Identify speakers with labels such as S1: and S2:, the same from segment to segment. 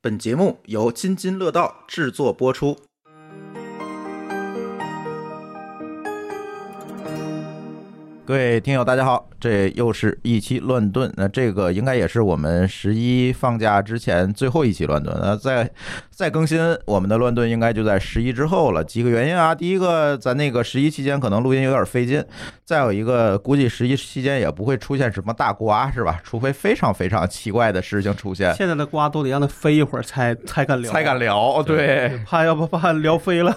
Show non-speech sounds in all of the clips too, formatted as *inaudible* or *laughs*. S1: 本节目由津津乐道制作播出。各位听友，大家好，这又是一期乱炖。那这个应该也是我们十一放假之前最后一期乱炖。那再再更新我们的乱炖，应该就在十一之后了。几个原因啊，第一个，咱那个十一期间可能录音有点费劲；再有一个，估计十一期间也不会出现什么大瓜，是吧？除非非常非常奇怪的事情出现。
S2: 现在的瓜都得让它飞一会儿才才敢聊，
S1: 才敢聊，哦对，
S2: 怕要不怕聊飞了。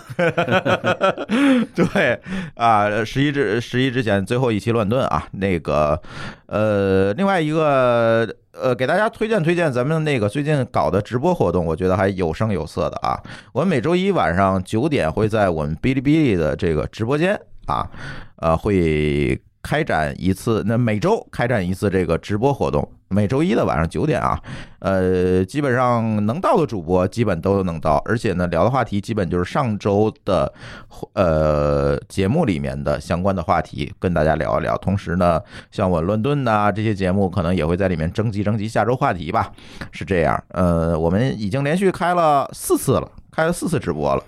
S1: 对 *laughs* 啊，十一之十一之前最后一期乱炖啊，那个呃，另外一个呃，给大家推荐推荐咱们那个最近搞的直播活动，我觉得还有声有色的啊。我们每周一晚上九点会在我们哔哩哔哩的这个直播间啊，呃，会开展一次，那每周开展一次这个直播活动，每周一的晚上九点啊，呃，基本上能到的主播基本都能到，而且呢，聊的话题基本就是上周的呃节目里面的相关的话题跟大家聊一聊。同时呢，像我乱炖呐、这些节目，可能也会在里面征集征集下周话题吧，是这样。呃，我们已经连续开了四次了，开了四次直播了，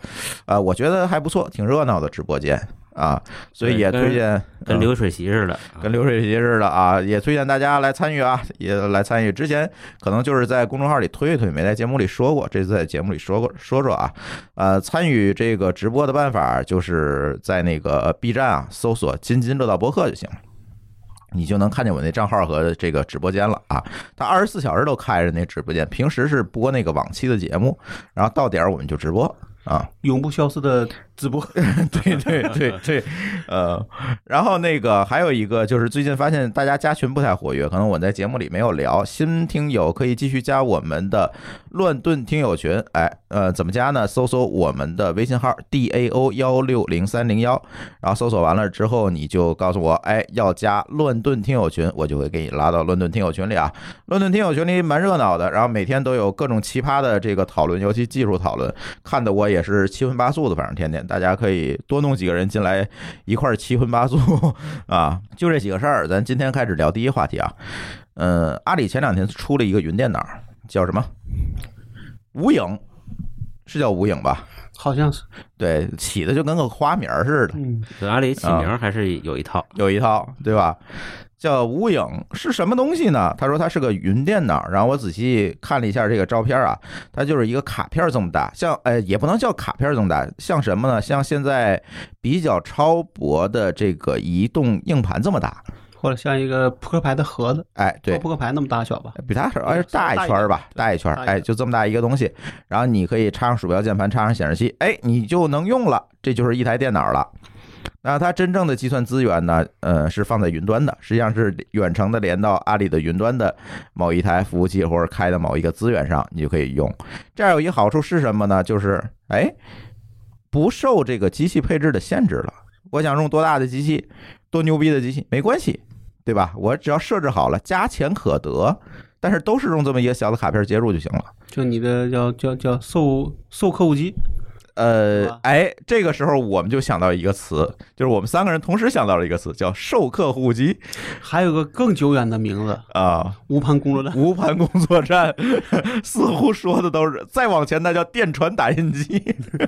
S1: 啊、我觉得还不错，挺热闹的直播间啊，所以也
S3: 对
S1: 推荐
S3: 跟
S1: 嗯
S3: 流水席似的，
S1: 跟流水席似的啊，也推荐大家来参与啊，也来参与。之前可能就是在公众号里推一推，没在节目里说过，这次在节目里说过说说啊。呃，参与这个直播的办法就是在那个 B 站啊搜索“津津乐道播客”就行了。你就能看见我那账号和这个直播间了啊！它二十四小时都开着那直播间，平时是播那个往期的节目，然后到点儿我们就直播啊。
S2: 永不消失的直播，
S1: 对对对对，呃，然后那个还有一个就是最近发现大家加群不太活跃，可能我在节目里没有聊。新听友可以继续加我们的乱炖听友群，哎，呃，怎么加呢？搜索我们的微信号 d a o 幺六零三零幺，然后搜索完了之后，你就告诉我，哎，要加乱炖听友群，我就会给你拉到乱炖听友群里啊。乱炖听友群里蛮热闹的，然后每天都有各种奇葩的这个讨论，尤其技术讨论，看得我也是七荤八素的，反正天天大家可以多弄几个人进来一块儿七荤八素 *laughs* 啊，就这几个事儿。咱今天开始聊第一话题啊，嗯，阿里前两天出了一个云电脑，叫什么？无影，是叫无影吧？
S2: 好像是，
S1: 对，起的就跟个花名儿似的，
S2: 嗯，
S3: 对阿里起
S1: 啊
S3: 名还是有一套，
S1: 有一套，对吧？叫无影是什么东西呢？他说它是个云电脑，然后我仔细看了一下这个照片啊，它就是一个卡片这么大，像呃也不能叫卡片这么大，像什么呢？像现在比较超薄的这个移动硬盘这么大，
S2: 或者像一个扑克牌的盒子，
S1: 哎，对，
S2: 扑克牌那么大小吧，
S1: 啊比它稍微大一圈儿吧，大
S2: 大
S1: 一
S2: 一
S1: 圈
S2: 点
S1: 儿，
S2: 大一点
S1: 哎，就这么大一个东西，然后你可以插上鼠标、键盘，插上显示器，哎，你就能用了，这就是一台电脑了。那它真正的计算资源呢，呃，是放在云端的，实际上是远程的连到阿里的云端的某一台服务器或者开的某一个资源上，你就可以用。这样有一好处是什么呢？就是哎，不受这个机器配置的限制了。我想用多大的机器，多牛逼的机器没关系，对吧？我只要设置好了，价钱可得，但是都是用这么一个小的卡片接入就行了。
S2: 就你的叫叫叫售售客户机，是
S1: 呃
S2: 吧，
S1: 哎，这个时候我们就想到一个词，就是我们三个人同时想到了一个词，叫“授课户籍
S2: 还有个更久远的名字”
S1: 啊、 *laughs*
S2: ——无盘工作站。
S1: 无盘工作站， *laughs* 似乎说的都是再往前，那叫电传打印机，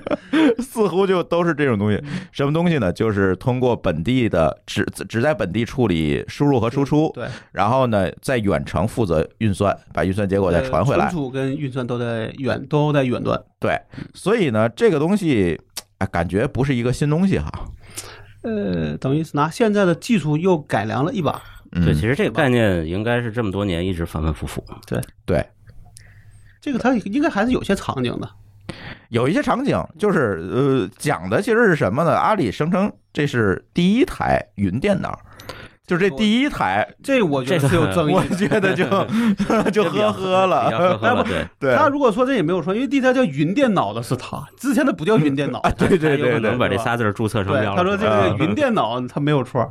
S1: *laughs* 似乎就都是这种东西。什么东西呢？就是通过本地的只只在本地处理输入和输出，
S2: 嗯对，
S1: 然后呢，在远程负责运算，把运算结果再传回来
S2: 存。储跟运算都在远都在远端。
S1: 对，所以呢，这个东西，哎，感觉不是一个新东西哈。
S2: 呃，等于是拿现在的技术又改良了一把。
S1: 嗯啊
S3: 对，其实这个概念应该是这么多年一直反反复复，
S1: 对，
S2: 这个它应该还是有些场景的，
S1: 有一些场景就是呃讲的其实是什么呢？阿里声称这是第一台云电脑，就这第一台，
S2: 这我觉得是有争议
S1: 我
S2: 的。
S1: 觉 *laughs* 得就就
S3: 这比较
S1: 呵呵
S3: 比较呵
S1: 了。
S3: 呵了，对，
S1: 对
S2: 他如果说这也没有错，因为第一台叫云电脑的是他，之前的不叫云电脑。
S1: 啊对对
S3: 他有
S1: 对
S3: 可
S1: 对
S3: 能把这仨字儿注册商
S2: 对，
S3: 标
S2: 他
S3: 了。
S2: 说这
S1: 是
S2: 个
S1: 吧
S2: 云电脑他没有错，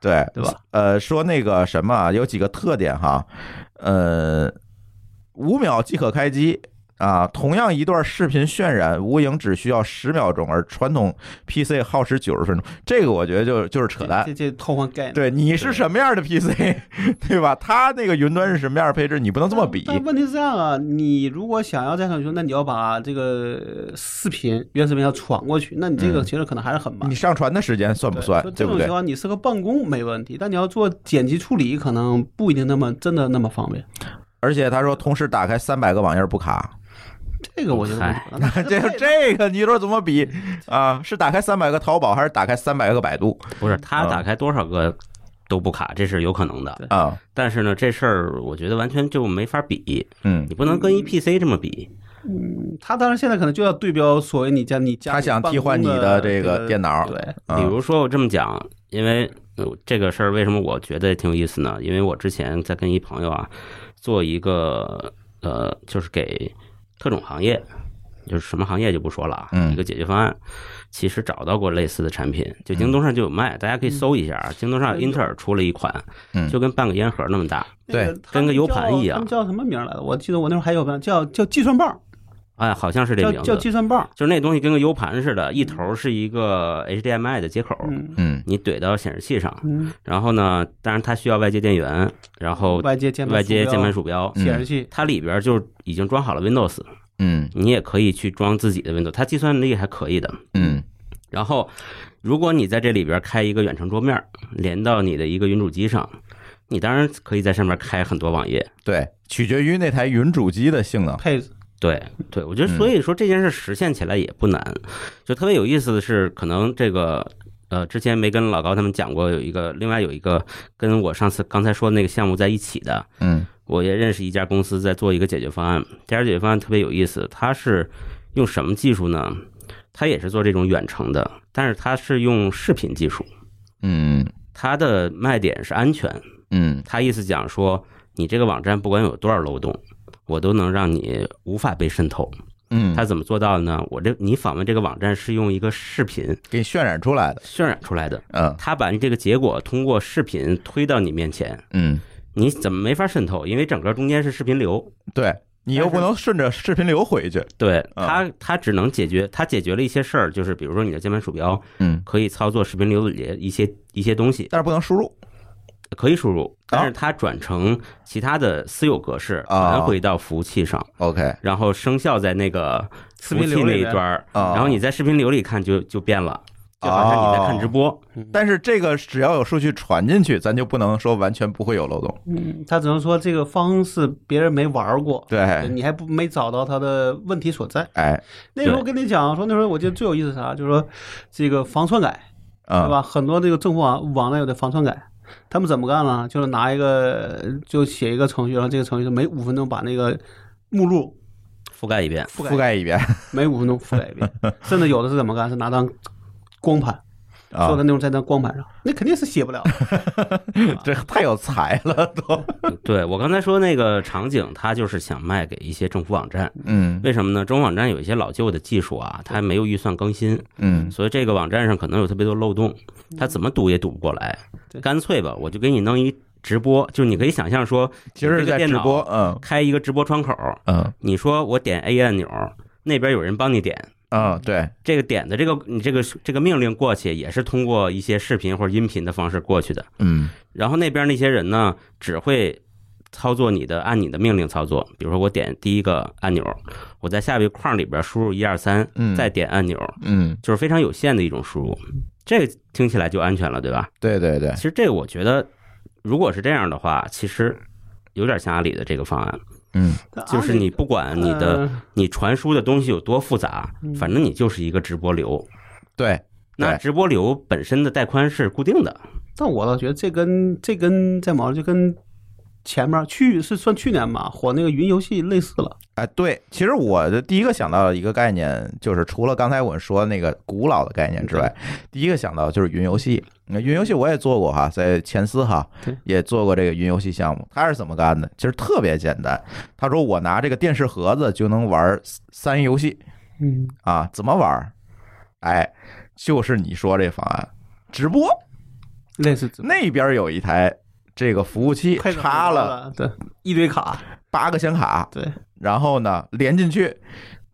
S1: 对
S2: 对吧？
S1: 呃，说那个什么啊，有几个特点哈，呃，五秒即可开机，啊，同样一段视频渲染，无影只需要十秒钟，而传统 PC 耗时九十分钟。这个我觉得就就是扯淡。
S2: 这这这偷换概念。
S1: 对，你是什么样的 PC，对 *laughs* 吧？它那个云端是什么样的配置，你不能这么比。
S2: 但问题是这样啊，你如果想要在上去，那你要把这个视频原视频要传过去，那你这个其实可能还是很慢。
S1: 你上传的时间算不算
S2: 对，就
S1: 对
S2: 这
S1: 不
S2: 种情
S1: 对？
S2: 况，你是个办公没问题，但你要做剪辑处理，可能不一定那么真的那么方便。
S1: 而且他说同时打开三百个网页不卡，
S2: 这个我觉得
S3: 嗨
S2: 不可能，
S1: 这这个你说怎么比啊？是打开三百个淘宝还是打开三百个百度
S3: 不是他打开多少个都不卡，这是有可能的
S2: 对。
S1: 啊？
S3: 但是呢，这事儿我觉得完全就没法比，
S1: 嗯，
S3: 你不能跟一 PC 这么比。
S2: 他当然现在可能就要对标所谓你家你家
S1: 他想替换你
S2: 办公
S1: 的
S2: 的
S1: 这个电脑，
S2: 对，
S1: 啊
S3: 比如说我这么讲，因为呃这个事儿为什么我觉得挺有意思呢？因为我之前在跟一朋友啊做一个呃，就是给特种行业，就是什么行业就不说了啊，
S1: 嗯
S3: 一个解决方案。其实找到过类似的产品，就
S1: 嗯
S3: 京东上就有卖，大家
S2: 嗯
S3: 可以搜一下啊。京东上
S2: 哎呦
S3: 英特尔出了一款
S1: 嗯，
S3: 就跟半个烟盒那么大，
S2: 那
S1: 对
S2: 他们
S3: 跟个 U
S2: 叫
S3: 盘一样
S2: 他们叫什么名儿来着？我记得我那会儿还有个叫叫计算棒，
S3: 哎，好像是这
S2: 叫
S3: 名
S2: 叫
S3: 字。
S2: 计算棒。
S3: 就是那东西跟个 U 盘似的，一头是一个 HDMI 的接口，
S2: 嗯
S1: 嗯
S3: 你怼到显示器上，
S2: 嗯，
S3: 然后呢，当然它需要外接电源，然后
S2: 外接键盘
S3: 外接键盘
S2: 鼠
S3: 鼠标，
S1: 嗯
S2: 显示器，
S3: 它里边就已经装好了 Windows，
S1: 嗯
S3: 你也可以去装自己的 Windows，它计算力还可以的。
S1: 嗯
S3: 然后，如果你在这里边开一个远程桌面，连到你的一个云主机上，你当然可以在上面开很多网页。
S1: 对，取决于那台云主机的性能。
S2: 配置
S3: 对对，我觉得
S1: 嗯
S3: 所以说这件事实现起来也不难。就特别有意思的是，可能这个呃，之前没跟老高他们讲过，有一个另外有一个跟我上次刚才说的那个项目在一起的，
S1: 嗯
S3: 我也认识一家公司在做一个解决方案，这家解决方案特别有意思，它是用什么技术呢？它也是做这种远程的，但是它是用视频技术。
S1: 嗯
S3: 它的卖点是安全，
S1: 嗯
S3: 它意思讲说，你这个网站不管有多少漏洞，我都能让你无法被渗透。
S1: 嗯，
S3: 它怎么做到的呢？我这你访问这个网站是用一个视频
S1: 给渲染出来的。
S3: 渲染出来的，
S1: 嗯
S3: 它把你这个结果通过视频推到你面前，
S1: 嗯，
S3: 你怎么没法渗透？因为整个中间是视频流，
S1: 对你又不能顺着视频流回去。
S3: 对
S1: 啊
S3: 它，它只能解决，它解决了一些事儿，就是比如说你的键盘鼠标
S1: 嗯，
S3: 可以操作视频流里的一些一些东西，
S1: 但是不能输入。
S3: 可以输入，但
S1: 啊
S3: 是它转成其他的私有格式，
S1: 啊
S3: 传回到服务器上，
S1: OK
S3: 然后生效在那个
S2: 视
S3: 服务
S2: 频
S3: 器
S2: 流
S3: 那一
S2: 里
S3: 端
S2: 边，
S3: 儿，
S1: 啊，
S3: 然后你在视频流里看就就变了，就好像你在看直播，
S1: 但是这个只要有数据传进去，咱就不能说完全不会有漏洞。
S2: 嗯，他只能说这个方式别人没玩过，
S1: 对，
S3: 哎
S2: 你还不没找到他的问题所在。
S1: 哎，
S2: 那时候跟你讲说，那时候我记得最有意思是啥，就是说这个防篡改，
S3: 啊
S2: 对
S1: 嗯
S2: 吧？很多这个政府网网站有的防篡改，他们怎么干呢？就是拿一个就写一个程序，然后这个程序就每五分钟把那个目录
S3: 覆盖一遍，
S2: 覆盖
S1: 覆盖一 *laughs* 遍
S2: 每五分钟覆盖一
S3: *laughs*
S2: 遍，甚至有的是怎么干？是拿当光盘，所有
S1: 啊
S2: 的，内容在那光盘上，那肯定是写不了的。
S1: *laughs* 这太有才了都。
S3: 对我刚才说那个场景，它就是想卖给一些政府网站，
S1: 嗯
S3: 为什么呢？政府网站有一些老旧的技术啊，它没有预算更新，
S1: 嗯
S3: 所以这个网站上可能有特别多漏洞，它怎么堵也堵不过来
S2: 对。
S3: 干脆吧，我就给你弄一直播，就是你可以想象说，
S1: 其实是在直播。嗯
S3: 开一个直播窗口，
S1: 嗯
S3: 你说我点 A 按钮，那边有人帮你点。
S1: 嗯，对，
S3: 这个点的这个你这个这个命令过去，也是通过一些视频或者音频的方式过去的。
S1: 嗯
S3: 然后那边那些人呢，只会操作你的按你的命令操作。比如说我点第一个按钮，我在下边框里边输入一二三，
S1: 嗯
S3: 再点按钮，
S1: 嗯，
S3: 就是非常有限的一种输入。这个听起来就安全了，对吧？
S1: 对对对
S3: 其，实这个我觉得，如果是这样的话，其实有点像阿里的这个方案，
S1: 嗯
S3: *laughs* 就是你不管你的
S2: 呃
S3: 你传输的东西有多复杂，反正你就是一个直播流。
S1: 对，
S3: 那
S1: 嗯对
S3: 直播流本身的带宽是固定的，
S2: 但我倒觉得这跟这跟在网上就跟前面去是算去年吧，火那个云游戏类似了。
S1: 哎，对，其实我的第一个想到的一个概念，就是除了刚才我们说那个古老的概念之外，
S2: 嗯
S1: 第一个想到就是云游戏。那云游戏我也做过哈，在前司哈
S2: 对
S1: 也做过这个云游戏项目。他是怎么干的？其实特别简单。他说我拿这个电视盒子就能玩三 A 游戏
S2: 嗯，
S1: 啊，怎么玩？哎，就是你说这方案，直播
S2: 类似直播
S1: 那边有一台这个服务器
S2: 配个
S1: 插了
S2: 了，对，一堆卡，
S1: 八个显卡，
S2: 对，
S1: 然后呢连进去，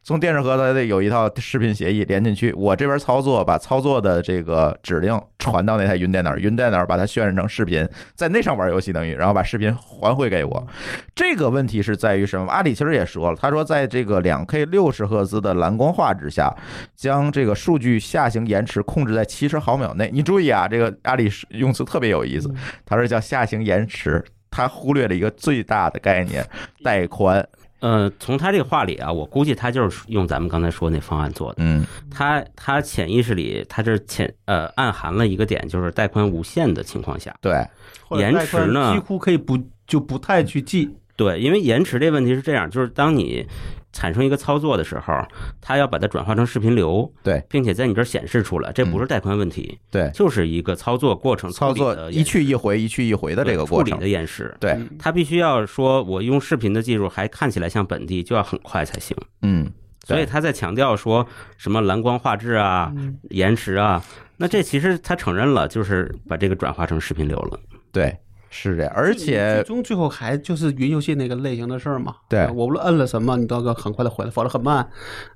S1: 从电视盒它得有一套视频协议连进去，我这边操作把操作的这个指令传到那台云电脑，云电脑把它渲染成视频，在那上玩游戏等于，然后把视频还回给我。这个问题是在于什么？阿里其实也说了，他说在这个两 K 六十赫兹的蓝光画质下，将这个数据下行延迟控制在七十毫秒内。你注意啊，这个阿里是用词特别有意思，他说叫下行延迟。他忽略了一个最大的概念，带宽。
S3: 呃，从他这个话里啊，我估计他就是用咱们刚才说那方案做的。
S1: 嗯，
S3: 他他潜意识里，他这潜呃暗含了一个点，就是带宽无限的情况下，
S1: 对，
S2: 或者
S3: 延
S2: 带宽
S3: 迟呢
S2: 几乎可以不就不太去记，
S3: 对，因为延迟这问题是这样，就是当你产生一个操作的时候，它要把它转化成视频流，
S1: 对，
S3: 并且在你这儿显示出来，这不是带宽问题，
S1: 对
S3: 就是一个操作过程
S1: 操
S3: 处理
S1: 作
S3: 的
S1: 一
S3: 延
S1: 去一回，一去一回的这个
S3: 对
S1: 过
S3: 处理
S1: 程
S3: 的。延迟，
S1: 对，
S2: 嗯
S3: 它必须要说我用视频的技术还看起来像本地，就要很快才行。
S1: 嗯，对
S3: 所以他在强调说什么蓝光画质
S2: 嗯
S3: 啊、延迟啊，那这其实他承认了，就是把这个转化成视频流了。
S1: 对，是这样。而
S2: 最
S1: 且，
S2: 终最后还就是云游戏那个类型的事儿嘛。
S1: 对
S2: 我无论摁了什么，你都要很快的回来，否则很慢。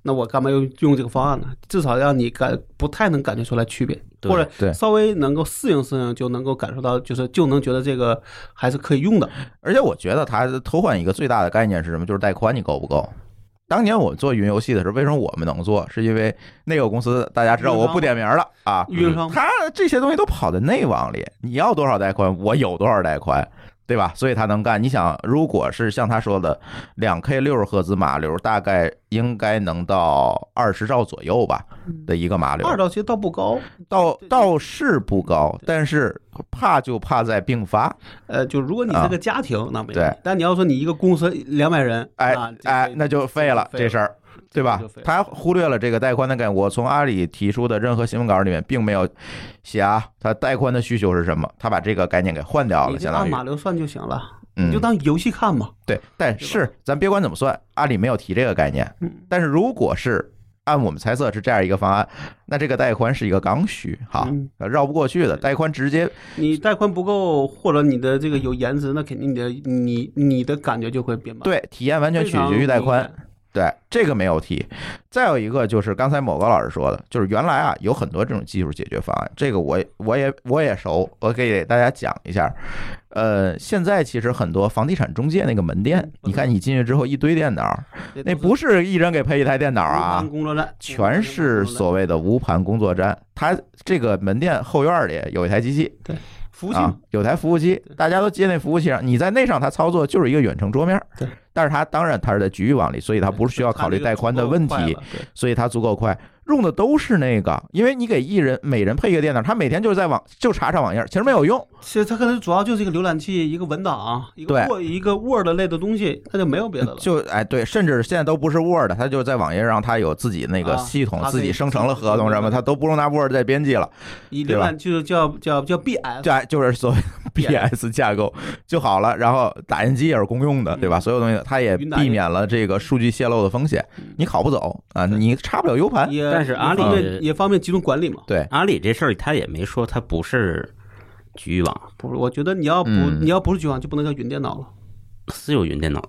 S2: 那我干嘛用用这个方案呢？至少让你感不太能感觉出来区别，
S3: 对
S2: 或者
S1: 对
S2: 稍微能够适应适应，就能够感受到，就是就能觉得这个还是可以用的。
S1: 而且，我觉得它偷换一个最大的概念是什么？就是带宽你够不够？当年我做云游戏的时候，为什么我们能做？是因为那个公司大家知道，
S2: 运营
S1: 我
S2: 商
S1: 不点名了啊。
S2: 运营商
S1: 它这些东西都跑在内网里，你要多少带宽，我有多少带宽，对吧？所以它能干。你想，如果是像他说的，两 K 六十赫兹码流，大概应该能到二十兆左右吧的一个码流。
S2: 二道其实倒不高，
S1: 倒
S2: 对
S1: 倒是不高，但是怕就怕在并发。
S2: 呃，就如果你是个家庭，那没问
S1: 啊对
S2: 题。但你要说你一个公司两百人，
S1: 哎
S2: 啊这
S1: 哎
S2: 这，
S1: 那就废了
S2: 废了
S1: 这事儿，对吧
S2: 就废？了
S1: 他忽略了这个带宽的概念。我从阿里提出的任何新闻稿里面并没有写啊，它带宽的需求是什么？他把这个概念给换掉
S2: 你
S1: 了，
S2: 就
S1: 相当
S2: 按
S1: 于
S2: 码流算就行了，你就
S1: 嗯，
S2: 当游戏看嘛。
S1: 对。但是咱别管怎么算，阿里没有提这个概念。
S2: 嗯，
S1: 但是如果是按我们猜测是这样一个方案，那这个带宽是一个刚需，哈呃
S2: 嗯，
S1: 绕不过去的。带宽直接
S2: 你带宽不够，或者你的这个有颜值，那肯定你的你你的感觉就会变慢。，
S1: 对体验完全取决于带宽。。对，这个没有提。再有一个就是刚才某个老师说的，就是原来啊有很多这种技术解决方案，这个我我也我也熟，我给大家讲一下。呃，现在其实很多房地产中介那个门店
S2: 嗯，
S1: 你看你进去之后一堆电脑，那
S2: 都是
S1: 不是一人给配一台电脑
S2: 无
S1: 啊
S2: 盘，工作站
S1: 全是所谓的无盘工作站。它这个门店后院里有一台机器，
S2: 服务器
S1: 啊，有台服务器，大家都接那服务器上，你在那上它操作就是一个远程桌面，
S2: 对，
S1: 但是它当然它是在局域网里，所以它不需要考虑带宽的问
S2: 看
S1: 题
S2: 这个，足够快了
S1: 所以它足够快，用的都是那个，因为你给一人每人配一个电脑，他每天就是在网就查查网页，其实没有用，
S2: 对，其实它可能主要就是一个浏览器、一个文档、一个
S1: 对
S2: Word、一个 Word 类的东西，那就没有别的了。
S1: *laughs* 就哎对，甚至现在都不是 Word，它就在网页上它有自己那个
S2: 啊
S1: 系统，
S2: 它
S1: 自
S2: 可
S1: 己
S2: 以
S1: 生成了合同什么，它都不用拿 Word 再编辑了，
S2: 以
S1: 对
S2: 浏
S1: 吧
S2: 览就是叫叫叫 BS，
S1: 这哎就是所谓的
S2: *laughs*
S1: BS 架构就好了。然后打印机也是公用的，对吧？所有东西它也
S2: 嗯云打印嗯
S1: 避免了这个数据泄露的风险，你拷不走啊，你插不了 U 盘。
S2: 也
S3: 但是阿
S2: 也
S3: 里
S2: 方便也方便集中管理嘛。
S1: 对，
S3: 阿里这事儿他也没说他不是局域网，
S2: 不是，我觉得你要不
S1: 嗯
S2: 你要不是局网，就不能叫云电脑了。
S3: 私有云电脑，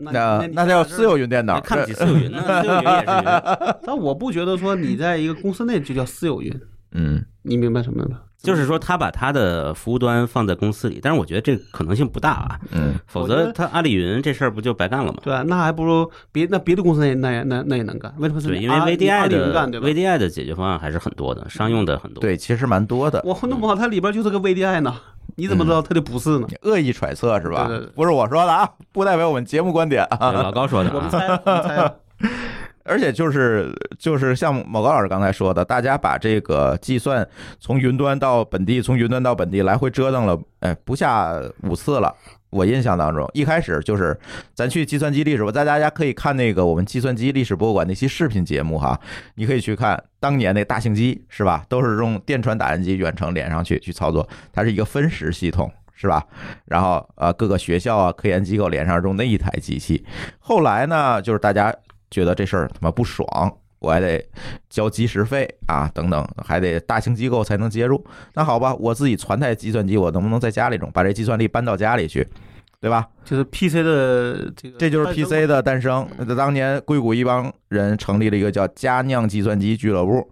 S1: 那
S2: 你
S1: 那叫私。有云电脑
S2: 啊
S3: 你。看不
S2: 呃
S3: 起私有云，那私有云也是云。
S2: *laughs* 但我不觉得说你在一个公司内就叫私有云，
S1: 嗯，
S2: 你明白什么吧？
S3: 就是说，他把他的服务端放在公司里，但是我觉得这个可能性不大啊，
S1: 嗯，
S3: 否
S2: 我觉
S3: 则
S2: 得
S3: 他阿里云这事儿不就白干了吗？
S2: 对啊，那还不如别那别的公司那也那也那那也能干，为什么是
S3: 对，
S2: 你
S3: 因为
S2: 阿里
S3: VDI
S2: 阿里能
S3: 的
S2: 干对吧？
S3: VDI 的解决方案还是很多的，商用的很多。
S1: 对，其实蛮多的。
S2: 我弄不好它里边就是个 VDI 呢，你怎么知道它就不是呢？
S1: 恶意揣测是吧
S2: 对对对？
S1: 不是我说的啊，不代表我们节目观点
S2: *laughs*
S3: 对，
S1: 啊。
S3: 老高说的
S2: 我们
S3: 啊，
S2: 猜，我们猜，
S1: 而且就是就是像某高老师刚才说的，大家把这个计算从云端到本地，从云端到本地来回折腾了，哎，不下五次了。我印象当中，一开始就是咱去计算机历史，我在大家可以看那个我们计算机历史博物馆那期视频节目哈，你可以去看当年那大型机是吧，都是用电传打印机远程连上去去操作，它是一个分时系统是吧？然后呃各个学校啊科研机构连上用那一台机器，后来呢就是大家觉得这事儿他妈不爽，我还得交基石费啊，等等，还得大型机构才能接入。那好吧，我自己传台计算机，我能不能在家里种把这计算力搬到家里去，对吧？
S2: *laughs* 就是 PC 的这个，
S1: 这就是 PC 的诞生。那当年硅谷一帮人成立了一个叫佳酿计算机俱乐部，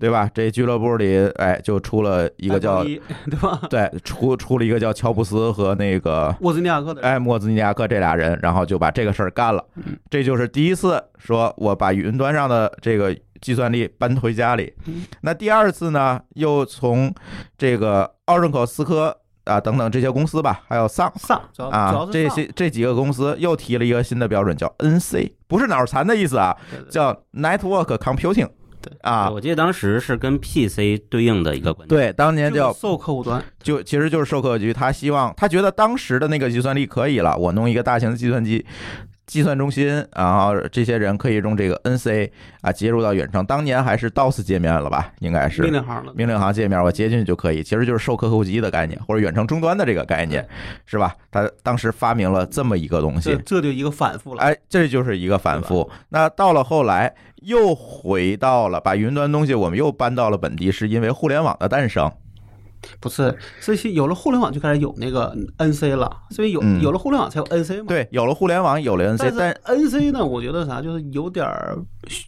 S1: 对吧？这俱乐部里，哎，就出了一
S2: 一 *laughs*
S1: 个叫
S2: 对吧？
S1: 对，出出了一个叫乔布斯和那个
S2: 沃兹尼亚克的人，
S1: 哎莫兹尼亚克这俩人，然后就把这个事儿干了。
S2: 嗯
S1: 这就是第一次说我把云端上的这个计算力搬回家里
S2: 嗯。
S1: 那第二次呢，又从这个奥任口思科啊等等这些公司吧，还有丧
S2: 上主要哦主
S1: 啊
S2: 要是
S1: 这
S2: 上
S1: 些这几个公司又提了一个新的标准，叫 NC，不是脑残的意思啊，
S2: 对对对
S1: 叫 Network Computing
S2: 对。
S1: 啊，
S3: 我记得当时是跟 PC 对应的一个观点，
S1: 对，当年
S2: 就
S1: 叫
S2: 是售客户端，
S1: 就其实就是授课局，他希望他觉得当时的那个计算力可以了，我弄一个大型的计算机计算中心，然后这些人可以用这个 NC 啊接入到远程。当年还是 DOS 界面了吧？应该是
S2: 命令行了。
S1: 命令行界面，我接进去就可以，其实就是授课户机的概念或者远程终端的这个概念，是吧？他当时发明了这么一个东西
S2: 这，这就一个反复了，
S1: 哎，这就是一个反复。那到了后来，又回到了把云端东西，我们又搬到了本地，是因为互联网的诞生。
S2: 不是？这些有了互联网就开始有那个 NC 了，所以有
S1: 嗯
S2: 有了互联网才有 NC 嘛。
S1: 对，有了互联网，有了 NC，
S2: 但是
S1: 但
S2: NC 呢，我觉得啥，就是有点儿，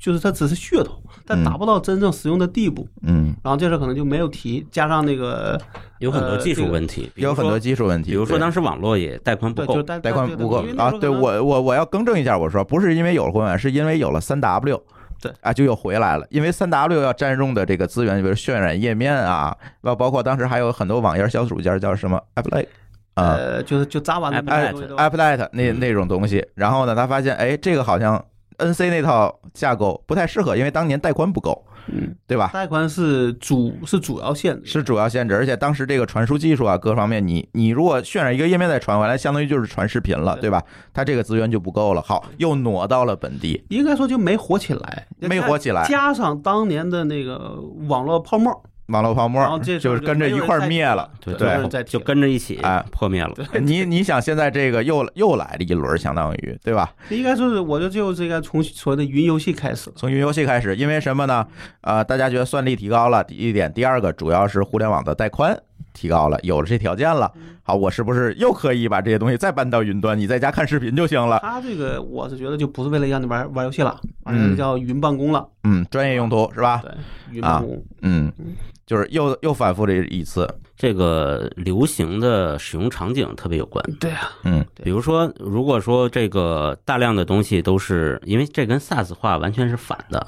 S2: 就是它只是噱头，但
S1: 嗯
S2: 达不到真正使用的地步。
S1: 嗯，
S2: 然后这事儿可能就没有提，加上那个
S3: 有很多
S2: 呃
S3: 技
S2: 这
S3: 术
S2: 个
S3: 问题，比如
S1: 有很多
S3: 说
S1: 技术问题，
S3: 比如说
S1: 对
S3: 当时网络也带宽不
S2: 对，
S3: 够
S2: 就是，带
S1: 带宽不够啊。对
S2: 对
S1: 我我我要更正一下，我说不是因为有了互联网，是因为有了三 W。
S2: 对
S1: 啊，就又回来了，因为三 W 要占用的这个资源，比如渲染页面啊，包包括当时还有很多网页小组件叫什么 Applet 啊、哎
S2: 呃，就是就扎完了
S3: iPad，
S1: 呃 Applet 那
S3: 嗯
S1: 那种东西。然后呢，他发现哎，这个好像 NC 那套架构不太适合，因为当年带宽不够，
S2: 嗯，
S1: 对吧？
S2: 带宽是主是主要限制，
S1: 是主要限制，而且当时这个传输技术啊，各方面你你如果渲染一个页面再传回来，相当于就是传视频了，
S2: 对
S1: 对吧？它这个资源就不够了，好，又挪到了本地，
S2: 应该说就没火起来，
S1: 没火起来，
S2: 加上当年的那个网络泡沫，
S1: 网络泡沫
S2: 然后这事
S1: 就
S2: 儿
S1: 是跟着一块儿灭
S2: *laughs*
S1: 了。
S3: 对
S1: 对
S2: 在
S3: 就跟着一起
S1: 哎
S3: 破灭了。
S1: 你你想现在这个又又来了一轮，相当于对吧？
S2: 应该说是我就就是应该从所谓的云游戏开始了，
S1: 从云游戏开始，因为什么呢？呃，大家觉得算力提高了，第一点，第二个主要是互联网的带宽提高了，有了这条件了，
S2: 嗯
S1: 好，我是不是又可以把这些东西再搬到云端？你在家看视频就行了，
S2: 他这个我是觉得就不是为了让你玩玩游戏了，反
S1: 啊嗯
S2: 正叫云办公了，
S1: 嗯，专业用途是吧？
S2: 对，云办公，
S1: 嗯
S2: 嗯，
S1: 就是又又反复了一次，
S3: 这个流行的使用场景特别有关。
S2: 对啊，
S1: 嗯
S2: 对
S3: 比如说，如果说这个大量的东西都是因为这跟 SaaS 化完全是反的。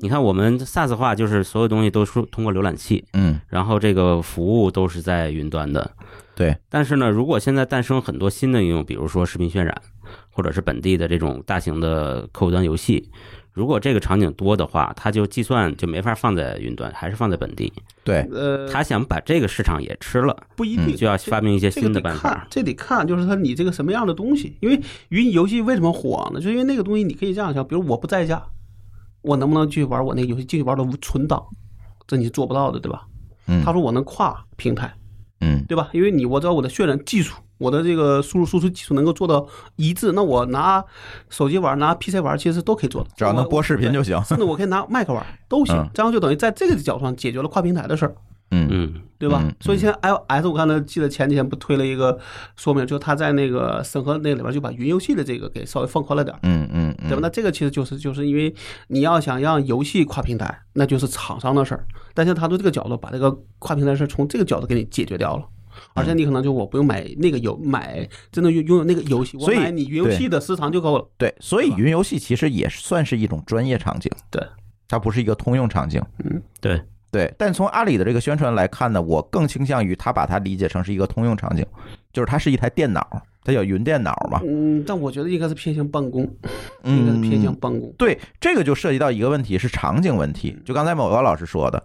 S3: 你看，我们 SaaS 化就是所有东西都是通过浏览器，
S1: 嗯，
S3: 然后这个服务都是在云端的。
S1: 对，
S3: 但是呢，如果现在诞生很多新的应用，比如说视频渲染，或者是本地的这种大型的客户端游戏，如果这个场景多的话，它就计算就没法放在云端，还是放在本地。
S1: 对，
S2: 呃，
S3: 他想把这个市场也吃了，
S2: 不一
S1: 嗯
S2: 定
S3: 就要发明一些
S2: 这
S3: 新
S2: 个
S3: 的
S2: 得
S3: 办
S2: 看
S3: 法，。
S2: 这得看，就是它你这个什么样的东西。因为云游戏为什么火呢？就是因为那个东西你可以这样想，比如我不在家，我能不能继续玩我那个游戏，继续玩到存档？这你是做不到的，对吧？
S1: 嗯
S2: 他说我能跨平台，
S1: 嗯
S2: 对吧？因为你我知道我的渲染技术，我的这个输入输出技术能够做到一致，那我拿手机玩，拿 PC 玩，其实都可以做的。
S1: 只要能
S2: 我
S1: 播视频就行，
S2: 甚至我可以拿麦克玩都行
S1: 嗯，
S2: 这样就等于在这个角度上解决了跨平台的事儿。
S1: 嗯
S3: 嗯，
S2: 对吧？
S1: 嗯
S2: 所以现在 iOS 我看他记得前几天不推了一个说明，就是他在那个审核那里边就把云游戏的这个给稍微放宽了点儿，
S1: 嗯嗯
S2: 对吧？
S1: 嗯，
S2: 那这个其实就是就是因为你要想让游戏跨平台，那就是厂商的事儿，但是他从这个角度把这个跨平台事儿从这个角度给你解决掉了。而
S1: 嗯
S2: 且你可能就我不用买那个游买真的拥拥有那个游戏，我
S1: 所以
S2: 买你云游戏的时长就够了。
S1: 对，所以云游戏其实也算是一种专业场景，
S2: 对，嗯
S1: 它不是一个通用场景，
S3: 对，
S1: 对。但从阿里的这个宣传来看呢，我更倾向于他把它理解成是一个通用场景，就是它是一台电脑，它叫云电脑嘛，
S2: 嗯，但我觉得应该是偏向办公，应该是
S1: 啊嗯，
S2: 偏向办公。
S1: 对，这个就涉及到一个问题，是场景问题。就刚才某高老师说的，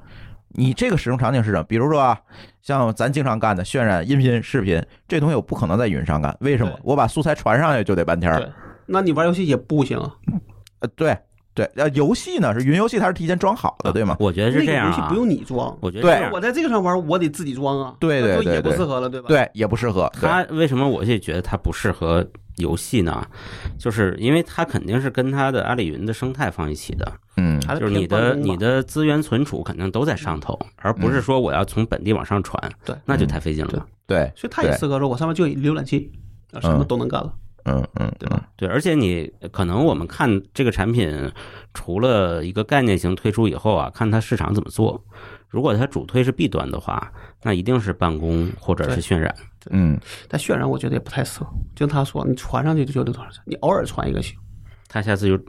S1: 你这个使用场景是什么？比如说啊，像咱经常干的渲染音频、视频这东西，我不可能在云上干，为什么
S2: 对？
S1: 我把素材传上去就得半天儿。
S2: 对，那你玩游戏也不行啊，
S1: 呃，对对，呃，游戏呢是云游戏，它是提前装好的，对吗？
S3: 我觉得
S2: 那
S3: 是
S2: 个
S3: 这样
S2: 游戏
S3: 啊
S2: 不。用你装，
S3: 我觉得
S1: 对
S3: 这样啊
S2: 我在这个上玩，我得自己装啊，
S1: 对对
S2: 那就
S1: 对
S2: 也不
S1: 对
S2: 适合了，对吧？，
S1: 对，也不适合。对，
S3: 他为什么我就觉得他不适合游戏呢，就是因为它肯定是跟它的阿里云的生态放一起的，
S1: 嗯
S2: 还
S3: 就是
S2: 偏
S3: 你
S2: 关
S3: 的
S2: 公吧
S3: 你的资源存储肯定都在上头，而不是说我要从本地往上传，
S2: 嗯对嗯
S3: 那就太费劲了。
S2: 对
S1: 对，
S2: 所以它也
S1: 对
S2: 适合说，我上面就有一浏览器，啊，什么都能干了。
S1: 嗯嗯，对吧？
S3: 对，而且你可能我们看这个产品，除了一个概念型推出以后啊，看它市场怎么做。如果它主推是 B 端的话，那一定是办公或者是渲染。
S1: 嗯
S2: 但渲染我觉得也不太适合，就像他说，你传上去就有多少钱，你偶尔传一个行，
S3: 它下次就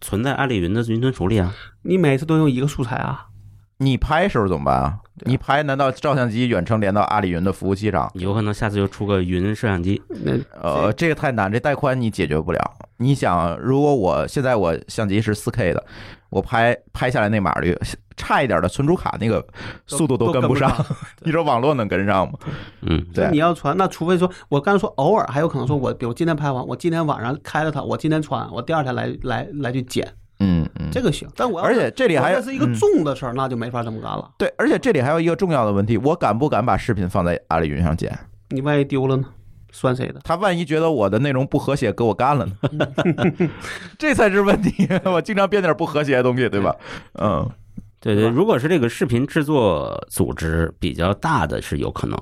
S3: 存在阿里云的云存储里啊。
S2: 你每次都用一个素材啊，
S1: 你拍时候怎么办啊？你拍难道照相机远程连到阿里云的服务器上？
S3: 有可能下次就出个云摄像机，
S2: 那
S1: 呃，这个太难，这带宽你解决不了。你想，如果我现在我相机是四 K 的，我拍拍下来那码率差一点的存储卡那个速度
S2: 都
S1: 跟
S2: 不
S1: 上，。你说网络能跟上吗？
S3: 嗯，
S1: 对
S2: 你要传，那除非说，我刚才说偶尔还有可能说我，比如今天拍完，我今天晚上开了它，我今天传，我第二天来来来去剪，
S1: 嗯嗯，
S2: 这个行。但我要
S1: 而且这里还
S2: 我这是一个
S1: 嗯
S2: 重的事儿，那就没法这么干了。
S1: 对，而且这里还有一个重要的问题，我敢不敢把视频放在阿里云上剪？
S2: 你万一丢了呢？算谁的？
S1: 他万一觉得我的内容不和谐，给我干了呢？ *laughs* 这才是问题。 *laughs* 我经常编点不和谐的东西，对吧？嗯
S3: 对
S2: 对
S3: 对，
S2: 吧
S3: 如果是这个视频制作组织比较大的，是有可能。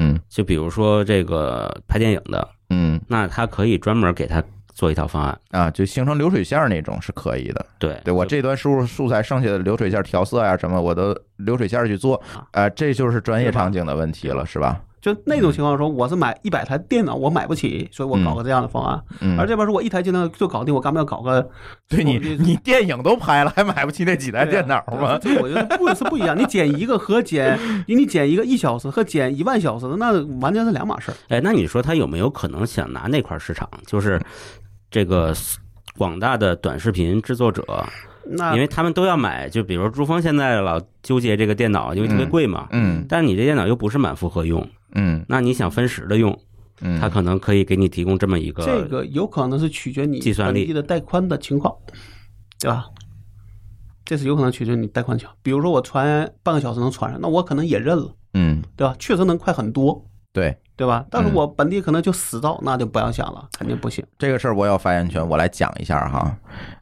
S1: 嗯
S3: 就比如说这个拍电影的，
S1: 嗯
S3: 那他可以专门给他做一套方案。
S1: 啊，就形成流水线那种是可以的。
S3: 对，
S1: 对我
S3: 就
S1: 这段输入素材剩下的流水线调色呀、什么，我都流水线去做，呃，这就是专业场景的问题了，是吧？
S2: 就那
S3: 嗯
S2: 种情况说，我是买一百台电脑，我买不起，所以我搞个这样的方案。
S1: 嗯，
S2: 而这边说我一台电脑就搞定，我干嘛要搞个？
S1: 对你
S2: 我这
S1: 你电影都拍了，还买不起那几台电脑吗？
S2: 对啊对啊这我觉得不是不一
S3: *laughs*
S2: 样。你剪一个和剪，你剪一个一小时和剪一万小时的，那完全是两码事儿。
S3: 哎，那你说他有没有可能想拿那块市场？就是这个广大的短视频制作者，
S2: 那
S3: 因为他们都要买，就比如朱峰现在老纠结这个电脑，因为特别贵嘛。
S1: *laughs* 嗯
S3: 但是你这电脑又不是满负荷用，
S1: 嗯
S3: 那你想分时的用，
S1: 嗯，
S3: 他可能可以给你提供这么一个。
S2: 这个有可能是取决你
S3: 计算力
S2: 本地的带宽的情况，对吧？这是有可能取决你带宽情况。比如说我传半个小时能传上，那我可能也认了，
S1: 嗯
S2: 对吧？确实能快很多，
S1: 对
S2: 对吧？但是
S1: 嗯
S2: 我本地可能就十兆，那就不要想了，肯定不行。
S1: 这个事儿我有发言权，我来讲一下哈。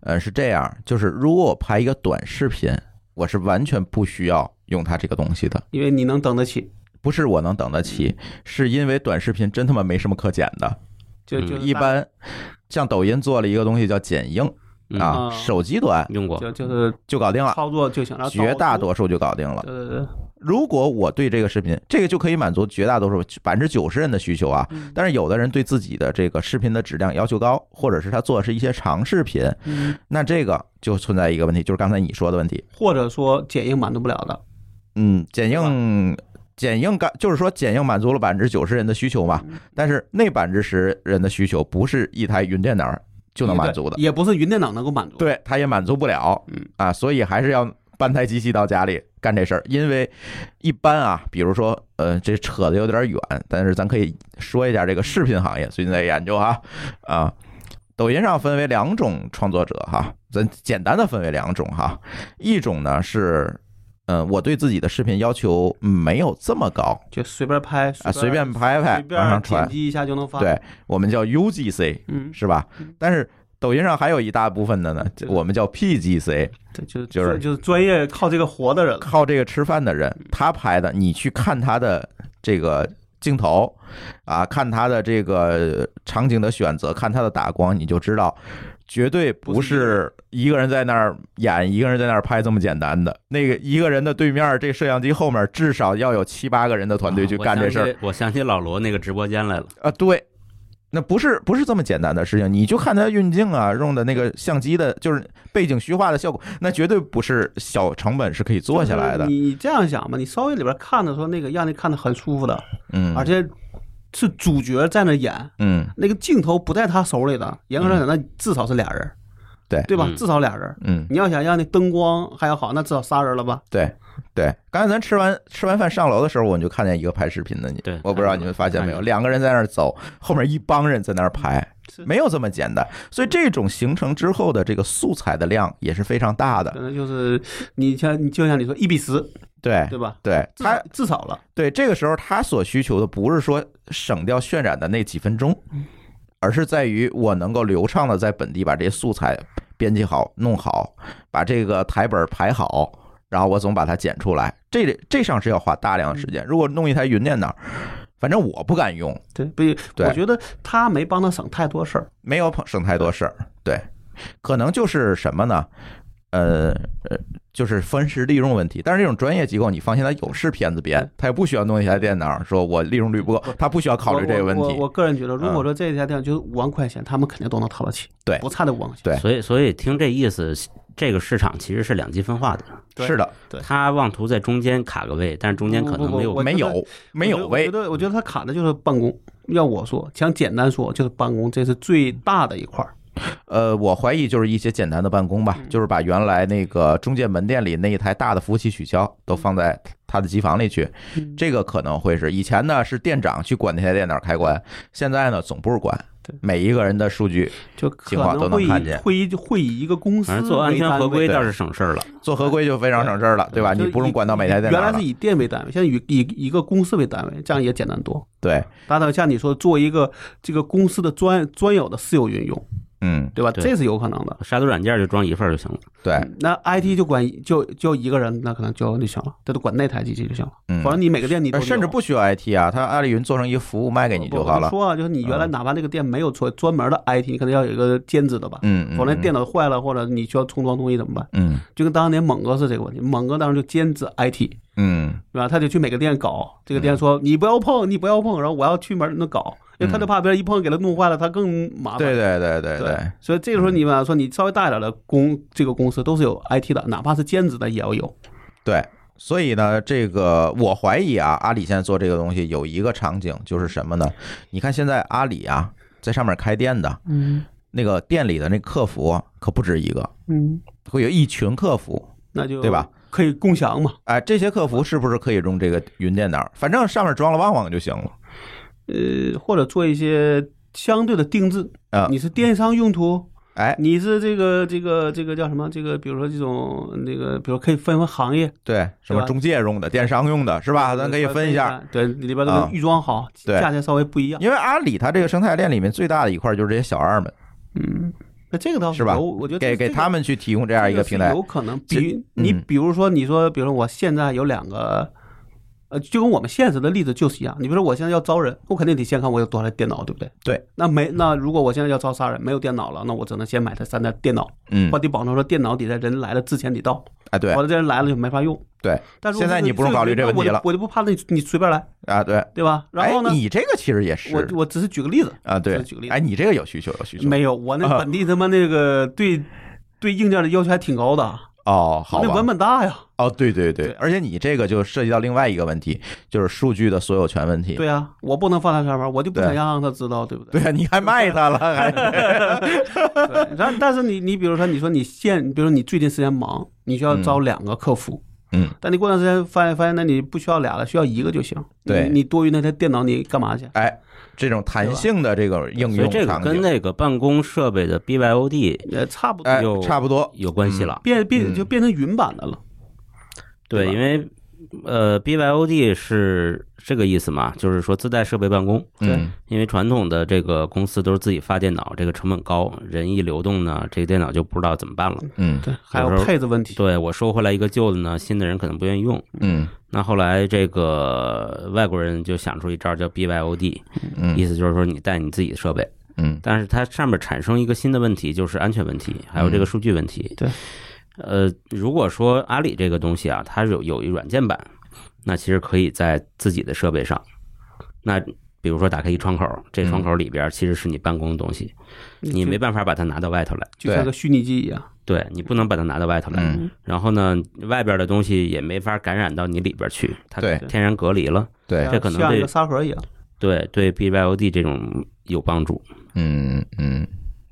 S1: 呃，是这样，就是如果我拍一个短视频，我是完全不需要用它这个东西的。
S2: 因为你能等得起，
S1: 不是我能等得起，是因为短视频真他妈没什么可剪的。
S2: 就
S3: 嗯
S2: 就
S1: 一般像抖音做了一个东西叫剪映
S3: 嗯
S1: 啊，
S2: 嗯
S1: 手机端
S3: 用过
S2: 就就是
S1: 就搞定了。
S2: 操作就行，然后呃
S1: 绝大
S2: 多
S1: 多数就搞定了。
S2: 对对对，
S1: 如果我对这个视频，这个就可以满足绝大多数百分之九十人的需求啊。
S2: 嗯
S1: 但是有的人对自己的这个视频的质量要求高，或者是他做的是一些长视频，
S2: 嗯，
S1: 那这个就存在一个问题，就是刚才你说的问题。
S2: 或者说剪映满足不了的，
S1: 嗯，剪映。剪映干就是说，剪映满足了百分之九十人的需求嘛，
S2: 嗯
S1: 但是那百分之十人的需求不是一台云电脑就能
S2: 嗯
S1: 满足的，
S2: 也不是云电脑能够满足。，
S1: 对，他也满足不了，
S2: 嗯
S1: 啊，所以还是要搬台机器到家里干这事儿。因为一般啊，比如说，呃，这扯的有点远，但是咱可以说一下这个视频行业最近在研究哈，啊，抖音上分为两种创作者哈，咱简单的分为两种哈，一种呢是。嗯，我对自己的视频要求没有这么高
S2: 就随便拍
S1: 啊，随便拍拍
S2: 随
S1: 往上
S2: 便
S1: 传
S2: 剪，辑一下就能发。，
S1: 对我们叫 UGC
S2: 嗯，
S1: 是吧？但是抖音上还有一大部分的呢，
S2: 对
S1: 我们叫 PGC，
S2: 对，就是
S1: 就是
S2: 就是专业靠这个活的
S1: *laughs*
S2: 人了。
S1: 靠这个吃饭的人，他拍的，你去看他的这个镜头啊，看他的这个场景的选择，看他的打光，你就知道。绝对不是一个人在那儿演，一个人在那儿拍这么简单的。那个一个人的对面，这摄像机后面至少要有七八个人的团队去干这事儿
S3: 啊我想起我想起老罗那个直播间来了，
S1: 啊。对，那不是不是这么简单的事情。你就看他运镜啊，用的那个相机的，就是背景虚化的效果，那绝对不是小成本是可以做下来的
S2: 就是。你这样想吧，你稍微里边看的时候，那个让你看的很舒服的，
S1: 嗯，
S2: 而且是主角在那演，
S1: 嗯
S2: 那个镜头不在他手里的，严格上讲，那至少是俩人，
S1: 对
S2: 对吧
S3: 嗯？
S2: 至少俩人。
S1: 嗯，
S2: 你要想让那灯光还要好，那至少仨人了吧？
S1: 对对，刚才咱吃完吃完饭上楼的时候，我们就看见一个拍视频的你，
S3: 对
S1: 我不知道你们发现没有，
S3: 看见了
S1: 两个人在那儿走，后面一帮人在那儿拍，
S2: 是
S1: 没有这么简单。所以这种形成之后的这个素材的量也是非常大
S2: 可
S1: 的，
S2: 能就是你像你就像你说一比十，
S1: 对
S2: 对吧？
S1: 对，
S2: 至
S1: 哎他
S2: 少至少了，
S1: 对这个时候他所需求的不是说省掉渲染的那几分钟，而是在于我能够流畅的在本地把这些素材编辑好、弄好，把这个台本排好，然后我总把它剪出来。这这上是要花大量的时间。如果弄一台云电脑，反正我不敢用，
S2: 对，不，
S1: 对
S2: 我觉得他没帮他省太多事儿。
S1: 没有省太多事儿。对，可能就是什么呢？呃呃，就是分时利用问题。但是这种专业机构，你放心，它有是片子编，它也不需要弄一台电脑，说我利用率不够，它不需要考虑这个问
S2: 我我我
S1: 题。
S2: 我个人觉得，如
S1: 嗯
S2: 果说这家店就是五万块钱，他们肯定都能掏得起，
S1: 对
S2: 不差这五万块钱。
S1: 对
S3: 所以所以听这意思，这个市场其实是两极分化的。
S2: 对
S1: 是的，
S2: 对
S3: 他妄图在中间卡个位，但是中间可能没有
S2: 我
S1: 没
S2: 觉得
S1: 有没有
S2: 我
S1: 位
S2: 觉得，我觉得他卡的就是办公。要我说，想简单说，就是办公，这是最大的一块儿。
S1: 呃，我怀疑就是一些简单的办公吧，
S2: 嗯
S1: 就是把原来那个中介门店里那一台大的服务器取消，都放在他的机房里
S2: 嗯
S1: 去。这个可能会是以前呢是店长去管那台电脑开关，现在呢总部管
S2: 对
S1: 每一个人的数据。
S2: 就可
S1: 计划都
S2: 能
S1: 能
S2: 会以
S1: 看见
S2: 会以会以一个公司
S3: 反正做安
S2: 为
S3: 全
S2: 单
S3: 合
S2: 位
S3: 规
S1: 对
S3: 倒是省事儿了。
S1: 做合规就非常省事儿了，对吧？
S2: 就
S1: 你不用
S2: 以
S1: 管到每台电脑
S2: 原来
S1: 了
S2: 是。以店为单位，现在以以以一个公司为单位，这样也简单多。
S1: 对，
S2: 搭档像你说做一个这个公司的专专有的私有云用，
S1: 嗯，
S2: 对吧？
S3: 对
S2: 这是有可能的。
S3: 杀毒软件就装一份儿就行了。
S1: 对，
S2: 那 IT 就管就就一个人，那可能就就行了，这就管那台机器就行了。
S1: 嗯
S2: 反正你每个店你都
S1: 呃
S2: 有
S1: 甚至不需要 IT 啊，他阿里云做成一个服务卖给你就好
S2: 我
S1: 了嗯
S2: 就。说啊，就是你原来哪怕那个店没有专专门的 IT，你可能要有一个兼职的吧。
S1: 嗯，嗯
S2: 否则
S1: 嗯
S2: 电脑坏了或者你需要重装东西怎么办？
S1: 嗯
S2: 就跟当年猛哥是这个问题，猛哥当时就兼职 IT，
S1: 嗯
S2: 对吧？他就去每个店搞，这个店说、你不要碰，你不要碰，然后我要去门那搞，因为他就怕别人一碰给他弄坏了，他更麻烦。
S1: 对对对对
S2: 对
S1: 对，嗯
S2: 所以这个时候你们说你稍微大一点的公这个公司都是有 IT 的，哪怕是兼职的也要有。
S1: 对，所以呢，这个我怀疑啊，阿里现在做这个东西有一个场景就是什么呢？你看现在阿里啊，在上面开店的，
S2: 嗯
S1: 那个店里的那客服可不止一个，
S2: 嗯，
S1: 会有一群客服。
S2: 那就
S1: 对吧？
S2: 可以共享嘛？
S1: 哎，这些客服是不是可以用这个云电脑？反正上面装了旺旺就行了。
S2: 呃，或者做一些相对的定制
S1: 啊
S2: 你是电商用途，
S1: 哎，
S2: 你是这个这个这个叫什么？这个比如说这种那个，比如可以分为行业，
S1: 对，什么
S2: 吧
S1: 中介用的、电商用的，是吧？咱可以分一下。，
S2: 对，里边
S1: 啊
S2: 的预装好，
S1: 对
S2: 价钱稍微不一样。
S1: 因为阿里它这个生态链里面最大的一块就是这些小二们，
S2: 嗯，那这个倒
S1: 是吧
S2: 有我觉得
S1: 给
S2: 这
S1: 给他们去提供这
S2: 这
S1: 样一个平台
S2: 是。有可能。
S1: 这
S2: 比如你
S1: 嗯
S2: 比如说，你说，比如说我现在有两个，呃，就跟我们现实的例子就是一样。你比如说我现在要招人，我肯定得先看我有多少台电脑，对不对？
S1: 对。
S2: 那没那如果我现在要招仨人，没有电脑了，那我只能先买这三台电脑，
S1: 嗯
S2: 我，得保证说电脑得在人来了之前得到，
S1: 哎，对
S2: 否则这人来了就没法用。
S1: 对
S2: 但是
S1: 现在你不用考虑这问题了
S2: 我就不怕你你随便来，
S1: 啊，对。
S2: 对吧？然后呢
S1: 哎，，你这个其实也是
S2: 我我只是举个例子，
S1: 啊，对
S2: 就举个例，子
S1: 哎，你这个有需求，有需求，
S2: 没有我
S1: *laughs*
S2: 那本地他妈那个对对硬件的要求还挺高的，
S1: 哦，好
S2: 我那
S1: 吧
S2: 文，本大呀。
S1: 哦，对对对
S2: 对，
S1: 而且你这个就涉及到另外一个问题，就是数据的所有权问题。
S2: 对啊，我不能放在上面，我就不
S1: 对
S2: 想让他知道，对不对？
S1: 对啊，你还卖它了，
S2: *laughs*
S1: 还
S2: 对。然后，但是你你比如说，你说你现，比如说你最近时间忙，你需要招两个客服，
S1: 嗯，
S2: 但你过段时间发现发现，那你不需要俩了，需要一个就行。
S1: 对
S2: 你你多余那台电脑你干嘛去？
S1: 哎，这种弹性的这个应
S3: 所以
S1: 用
S3: 这个
S1: 场
S3: 跟
S1: 景，
S3: 那个办公设备的 BYOD
S2: 也呃差不多，
S1: 哎
S3: 有，
S1: 差不多，
S3: 有关系了。
S2: 变变
S1: 嗯
S2: 就变成云版的了。对
S3: 对，
S2: 吧
S3: 因为呃，BYOD 是这个意思嘛，就是说自带设备办公。
S1: 嗯，
S3: 因为传统的这个公司都是自己发电脑，这个成本高，人一流动呢，这个电脑就不知道怎么办了。
S1: 嗯
S2: 对，还有
S3: 有时候
S2: 配置问题。
S3: 对我收回来一个旧的呢，新的人可能不愿意用。
S1: 嗯
S3: 那后来这个外国人就想出一招叫 BYOD，
S1: 嗯
S3: 意思就是说你带你自己的设备，
S1: 嗯
S3: 但是它上面产生一个新的问题，就是安全问题，还有这个数据问题。
S2: 对，
S3: 呃，如果说阿里这个东西啊，它是有有一软件版，那其实可以在自己的设备上，那比如说打开一窗口，这窗口里边其实是你办公的东西，你没办法把它拿到外头来，
S2: 就像个虚拟机一样。
S3: 对你不能把它拿到外头来。
S1: 嗯，
S3: 然后呢，外边的东西也没法感染到你里边去，它
S1: 对
S3: 天然隔离了。
S1: 对，
S3: 这可能
S2: 像
S3: 对
S2: 一个沙盒一样。
S3: 对对，BYOD 这种有帮助。
S1: 嗯嗯，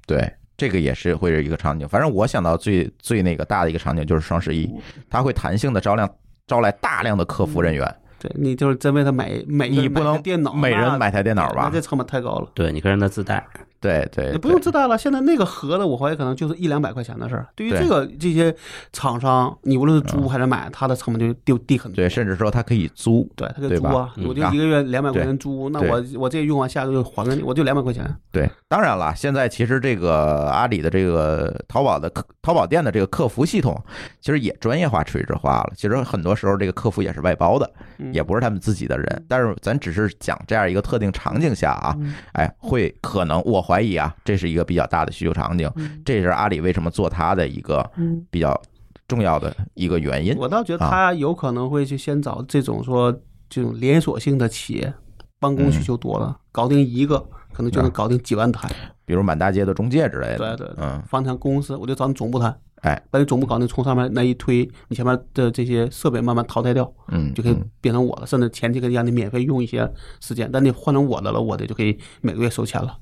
S1: 对，这个也是会是一个场景。反正我想到最最那个大的一个场景就是双十
S2: 嗯
S1: 一，它会弹性的招量招来大量的客服人员，
S2: 对你就是真为他买每一个人
S1: 你不
S2: 买个
S1: 能
S2: 电脑，
S1: 每
S2: 嗯那
S1: 人买台电脑
S2: 那
S1: 吧
S2: 这？成本太高了。
S3: 对，你可以让它自带。
S1: 对对，
S2: 也不用
S1: 哎对
S2: 自带了。现在那个盒子，我怀疑可能就是一两百块钱的事儿。对于
S1: 对嗯
S2: 这个这些厂商，你无论是租还是买，它的成本就就低很多。
S1: 对，甚至说它可以租，
S2: 对，他给
S1: 对
S2: 租
S1: 吧
S2: 啊，
S3: 嗯
S2: 我就
S1: 啊
S2: 一个月两百块
S1: 对
S2: 钱租，那
S1: 对
S2: 我我这用完下个月还给你，我就两百块钱。
S1: 对，当然了，现在其实这个阿里的这个淘宝的客淘宝店的这个客服系统，其实也专业化、垂直化了。其实很多时候这个客服也是外包的，
S2: 嗯
S1: 也不是他们自己的人。但是咱只是讲这样一个特定场景下啊，
S2: 嗯
S1: 哎，会可能我怀疑啊，这是一个比较大的需求场景，
S2: 嗯
S1: 这是阿里为什么做它的一个比较重要的一个原因。
S2: 我倒觉得
S1: 啊
S2: 他有可能会去先找这种说这种连锁性的企业，办
S1: 嗯
S2: 公需求多了，搞定一个可能就能搞定几万台。
S1: 比如满大街的中介之类
S2: 对
S1: 的，
S2: 对，
S1: 啊
S2: 对
S1: 哎嗯，
S2: 房产公司我就找你总部谈，
S1: 哎，
S2: 把你总部搞定，从上面那一推，你前面的这些设备慢慢淘汰掉，
S1: 嗯，
S2: 就可以
S1: 嗯
S2: 变成我了，甚至前期可以让你免费用一些时间，但你换成我的了，我的就可以每个月收钱了。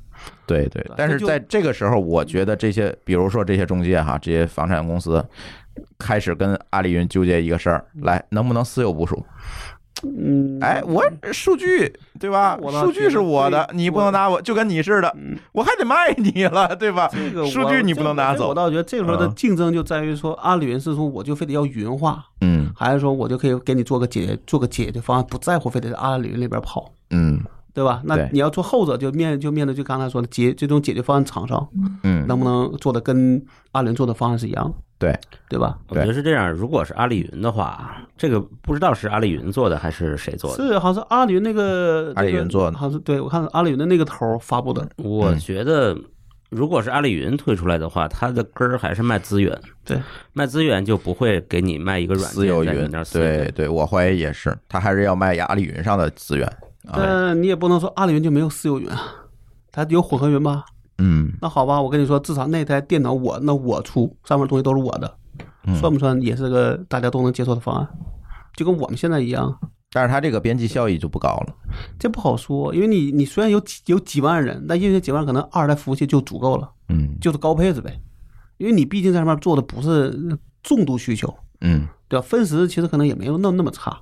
S1: 对对
S2: 吧，
S1: 但
S2: 这
S1: 是
S2: 就
S1: 在这个时候，我觉得这些，比如说这些中介哈，这些房产公司开始跟阿里云纠结一个事儿，来能不能私有部署？
S2: 嗯，
S1: 哎，我数据对吧？
S2: 我倒
S1: 数据是我的
S2: 觉，得
S1: 你不能拿我，就跟你似的，
S2: 嗯
S1: 我还得卖你了，对吧？
S2: 这个我
S1: 数据你不能拿
S2: 这个
S1: 走。
S2: 我倒觉得这个时候的
S1: 嗯
S2: 竞争就在于说，阿里云是说我就非得要云化，
S1: 嗯
S2: 还是说我就可以给你做个解做个解决方案，不在乎非得是阿里云那边跑，
S1: 嗯
S2: 对吧？那
S1: 对
S2: 你要做后者，就面就面对就刚才说的解这种解决方案厂商
S1: 嗯，
S2: 能不能做的跟阿里云做的方案是一样的，
S1: 对，
S2: 对吧？
S3: 我觉得是这样，如果是阿里云的话，这个不知道是阿里云做的还是谁做的。
S2: 是好像是阿里云那个
S1: 阿里云做的嗯
S2: 那个好像是对我看是阿里云的那个头儿发布的，
S3: 我觉得，如果是阿里云推出来的话，它的根儿还是卖资源，
S2: 对，
S3: 卖资源就不会给你卖一个软
S1: 私有
S3: 件在你
S1: 云
S3: 那儿，私有
S1: 对对，我怀疑也是，他还是要卖阿里云上的资源。啊，
S2: 但你也不能说阿里云就没有私有云啊，它有混合云吧？
S1: 嗯，
S2: 那好吧，我跟你说，至少那台电脑我那我出，上面东西都是我的，
S1: 嗯
S2: 算不算也是个大家都能接受的方案？就跟我们现在一样，
S1: 但是他这个边际效益就不高了。
S2: 这不好说，因为你你虽然有几有几万人，但因为这几万人可能二代服务器就足够了，
S1: 嗯
S2: 就是高配置呗，因为你毕竟在上面做的不是重度需求，
S1: 嗯，
S2: 对吧？分时其实可能也没有那那么差，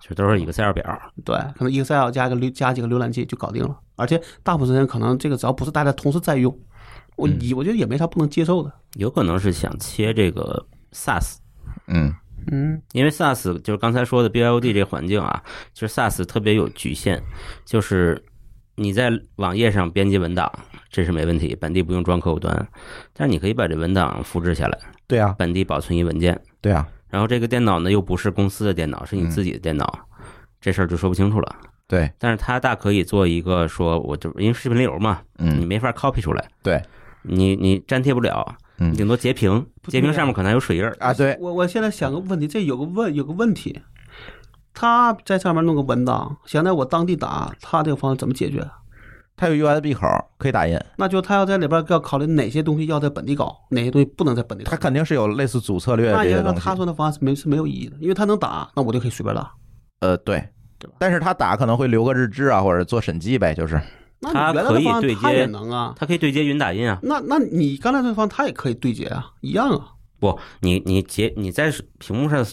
S3: 就都是 Excel 表，
S2: 对，可能 Excel 加一个浏加几个浏览器就搞定了，而且大部分人可能这个只要不是大家同时在用，我以我觉得也没啥不能接受的，
S3: 有可能是想切这个 SaaS。
S1: 嗯
S2: 嗯，
S3: 因为 SaaS 就是刚才说的 BIOD 这个环境啊，其实 SaaS 特别有局限，就是你在网页上编辑文档，这是没问题，本地不用装客户端，但是你可以把这文档复制下来，
S1: 对啊，
S3: 本地保存一文件，
S1: 对啊，
S3: 然后这个电脑呢又不是公司的电脑，是你
S1: 嗯
S3: 自己的电脑，这事儿就说不清楚了。
S1: 对，
S3: 但是它大可以做一个说，我就因为视频流嘛，你
S1: 嗯，
S3: 没法 copy 出来，
S1: 对，
S3: 你你粘贴不了，
S1: 嗯
S3: 你顶多截屏，
S2: 不
S3: 截
S2: 对
S3: 屏
S2: 啊
S3: 上面可能还有水印儿，
S1: 啊，对，
S2: 我我现在想个问题，这有个问有个问题，他在上面弄个文档，想在我当地打，他这个方案怎么解决？
S1: 它有 USB 口儿可以打印，
S2: 那就他要在里边要考虑哪些东西要在本地搞，哪些东西不能在本地搞
S1: 它。肯定是有类似主策略
S2: 那
S1: 这
S2: 也
S1: 些
S2: 就是说，
S1: 东
S2: 他
S1: 西。
S2: 说的方案是没是没有意义的，因为他能打，那我就可以随便打。
S1: 呃，对
S2: 对吧，
S1: 但是它打可能会留个日志啊，或者做审计呗，就是
S2: 那
S3: 他
S2: 你原来的方
S3: 可以对
S2: 案
S3: 接
S2: 他也能啊。
S3: 它可以对接云打印啊。
S2: 那那你刚才这方案他也可以对接啊，一样啊。
S3: 不，你你截你在屏幕上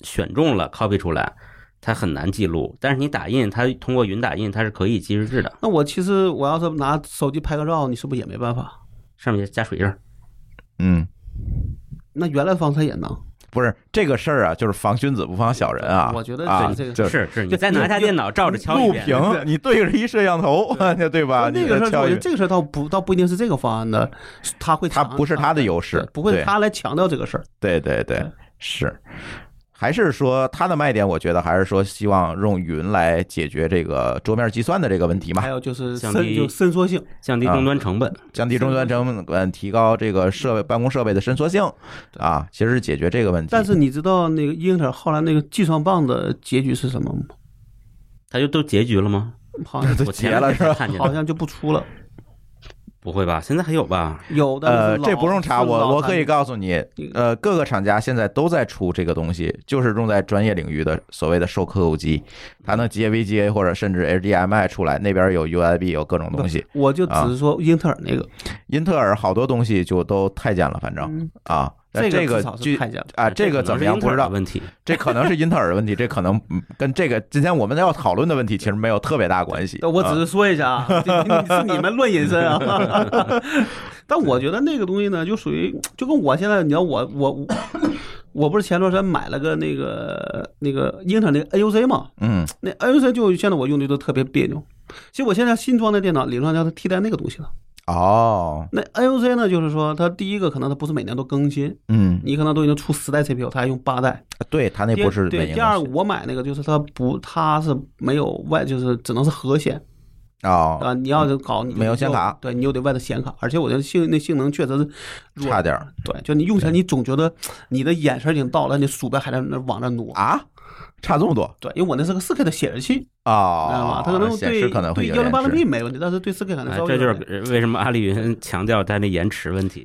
S3: 选中了 copy 出来，它很难记录，但是你打印，它通过云打印，它是可以记日志的，
S2: 那我其实我要是拿手机拍个照，你是不是也没办法？
S3: 上面加水印儿。
S1: 嗯，
S2: 那原来的方案他也能，
S1: 不是这个事儿啊，就是防君子不防小人啊。
S2: 我觉得
S1: 啊，
S2: 这个
S1: 就是
S3: 是，你再拿一下电脑照着敲一
S1: 录
S3: 遍，
S2: *laughs*
S1: 屏，你对着一摄像头， *laughs* 对吧？
S2: 那个
S1: 啊你再
S2: 事儿是，我
S1: 敲
S2: 觉
S1: 一
S2: 得
S1: 遍
S2: 这个事儿倒不倒不一定是这个方案的，是他会
S1: 它
S2: 强
S1: 不是他的优
S2: 啊对
S1: 势，
S2: 不会
S1: 对
S2: 他来强调这个事儿。
S1: 对对对，是，还是说它的卖点，我觉得还是说希望用云来解决这个桌面计算的这个问题嘛
S2: 还，有就是
S3: 降
S2: 伸
S3: 低
S2: 就伸缩性，
S3: 降低终端成本。
S1: 降低终端成本，提高这个设备办公设备的伸缩性啊，其实是解决这个问题。
S2: 但是你知道那个英特尔后来那个计算棒的结局是什么吗？
S3: 它就都结局了吗？
S1: *laughs*
S2: 好像
S1: 都
S3: 我
S1: 结
S3: 前两
S1: 了
S3: 天
S1: 是吧哦
S3: 才看见的
S2: 好像就不出了，
S3: 不会吧？现在还有吧？
S2: 有的
S1: 呃，
S2: 是
S1: 这
S2: 老
S1: 不用查，
S2: 是老
S1: 我我可以
S2: 产品
S1: 告诉你，呃，各个厂家现在都在出这个东西，就是用在专业领域的所谓的授课后机，它能接 VGA 或者甚至 HDMI 出来，那边有 USB 有各种东西。啊
S2: 我就只是说英特尔那个，
S1: 英特尔好多东西就都太监了，反正
S2: 嗯
S1: 啊，但这
S2: 个
S1: 个
S2: 至少是
S1: 具
S2: 看见了。
S1: 啊，这个
S3: 可能
S1: 怎么
S3: 是
S1: 样
S3: 英
S1: 不知
S3: 特尔的
S1: 道，*laughs*
S3: 问题，
S1: 这可能是英特尔的问题，这可
S2: *laughs*
S1: 能嗯跟这个今天我们要讨论的问题其实没有特别大关系。
S2: 我
S1: 啊
S2: 只是说一下啊，这这是你们论引申啊。 *laughs* 但我觉得那个东西呢，就属于就跟我现在，你知道我我我我不是前段时间买了个那个那个英特尔那个 AUC 嘛，
S1: 嗯
S2: 那 AUC 就现在我用的都特别别扭。其实我现在新装的电脑理论上它替代那个东西了。
S1: 哦
S2: 那 AUC 呢，就是说它第一个可能它不是每年都更新，
S1: 嗯，
S2: 你可能都已经出十代 CPU，它还用八代。
S1: 对他那
S2: 第
S1: 不是美
S2: 对，
S1: 英
S2: 第二
S1: 公司
S2: 我买那个就是它不，它是没有外，就是只能是核显。
S1: 哦，
S2: 啊，你要是搞你就
S1: 没有显卡
S2: 又，对你又得外头显卡，而且我觉得性那性能确实是弱，
S1: 差点儿
S2: 对，就你用起来你总觉得你的眼神已经到了，你鼠标还在那往那挪。
S1: 啊，差这么多
S2: 对，因为我那是个四 K 的显示器，知道
S1: 哦
S2: 吗？，它可能
S1: 显
S2: 对
S1: 示可能会
S2: 对
S1: 有
S2: 幺零八零
S1: 延
S2: P
S1: 迟
S2: 没问题，但是对四 K 可能
S3: 哎
S2: 稍，微
S3: 这
S2: 有
S3: 就
S2: 点。
S3: 是为什么阿里云强调它那延迟问
S1: *laughs*
S3: 题。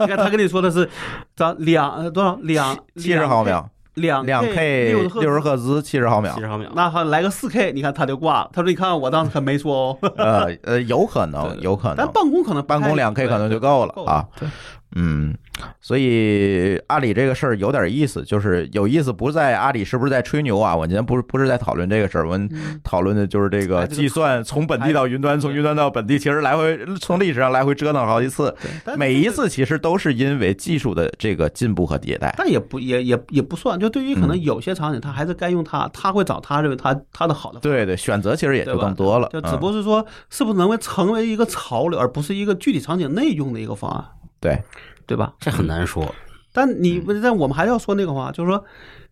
S2: 你看他跟你说的是，咱两呃多少两
S1: 七十毫，秒，
S2: 两
S1: 两 K
S2: 六
S1: 六十赫兹，七十毫秒
S3: 七。十毫秒，
S2: 那他来个四 K，你看他就挂了。他说：“你看我当时可没说哦，
S1: 呃呃，有可
S2: 对
S1: 能，
S2: 对
S1: 有可
S2: 但
S1: 能，
S2: 办公可能不
S1: 办
S2: 太
S1: 公两 K
S2: 对
S1: 可能就够了
S2: 够
S1: 啊。
S2: 对
S1: 嗯，所以阿里这个事儿有点意思，就是有意思，不是在阿里是不是在吹牛啊？我今天不是不是在讨论这个事儿，我们讨论的就是这
S2: 哎
S1: 个
S2: 这个
S1: 计算从本地到云端，从云端到本地，其实来回从历史上来回折腾好几次，
S2: 对，但
S1: 每一
S2: 就是
S1: 次其实都是因为技术的这个进步和迭代。
S2: 但也不也也也不算，就对于可
S1: 嗯
S2: 能有些场景，他还是该用它，他会找他认为他他的好的，
S1: 对对，选择其实也
S2: 对
S1: 就
S2: 吧
S1: 更多了，
S2: 就只
S1: 嗯
S2: 不过是说是不是能够成为一个潮流，而不是一个具体场景内用的一个方案，
S1: 对，嗯
S2: 对吧？
S3: 这很难说。
S2: 但你但我们还是要说那个话，就是说，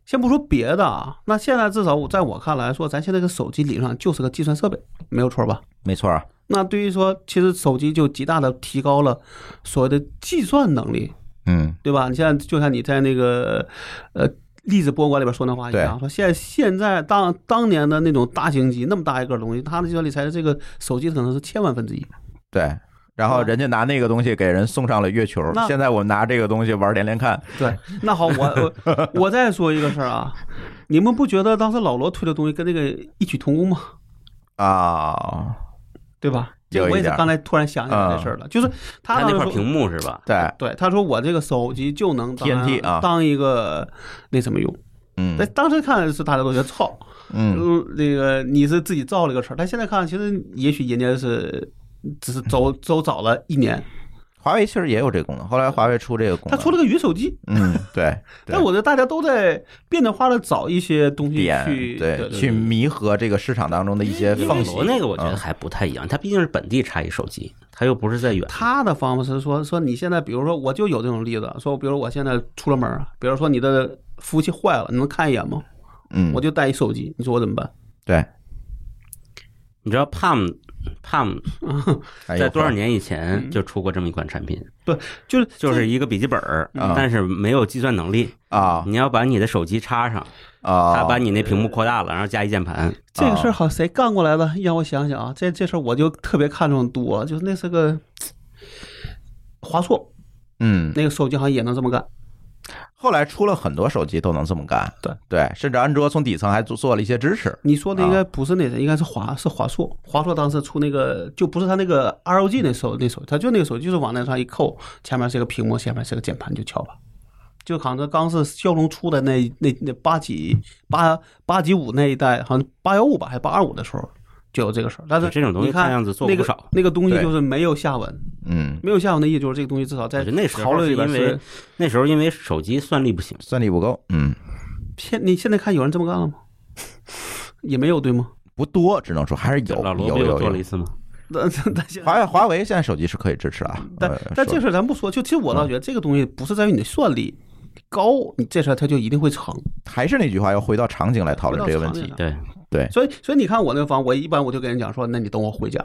S2: 先不说别的啊，那现在至少我在我看来说，咱现在这个手机理论上就是个计算设备，没有错吧？
S1: 没错啊，
S2: 那对于说，其实手机就极大的提高了所谓的计算能力，
S1: 嗯，
S2: 对吧？你像就像你在那个呃粒子博物馆里边说那话一样，说现在现在当当年的那种大型机那么大一个东西，它的计算力才是这个手机可能是千万分之一。
S1: 对。然后
S2: 是吧
S1: 人家拿那个东西给人送上了月球，
S2: 那
S1: 现在我们拿这个东西玩连连看，
S2: 对，那好，我我我再说一个事儿啊，你们不觉得当时老罗推的东西跟那个异曲同工吗？
S1: 啊，
S2: 对吧？
S1: 有一
S2: 我也是
S1: 点儿啊
S2: 刚才突然想起来这事儿了，就是他
S3: 它
S2: 当
S3: 那
S2: 时
S3: 块
S2: 说
S3: 屏幕是吧？
S1: 对，
S2: 对，他说我这个手机就能当
S1: TNT 啊
S2: 当一个那什么用。
S1: 嗯
S2: 但当时看是大家都觉得操，
S1: 嗯，
S2: 嗯，那个你是自己造了个词儿，但现在看，其实也许人家是只是周周早了一年，
S1: 嗯华为其实也有这个功能，后来华为出这个功
S2: 他
S1: 能，
S2: 出了个云手机，
S1: 嗯， *laughs* 对，
S2: 但我觉得大家都在变着花的找一些东西
S1: 点
S2: 去对
S1: 去弥合这个市场当中的一些
S3: 因
S1: 缝
S3: 为
S1: 隙
S3: 罗。那个我觉得
S1: 嗯
S3: 还不太一样，它毕竟是本地差异手机，它又不是在远。
S2: 他的方式是说说你现在，比如说我就有这种例子，说比如我现在出了门儿，啊比如说你的服务器坏了，你能看一眼吗？
S1: 嗯，
S2: 我就带一手机，你说我怎么办？
S1: 对，
S3: 你知道 Palm Palm
S1: 哎
S3: 在
S1: 有
S3: 多少
S1: 话
S3: 年以
S1: 嗯
S3: 前就出过这么一款产品，
S2: 就是
S3: 就是一个笔记本儿，
S1: 嗯
S3: 但是没有计算能力。
S1: 啊
S3: 你要把你的手机插上，它把
S1: 啊？
S3: 你那屏幕扩大了，然后加一键盘。
S2: 这个事儿好，谁干过来的？让我想想啊，这这事儿我就特别看重多，就是那是个华硕，
S1: 嗯，
S2: 那个手机好像也能这么干。
S1: 后来出了很多手机都能这么干，
S2: 对
S1: 对，甚至安卓从底层还做做了一些支持。
S2: 你说的
S3: 啊
S2: 应该不是那谁，应该是华是华硕。华硕当时出那个就不是他那个 ROG 那手那手，他就那个手就是往那上一扣，前面是个屏幕，前面是个键盘，你就敲吧。就好像刚是骁龙出的那那那八几八八几五那一代，好像八幺五吧，还是八二五的时候就有这个事儿。但是
S3: 这种东西
S2: 你看
S3: 看样子做
S2: 那
S3: 不
S2: 个
S3: 少。
S2: 那个东西
S1: 对
S2: 就是没有下文，
S1: 嗯，
S2: 没有下文的意思就是这个东西至少在
S3: 我觉得那时候
S2: 潮流
S3: 是
S2: 里边
S3: 因为
S2: 是
S3: 那时候因为手机算力不行，
S1: 算力不够，嗯，
S2: 现你现在看有人这么干了吗？ *laughs* 也没有对吗？ *laughs*
S1: 不多，只能说还是有
S3: 老罗
S1: 有
S3: 不又
S1: 有
S3: 做了一
S1: 有。
S3: 次吗？
S2: 那那现在
S1: 华为华为现在手机是可以支持啊，
S2: 但
S1: 呃
S2: 但
S1: 说嗯
S2: 这事儿咱不说，就其实我倒觉得这个东西不是在于你的算力高，你这事儿它就一定会成。
S1: 还是那句话，要回到场景来讨论这个问
S2: 回
S1: 题
S2: 到。常理上
S3: 对，
S1: 对，
S2: 所以所以你看我那个房，我一般我就跟人讲说，那你等我回家，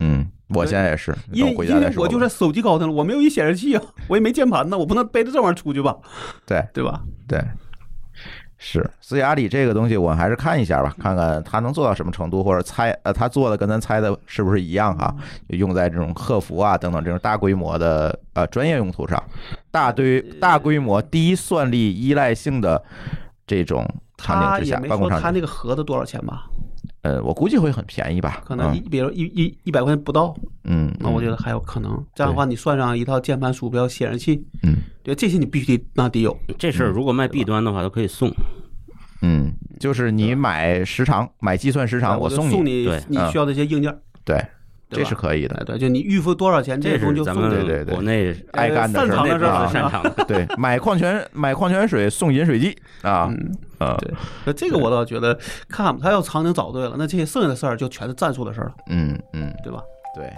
S1: 嗯，我现在也是，
S2: 因
S1: 等
S2: 为
S1: 我回
S2: 因
S1: 家再
S2: 为
S1: 说
S2: 我
S1: 吧。
S2: 就是手机高端了，我没有一显示器啊，我也没键盘呢，我不能背着这玩意儿出去吧，
S1: 对，
S2: 对吧？
S1: 对，是，所以阿里这个东西，我们还是看一下吧，看看他能做到什么程度，或者猜呃，他做的跟咱猜的是不是一样哈、用在这种客服啊等等这种大规模的呃专业用途上，大堆
S2: 呃
S1: 大规模低算力依赖性的这种场
S2: 他
S1: 景之
S2: 也
S1: 下，
S2: 没
S1: 办
S2: 说
S1: 公场
S2: 他
S1: 景，
S2: 那个盒子多少钱吧？
S1: 呃，我估计会很便宜吧，
S2: 可能一比如一一一百块钱不到，
S1: 嗯，嗯
S2: 那我觉得还有可能。这样的话，你算上一套键盘、鼠标、显示器，
S1: 嗯
S2: 对这些你必须得那得有。
S3: 这事儿如果卖 B 端的话，都可以送。
S1: 嗯，就是你买时长，买计算时长，
S2: 我就
S1: 送
S2: 送
S1: 你，
S2: 你
S3: 对
S2: 你需要的一些硬件，
S1: 对，
S2: 对
S1: 这
S2: 吧
S1: 是可以
S2: 哎
S1: 的，
S2: 对，就你预付多少钱，
S3: 这
S2: 东西
S3: 是
S2: 就
S3: 咱
S2: 送你。
S1: 对对
S3: 们
S1: 对
S3: 国内
S1: 爱干的
S2: 擅
S1: 事
S2: 长
S1: 儿
S2: 的
S3: 国内
S2: 事
S3: 比
S2: 儿
S3: 较
S1: 啊
S3: 擅长
S2: 哎
S3: 的。
S1: 对，
S2: *laughs*
S1: 买矿泉买矿泉水送饮水机啊，
S2: 嗯，
S1: 啊，
S2: 对，那这个我倒觉得，看他要场景找对了，那这些剩下的事儿就全是战术的事儿了，
S1: 嗯嗯，
S2: 对吧？
S1: 对。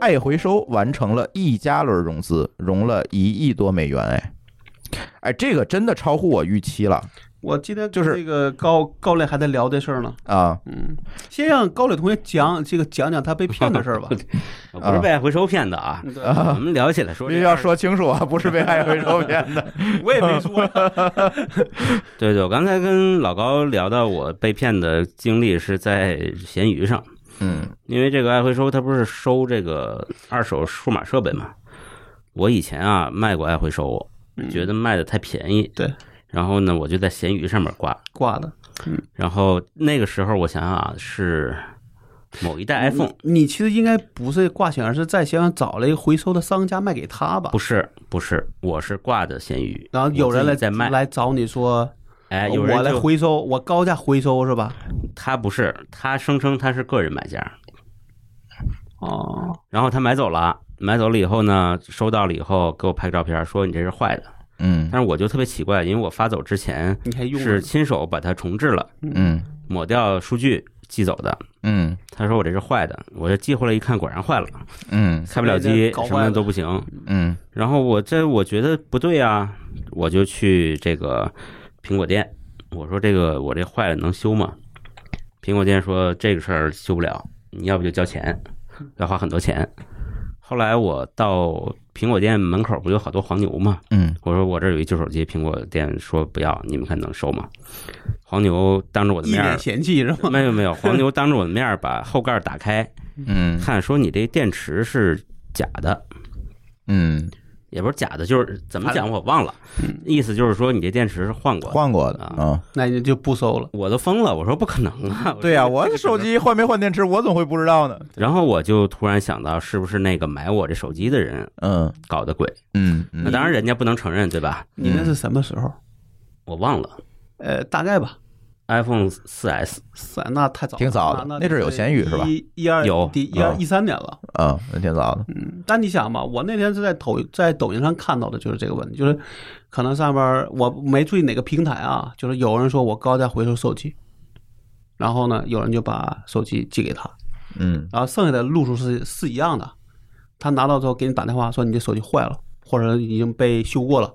S1: 爱回收完成了一加轮融资，融了一亿多美元，哎，哎，这个真的超乎我预期了
S2: 我今天
S1: 就是
S2: 这个高高磊还在聊这事儿呢，
S1: 啊！
S2: 嗯，先让高磊同学讲这个讲讲他被骗的事儿
S3: *laughs*
S2: 吧。
S3: 我不是被爱回收骗的啊， *laughs*
S2: 对
S3: 我们聊起来说
S1: 必
S3: 这
S1: 须
S3: 事儿
S1: 要说清楚啊，不是被爱回收
S2: *laughs*
S1: 骗的。
S2: 我也没 *laughs* 说，
S3: 对对，我刚才跟老高聊到我被骗的经历是在闲鱼上，
S1: 嗯
S3: 因为这个爱回收它不是收这个二手数码设备嘛。我以前啊卖过爱回收，觉得卖的太便宜，
S2: 嗯对，
S3: 然后呢我就在闲鱼上面挂，
S2: 挂的。
S3: 然后那个时候我想想啊是某一
S2: 嗯
S3: 代 iPhone，
S2: 你你其实应该不是挂钱，而是在先找了一个回收的商家卖给他吧
S3: 不。是不是，我是挂的闲鱼，
S2: 然后有人
S3: 我
S2: 来
S3: 自己在卖，
S2: 来找你说，
S3: 哎，有人
S2: 我来
S3: 就
S2: 回收，我高价回收是
S3: *laughs*
S2: 吧？
S3: 他不是，他声称他是个人买家，
S2: 哦，
S3: 然后他买走了，买走了以后呢，收到了以后给我拍照片，说你这是坏的。
S1: 嗯
S3: 但是我就特别奇怪，因为我发走之前
S2: 你还用
S3: 是亲手把它重置了，
S1: 嗯
S3: 抹掉数据寄走的。
S1: 嗯
S3: 他说我这是坏的，我就寄回来一看，果然坏了，
S1: 嗯
S3: 开不了
S2: 这
S3: 机，
S2: 搞坏
S3: 什么
S2: 了
S3: 都不行。
S1: 嗯
S3: 然后我这我觉得不对啊，我就去这个苹果店，我说这个我这坏了能修吗？苹果店说这个事儿修不了，你要不就交钱，要花很多钱。后来我到苹果店门口不有好多黄牛吗？
S1: 嗯
S3: 我说我这儿有一旧手机，苹果店说不要，你们看能收吗？黄牛当着我的
S2: 一
S3: 面儿
S2: 脸，嫌弃是吧？
S3: 没有没有，黄牛当着我的面儿把后盖儿打开，
S1: 嗯
S3: 看说你这电池是假的，
S1: 嗯，
S3: 也不是假的，就是怎么讲我忘了，意思就是说你这电池是换过的。
S1: 换过的
S3: 啊
S1: 啊。
S2: 那你就不收了。
S3: 我都疯了，我说不可能啊！
S1: 对呀，
S3: 说
S1: 我的手。机换没换电池，我怎么会不知道呢？
S3: 然后我就突然想到，是不是那个买我这手机的人
S1: 嗯
S3: 搞的鬼？
S1: 嗯
S3: 那
S1: 嗯
S3: 当然人家不能承认，对吧？
S2: 你那是什么时候？
S3: 我忘了
S2: 嗯呃，大概吧，
S3: iPhone 四 S
S2: 三那太早了，
S1: 挺早的
S2: 那
S1: 那阵儿有闲鱼是吧
S2: 一一二
S3: 有
S2: 第一二
S1: 嗯
S2: 一三年了。
S1: 啊，那挺早的。
S2: 但你想吧，我那天是在抖在抖音上看到的，就是这个问题，就是可能上边儿我没注意哪个平台啊，就是有人说我高价回收手机，然后呢，有人就把手机寄给他，
S1: 嗯
S2: 然后剩下的路数是是一样的，他拿到之后给你打电话说你这手机坏了，或者已经被修过了，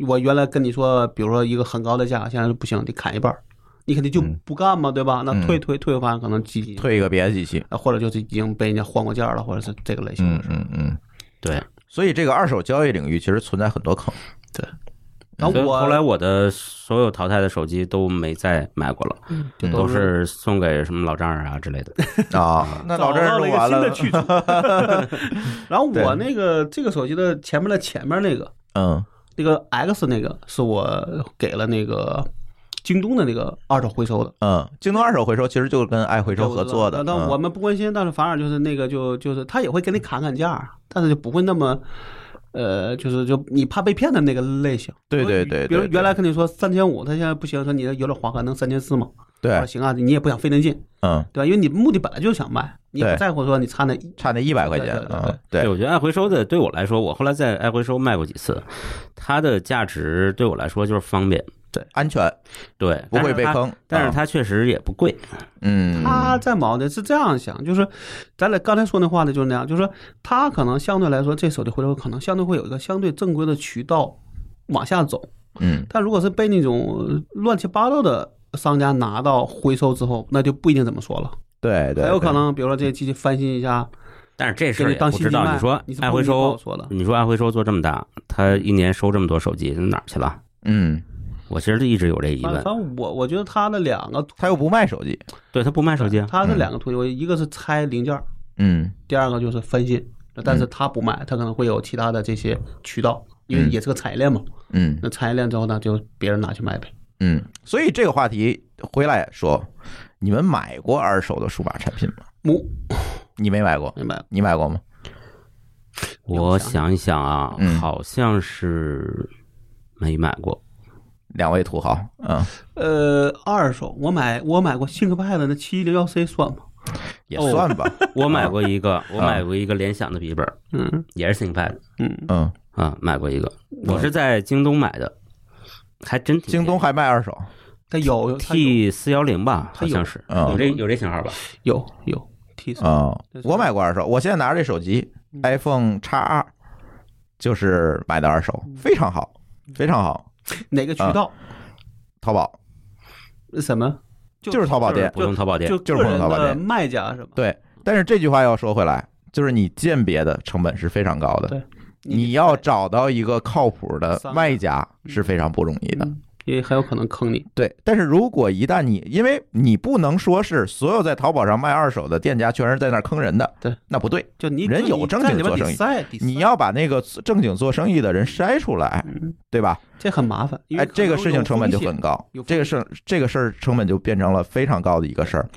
S2: 我原来跟你说，比如说一个很高的价，现在不行，得砍一半儿，你肯定就不干嘛，对吧？那退退退完可能几几，
S1: 嗯退一个别的机器。
S2: 呃或者就是已经被人家换过件儿了，或者是这个类型的
S1: 嗯
S2: 事儿。
S1: 嗯嗯。
S3: 对。
S1: 所以这个二手交易领域其实存在很多 *laughs* 坑。
S2: 然
S3: 所
S2: 后
S3: 以
S2: 我
S3: 后来我的所有淘汰的手机都没再买过了，
S2: 就
S3: 嗯都是送给什么老丈人啊之类的。
S1: 啊，那老
S2: 找
S1: 郑
S2: 到了一
S1: 录
S2: 个
S1: 完
S2: 新
S1: 了
S2: 的，去处。
S3: *laughs*
S2: 然后
S1: 对
S2: 我那个这个手机的前面的前面那个
S1: 嗯
S2: 那个 X 那个是我给了那个京东的那个二手回收的。
S1: 嗯，京东二手回收其实就是跟爱回收合作的，
S2: 但但
S1: 嗯
S2: 我们不关心，但是反而就是那个就就是他也会给你砍砍价，但是就不会那么，呃，就是就你怕被骗的那个类型。
S1: 对对对，
S2: 比如
S1: 对
S2: 原来跟你说三千五，他现在不行，说你有点划算，能三千四吗？我说
S1: 对，
S2: 行啊，你也不想费那劲，
S1: 嗯，
S2: 对吧？因为你目的本来就是想卖，你也
S1: 对
S2: 不在乎说你差那一
S1: 差那一百块钱
S2: 对对对
S1: 啊，
S3: 对，
S1: 对，
S3: 我觉得爱回收的对我来说，我后来在爱回收卖过几次，它的价值对我来说就是方便，
S1: 安全
S3: 对，
S1: 不会被
S3: 但是它。
S1: 坑，
S3: 但是
S1: 啊
S3: 它确实也不贵，
S1: 嗯，
S2: 他在忙的是这样想，就是咱俩刚才说那话呢，就是那样，就是说他可能相对来说，这手机回头可能相对会有一个相对正规的渠道往下走，
S1: 嗯
S2: 但如果是被那种乱七八糟的商家拿到回收之后，那就不一定怎么说了，
S1: 对对，
S2: 很有可
S1: 对
S2: 能，比如说这机器翻新一下，
S3: 但是这
S2: 给
S3: 事儿
S2: 你
S3: 也
S2: 当
S3: 不
S2: 新
S3: 知
S2: 机
S3: 道。
S2: 卖
S3: 你说
S2: 你是
S3: 爱
S2: 不
S3: 回
S2: 一定不
S3: 收
S2: 好说的，
S3: 你说爱回收做这么大，他一年收这么多手机，哪儿去了？
S1: 嗯，
S3: 我其实一直有这疑
S2: 反
S3: 问
S2: 反。正我我觉得他的两个，
S1: 他又不卖手机，
S3: 对他不卖手机啊，
S2: 他的两个途径，一个是拆零件儿，
S1: 嗯
S2: 第二个就是翻新，但是他不卖，他可能会有其他的这些渠道，因为
S1: 嗯
S2: 也是个产业链嘛。
S1: 嗯
S2: 那产业链之后呢，就别人拿去卖呗。
S1: 嗯，所以这个话题回来说，你们买过二手的数码产品吗？
S3: 嗯
S2: 木
S1: 你没买过，
S2: 明白了，
S1: 你买过吗？
S3: 我想一想啊
S1: 嗯，
S3: 好像是没买过。
S1: 两位土豪，嗯，
S2: 呃，二手我买我买过 ThinkPad 的那七零幺 C 算吗？
S1: 也
S2: 哦
S1: 算
S2: *laughs*
S1: 吧，
S3: 我买
S1: 啊
S3: 过一个，我买过一个联想的笔记本，
S2: 嗯
S3: 也是 ThinkPad
S2: 嗯，
S1: 嗯，
S3: 啊，买过一个。我是在京东买的，还真挺
S1: 京东还卖二手，
S2: 它有有它有
S3: T 四幺零吧，
S2: 它
S3: 好
S2: 有
S3: 像是
S1: 嗯
S3: 有这有这型号吧？
S2: 有有 T 三
S1: 啊、
S2: 对嗯
S1: 我买过二手，我现在拿着这手机 iPhone x 二，就是买的二手，
S2: 嗯
S1: 非常好，非常好。
S2: 哪个渠
S1: 啊
S2: 道？
S1: 淘宝
S2: 什么？就
S1: 就是淘宝店，
S3: 普通淘宝店
S2: 就
S1: 就是
S2: 个
S1: 碰
S2: 人
S1: 到淘宝
S2: 的
S1: 店
S2: 卖家是吧？
S1: 对。但是这句话要说回来，就是你鉴别的成本是非常高的
S2: 对，
S1: 你要找到一个靠谱的
S2: 商家
S1: 卖家是非常不容易的。
S2: 嗯也很有可能坑你。
S1: 对，但是如果一旦你，因为你不能说是所有在淘宝上卖二手的店家全是在那儿坑人的，
S2: 对，
S1: 那不对。
S2: 就你
S1: 人
S2: 就
S1: 有
S2: 你
S1: 正
S2: 在
S1: 经
S2: 里边
S1: 做
S2: 比
S1: 生意
S2: 赛比赛
S1: 你要把那个正经做生意的人筛出来，
S2: 嗯
S1: 对吧？
S2: 这很麻烦，因为
S1: 哎，这个
S2: 可能
S1: 事情
S2: 有
S1: 成本就
S2: 风险
S1: 很高
S2: 有，风
S1: 这个事这个事儿成本就变成了非常高的一个事儿，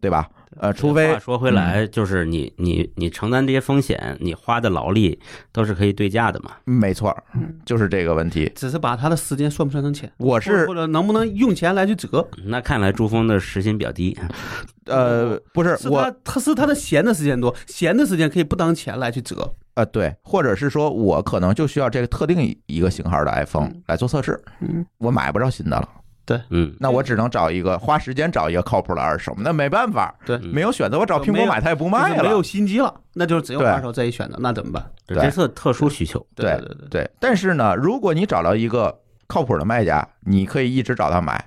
S1: 对吧？呃，除非
S3: 话说回来，就是你你你承担这些风险，你花的劳力都是可以对价的嘛。
S1: 没错儿，就是这个问题。
S2: 只是把他的时间算不算成钱，
S1: 我
S2: 嗯或者
S1: 是
S2: 或者能不能用钱来去折？
S3: 那看来珠峰的时薪比较低，
S1: 呃，不是
S2: 是他
S1: 我
S2: 他是他的闲的时间多，闲的时间可以不当钱来去折。
S1: 呃对，或者是说我可能就需要这个特定一一个型号的 iPhone
S2: 嗯
S1: 来做测试，
S2: 嗯，
S1: 我买不着新的了，
S3: 嗯，
S1: 那我只能找一个花时间找一个靠谱的二手，那没办法，
S2: 对嗯呃
S1: 没有选择，我找苹果买它也不卖
S2: 就是没
S1: 了
S2: 有，新机了，那就是只有
S1: 对
S2: 二手这一选择，那怎么办？
S3: 这
S1: 对
S3: 是特特殊需求。
S1: 对
S2: 对对，
S1: 对。但是呢，如果你找到一个靠谱的卖家，你可以一直找他买，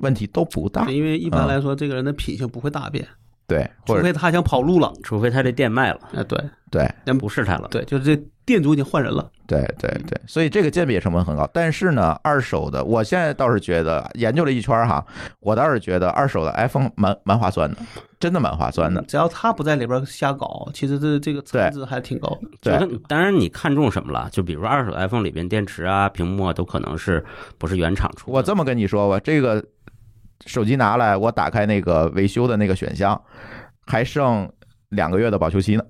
S1: 问题都不大
S2: 对，因为一般
S1: 嗯
S2: 来说这个人的品性不会大变，
S1: 对，
S2: 除
S1: 或者
S2: 非他想跑路了。
S3: 除非他这店卖了，
S2: 哎，对
S1: 对。
S3: 不是他了。
S2: 对，就是这店主已经换人了，
S1: 对对
S2: 嗯
S1: 对，所以这个鉴别成本很高。但是呢，二手的，我现在倒是觉得研究了一圈儿哈，我倒是觉得二手的 iPhone 蛮蛮划算的，真的蛮划算的。
S2: 嗯只要他不在里边瞎搞，其实这这个产值还挺高的。
S1: 对
S3: 就跟当然你看中什么了，就比如说二手 iPhone 里边电池啊、屏幕啊，都可能是不是原厂出的。
S1: 我这么跟你说吧，这个手机拿来，我打开那个维修的那个选项，还剩两个月的保修期呢，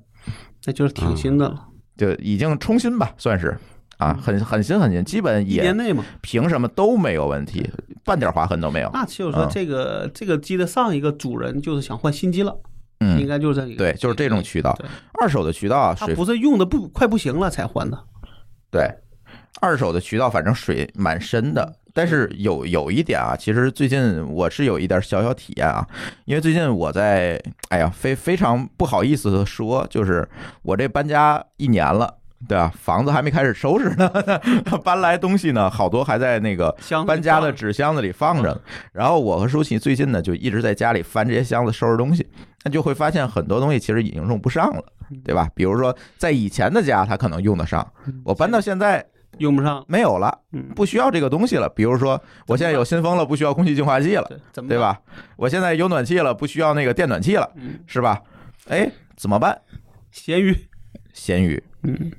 S2: 那就是挺新的了，
S1: 就已经冲新吧，算是啊，很很新很新，基本
S2: 嗯
S1: 嗯
S2: 一
S1: 也
S2: 年内嘛。
S1: 凭什么都没有问题，半点划痕都没有。
S2: 那岂有说
S1: 嗯
S2: 这个、这个机的上一个主人就是想换新机了，
S1: 嗯，
S2: 应该就是这个
S1: 对，就是这种渠道
S2: 对，
S1: 二手的渠道啊，
S2: 他
S1: 水
S2: 不是用的不快不行了才换的，
S1: 对，二手的渠道反正水蛮深的，但是有有一点啊，其实最近我是有一点小小体验啊，因为最近我在，哎呀，非非常不好意思的说，就是我这搬家一年了。对啊，房子还没开始收拾呢， *laughs* 搬来东西呢，好多还在那个
S2: 箱子
S1: 搬家的
S2: 放
S1: 纸箱子里放着呢。然后我和舒淇最近呢，就一直在家里翻这些箱子收拾东西，那就会发现很多东西其实已经用不上了，对吧？比如说在以前的家，它可能用得上，我搬到现在
S2: 用不上，
S1: 没有了，
S2: 嗯，
S1: 不需要这个东西了。比如说，我现在有新风了，不需要空气净化器了，
S2: 对，怎么
S1: 对？吧？我现在有暖气了，不需要那个电暖气了，
S2: 嗯，
S1: 是吧？哎，怎么办？
S2: 咸鱼，
S1: 咸鱼，
S2: 嗯，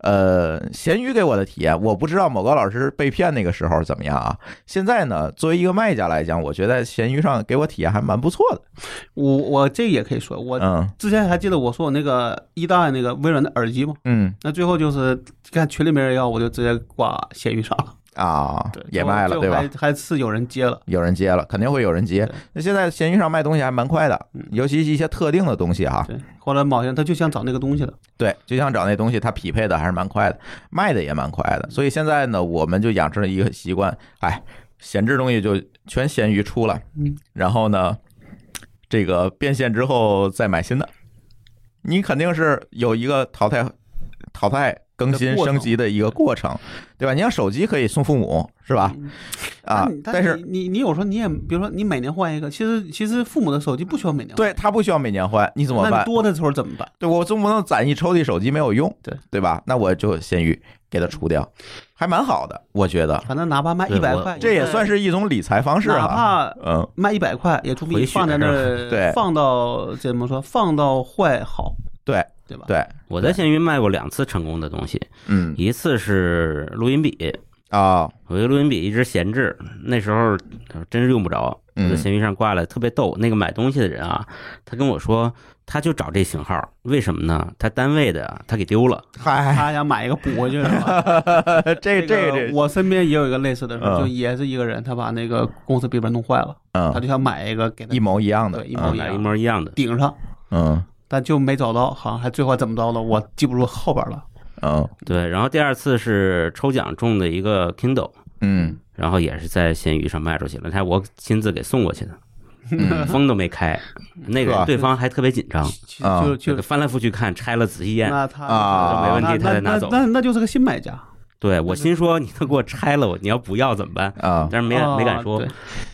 S1: 呃，咸鱼给我的体验，我不知道某高老师被骗那个时候怎么样啊。现在呢，作为一个卖家来讲，我觉得咸鱼上给我体验还蛮不错的。
S2: 我我这也可以说，我
S1: 嗯
S2: 之前还记得我说我那个一代那个微软的耳机嘛，
S1: 嗯
S2: 那最后就是看群里没人要，我就直接挂闲鱼上了，
S1: 啊，也
S2: 最后
S1: 卖
S2: 哦最
S1: 了，
S2: 后
S1: 对吧？
S2: 还还是有人接了，
S1: 有人接了，肯定会有人接
S2: 对。嗯
S1: 那现在闲鱼上卖东西还蛮快的，尤其是一些特定的东西啊。
S2: 对，后来某些人他就想找那个东西了，
S1: 对，就想找那东西，它匹配的还是蛮快的，卖的也蛮快的。所以现在呢，我们就养成了一个习惯，哎，闲置东西就全闲鱼出了，
S2: 嗯，
S1: 然后呢，这个变现之后再买新的，你肯定是有一个淘汰、淘汰、更新、
S2: 的过程
S1: 升级的一个过程，对吧？你像手机可以送父母，是吧？
S2: 嗯
S1: 啊
S2: 你，
S1: 但是
S2: 你你你有时候你也，比如说你每年换一个，其实其实父母的手机不需要每年换，
S1: 对它不需要每年换，你怎么
S2: 那你
S1: 办？
S2: 多的时候怎么办？
S1: 对我总不能攒一抽屉手机没有用，
S2: 对
S1: 对吧？那我就闲鱼给它除掉，还蛮好的，我觉得。
S2: 反正哪怕卖
S3: 对
S2: 一百
S3: 我
S2: 块，
S1: 这也算是一种理财方式
S2: 嗯哪
S1: 哈。
S2: 怕
S1: 嗯，
S2: 卖一百块，也总比
S3: 回血
S2: 放在那
S1: 是吧对
S2: 儿放到怎么说，放到坏好。
S1: 对，
S2: 对吧？
S1: 对，
S3: 我在闲鱼卖过两次成功的东西，
S1: 嗯
S3: 一次是录音笔，
S1: 啊，
S3: 我一个录音笔一直闲置，那时候真是用不着，我
S1: 嗯
S3: 在闲鱼上挂了，特别逗。那个买东西的人啊，他跟我说，他就找这型号，为什么呢？他单位的啊他给丢了，
S2: *laughs*
S1: 嗨，
S2: 他想买一个补回去是吧？
S1: *laughs* 这这
S2: 个
S1: 这，
S2: 我身边也有一个类似的事儿，
S1: 嗯
S2: 就也是一个人，他把那个公司笔记本弄坏了，他
S1: 嗯，
S2: 就想买一个给他
S1: 一模一样的，
S2: 对一模
S1: 嗯
S2: 样
S3: 买一模一样的。
S2: 顶上，
S1: 嗯
S2: 但就没找到，好像还最后怎么着了，我记不住后边了。
S1: 嗯
S3: 对，然后第二次是抽奖中的一个 Kindle，
S2: *laughs*
S1: 嗯
S3: 然后也是在闲鱼上卖出去了，但我亲自给送过去的，
S1: 嗯
S3: 封都没开，那个
S1: 呵
S3: 人对方还特别紧张，
S2: 其
S1: 啊
S2: 实就
S3: 就
S2: 就
S3: 翻来覆去看，拆了仔细验。
S2: 那他
S1: 啊
S3: 没问题
S2: 那
S3: 他再拿
S2: 那
S3: 走
S2: 那那那就是个新买家，
S3: 对哦我心说，你都给我拆了，我你要不要怎么办？
S1: 啊
S3: 但是没敢没敢
S2: 啊
S3: 说
S2: 对，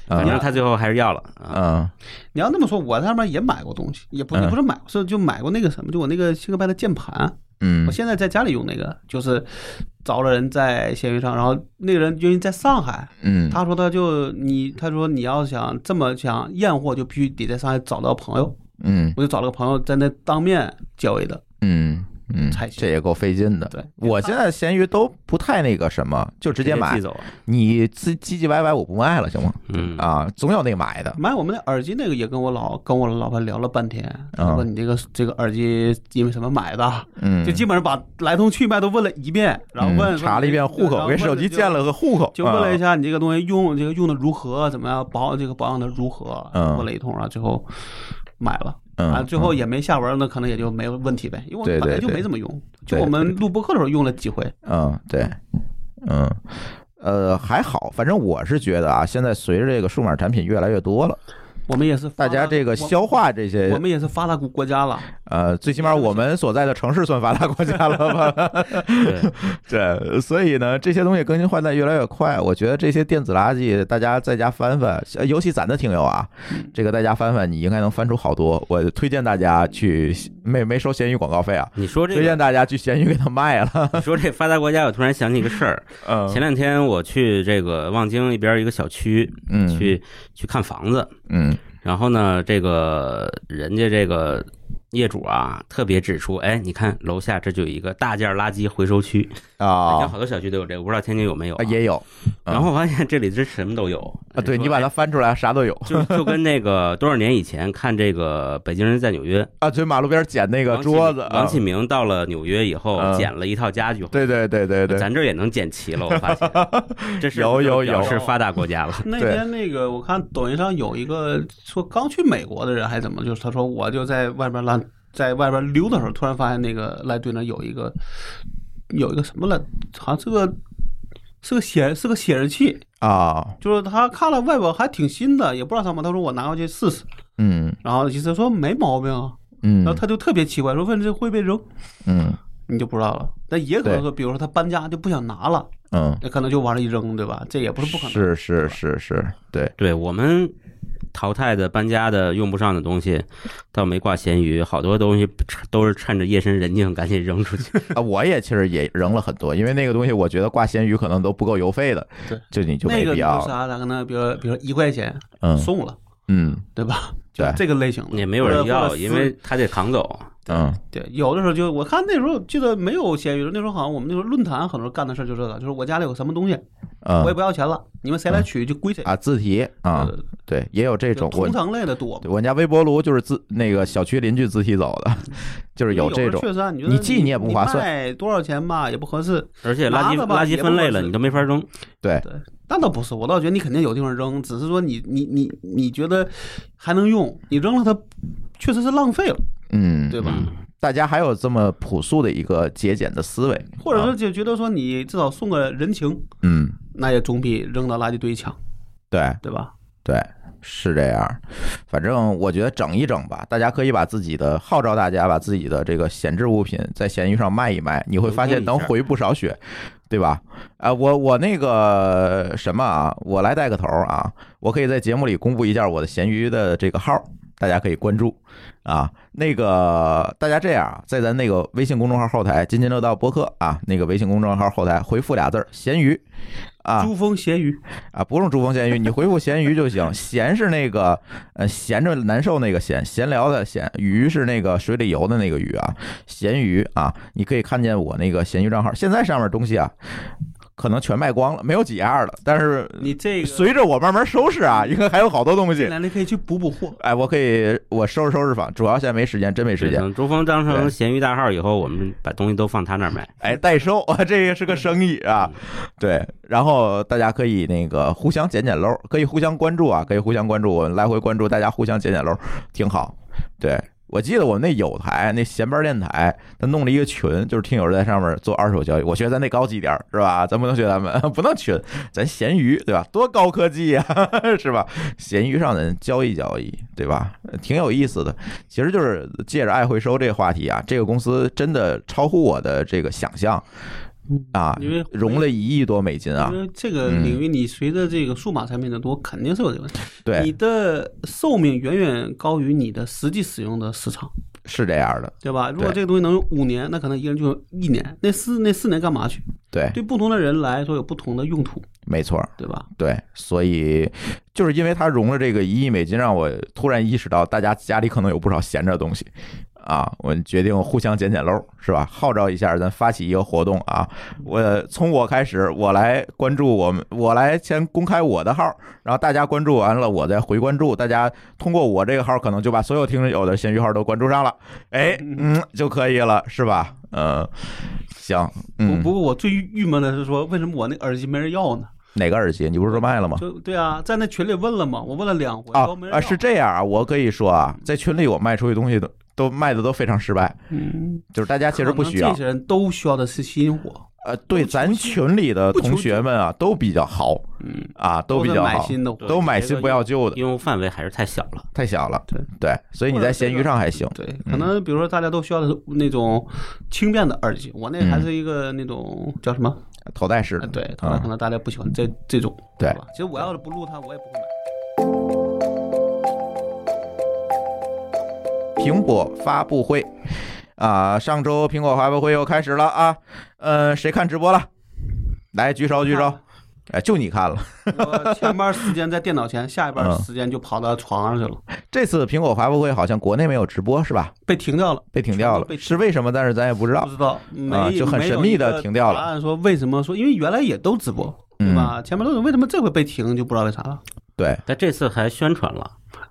S3: 反
S1: 嗯
S3: 正他最后还是要了啊。
S1: 嗯
S2: 你要那么说，我在上面也买过东西，也不
S1: 嗯
S2: 也不是买过，是就买过那个什么，就我那个新科派的键盘，
S1: 嗯
S2: 我现在在家里用那个，就是找了人在闲鱼上，然后那个人因为在上海，
S1: 嗯，
S2: 他说他就你，他说你要想这么想验货，就必须得在上海找到朋友，
S1: 嗯
S2: 我就找了个朋友在那当面交易的，
S1: 嗯嗯
S2: 才，行
S1: 这也够费劲的。
S2: 对，
S1: 我现在闲鱼都不太那个什么，就直接买
S3: 寄。走。
S1: 你自唧唧歪歪，我不卖了，行吗？
S3: 嗯
S1: 啊，总有那买的。
S2: 买我们的耳机那个也跟我老跟我老婆聊了半天，
S1: 啊
S2: 她说你这个这个耳机因为什么买的，
S1: 嗯，
S2: 就基本上把来龙去脉都问了一遍，然后问、
S1: 嗯查了一遍户口，给手机建
S2: 了。
S1: 了个啊户口，嗯
S2: 就问了一
S1: 下，
S2: 下你这个东西用这个用的如何，怎么样保这个保养的如何，
S1: 嗯
S2: 问了一通，然后最后买了，
S1: 嗯，
S2: 啊，最后
S1: 嗯
S2: 也没下文，那可能也就没有问题呗，因为我
S1: 对
S2: 们本来
S1: 对
S2: 就
S1: 对
S2: 没怎么用，就
S1: 对
S2: 我
S1: 对
S2: 们录播课的时候用了几回，
S1: 嗯，对，嗯，呃，还好，反正我是觉得啊，现在随着这个数码产品越来越多了，
S2: 我们也是
S1: 大
S2: 发达
S1: 家这个
S2: 啊我
S1: 消化这
S2: 我
S1: 些，
S2: 们也是发达国国家了，
S1: 呃，最起码我们所在的城市算发达国家了吧？
S3: 对，
S1: *laughs* 对，所以呢，这些东西更新换代越来越快，我觉得这些电子垃圾大家在家翻翻，呃尤其咱的听友啊，
S3: 嗯
S1: 这个大家翻翻，你应该能翻出好多。我推荐大家去，没没收闲鱼广告费啊。
S3: 你说这
S1: 推荐
S3: 个，
S1: 大家去闲鱼给它卖了，
S3: 你说这发达国家，我突然想起一个事儿。
S1: 嗯
S3: *laughs* 前两天我去这个望京一边一个小区
S1: 嗯
S3: 去去看房子，
S1: 嗯
S3: 然后呢，这个人家这个业主啊，特别指出，哎，你看楼下这就有一个大件垃圾回收区，北京
S1: 啊
S3: 好多小区都有这个，我不知道天津有没有
S1: 啊。
S3: 啊
S1: 也有嗯
S3: 然后我发现这里真什么都有
S1: 啊，对
S3: 说
S1: 你把它翻出来，啥都 *laughs* 有
S3: 就就跟那个多少年以前看这个《北京人在纽约》
S1: 啊，就马路边捡那个
S3: 王启
S1: 桌子，
S3: 王
S1: 啊
S3: 启明到了纽约以后
S1: 嗯，
S3: 捡了一套家具，
S1: 对对对对对，
S3: 咱这儿也能捡齐了。我
S1: *laughs*
S3: 发现这是
S1: 有有有
S3: 是发达国家了。
S2: 那
S1: 对
S2: 天那个我看抖音上有一个说刚去美国的人还是怎么，就是他说我就在外边乱在外边溜达的时候，突然发现那个赖队那有一个有一个什么了，好像是个是个显是个显示器，
S1: 啊，
S2: 就是他看了外表还挺新的，也不知道什么，他说我拿回去试试，
S1: 嗯
S2: 然后意思说没毛病啊，
S1: 嗯
S2: 然后他就特别奇怪，说问这会被扔，
S1: 嗯
S2: 你就不知道了。但也可能
S1: 对
S2: 说，比如说他搬家就不想拿了，
S1: 嗯，
S2: 那可能就往那一扔，对吧？这也不是不可能。
S1: 是是是是，对，
S3: 对我们淘汰的、搬家的、用不上的东西，倒没挂咸鱼，好多东西都是趁着夜深人静赶紧扔
S1: *laughs*
S3: 出去。
S2: *laughs*
S1: 啊，我也其实也扔了很多，因为那个东西我觉得挂闲鱼可能都不够邮费的，
S2: 对，
S1: 就你就
S2: 那
S1: 没
S2: 个
S1: 必
S2: 你
S1: 要
S2: 说
S1: 了，
S2: 啥？咱可能比如比如一块钱
S1: 嗯
S2: 送了，
S1: 嗯
S2: 对吧？就
S1: 对
S2: 这个类型的
S3: 也没有人
S2: 或者
S3: 要，
S2: 或者
S3: 因为他得扛走。
S1: 嗯
S2: 对有的时候就我看那时候记得没有闲鱼，那时候好像我们那时候论坛很多人干的事儿就这个，就是我家里有什么东西，我也
S1: 嗯
S2: 不要钱了，你们谁来取就归谁。
S1: 啊，字体啊
S2: 对，对对
S1: 对，也有这种
S2: 就
S1: 我
S2: 同。城类的多，
S1: 对我家微波炉就是自那个小区邻居自提走的，就是
S2: 因为
S1: 有
S2: 嗯有
S1: 这
S2: 的
S1: 种
S2: 确实啊，你觉
S1: 你
S2: 得
S1: 寄你也不划算
S2: 卖多少钱吧也不合适。
S3: 而且垃圾
S2: 拿着吧
S3: 垃
S2: 也
S3: 圾
S2: 不
S3: 分类
S2: 合
S3: 了，
S2: 适
S3: 你都没法扔。
S1: 对
S2: 对，那倒不是，我倒觉得你肯定有地方扔，只是说你你你你觉得还能用，你扔了它确实是浪费了，
S1: 嗯，
S2: 对吧？
S3: 嗯，
S1: 大家还有这么朴素的一个节俭的思维，
S2: 或者
S1: 啊
S2: 说就觉得说你至少送个人情，
S1: 嗯，
S2: 那也总比扔到垃圾堆强，
S1: 对，
S2: 对吧？
S1: 对，是这样。反正我觉得整一整吧，大家可以把自己的号召大家把自己的这个闲置物品在闲鱼上卖一卖，你会发现能回不少血，对吧？啊、我我那个什么啊，我来带个头啊，我可以在节目里公布一下我的闲鱼的这个号。大家可以关注啊。那个大家这样啊，在咱那个微信公众号后台“津津乐道播客”啊，那个微信公众号后台回复俩字儿“咸鱼”啊
S2: 珠峰咸鱼，
S1: 啊，不用珠峰咸鱼，你回复咸鱼就 *laughs* 行。咸是那个呃闲着难受那个闲，闲聊的闲；鱼是那个水里游的那个鱼啊，咸鱼啊，你可以看见我那个咸鱼账号。现在上面东西啊，可能全卖光了，没有几样了，但是
S2: 你这个
S1: 随着我慢慢收拾啊，应该还有好多东
S2: 进
S1: 西。
S2: 来你可以去补补货。
S1: *laughs* 哎，我可以，我收拾收拾房，主要现在没时间，真没时
S3: 对
S1: 间。
S3: 等珠峰当
S1: 对
S3: 成闲鱼大号以后，我们把东西都放他那儿买。
S1: 哎，代收 *laughs* 啊，这个是个生意啊，对。然后大家可以那个互相捡捡漏，可以互相关注啊，可以互相关注，我们来回关注，大家互相捡捡漏，挺好。对我记得我们那有台那闲班电台，他弄了一个群，就是听友在上面做二手交易。我觉得咱得高级点儿是吧？咱不能学咱们，不能群，咱闲鱼对吧？多高科技呀、是吧？闲鱼上咱交易交易对吧？挺有意思的。其实就是借着爱回收这个话题啊，这个公司真的超乎我的这个想象啊
S2: 因为，
S1: 融了一亿多美金啊
S2: 因！为这个领域，你随着这个数码产品的多，肯定是有这个问题。
S1: 对，
S2: 你的寿命远远高于你的实际使用的时长，
S1: 是这样的，
S2: 对吧？如果
S1: 对
S2: 这个东西能用五年，那可能一个人就用一年，那四那四年干嘛去？
S1: 对，
S2: 对不同的人来说有不同的用途，
S1: 没错，
S2: 对吧？
S1: 对，所以就是因为它融了这个一亿美金，让我突然意识到大家家里可能有不少闲着的东西啊。我们决定互相捡捡漏，是吧？号召一下，咱发起一个活动啊！我从我开始，我来关注我们，我来先公开我的号，然后大家关注完了，我再回关注。大家通过我这个号，可能就把所有听友的闲鱼号都关注上了，哎，嗯，就可以了，是吧？嗯，行，
S2: 不
S1: 嗯，
S2: 不过我最郁闷的是说，为什么我那耳机没人要呢？
S1: 哪个耳机？你不是说卖了吗？
S2: 就对啊，在那群里问了嘛，我问了两回，
S1: 啊
S2: 都没人
S1: 啊，
S2: 要
S1: 是，这样啊，我可以说啊，在群里我卖出去东西都都卖的都非常失败，
S2: 嗯，
S1: 就是大家其实不需
S2: 可能
S1: 要
S2: 这。些人都需要的是新货，
S1: 呃，对，咱群里的同学们啊，都比较好
S2: 嗯，
S1: 啊，都比
S2: 在
S1: 较
S2: 买
S1: 好，
S2: 新的货，
S1: 都买新不要旧的，
S3: 应用范围还是太小了。
S1: 太小了。
S2: 对
S1: 所以你在闲鱼上还行。
S2: 对，可能比如说大家都需要的是那种轻便的耳机，我那还是一个那种叫什么？呃
S1: 头戴嗯式的，
S2: 啊对，可能
S1: 嗯
S2: 可能大家不喜欢这这种，
S1: 对
S2: 是吧？其实我要是不录它，我也不会买。
S1: 苹果发布会啊，上周苹果发布会又开始了啊。呃，谁看直播了？来举手举手。哎，就你看了。 *laughs*
S2: 我前半时间在电脑前，下一半
S1: 嗯
S2: 时间就跑到床上去了，
S1: 这次苹果发布会好像国内没有直播是吧？
S2: 被停掉了。
S1: 被停掉
S2: 全部被
S1: 了，
S2: 停
S1: 是为什么？但是咱也不知道
S2: 不。知道，没、
S1: 啊就很神秘地停掉了嗯
S2: 没有一个答案说为什么说？因为原来也都直播，对吧？前面都有，为什么这回被停就不知道为啥了？
S1: 对，
S3: 但这次还宣传了，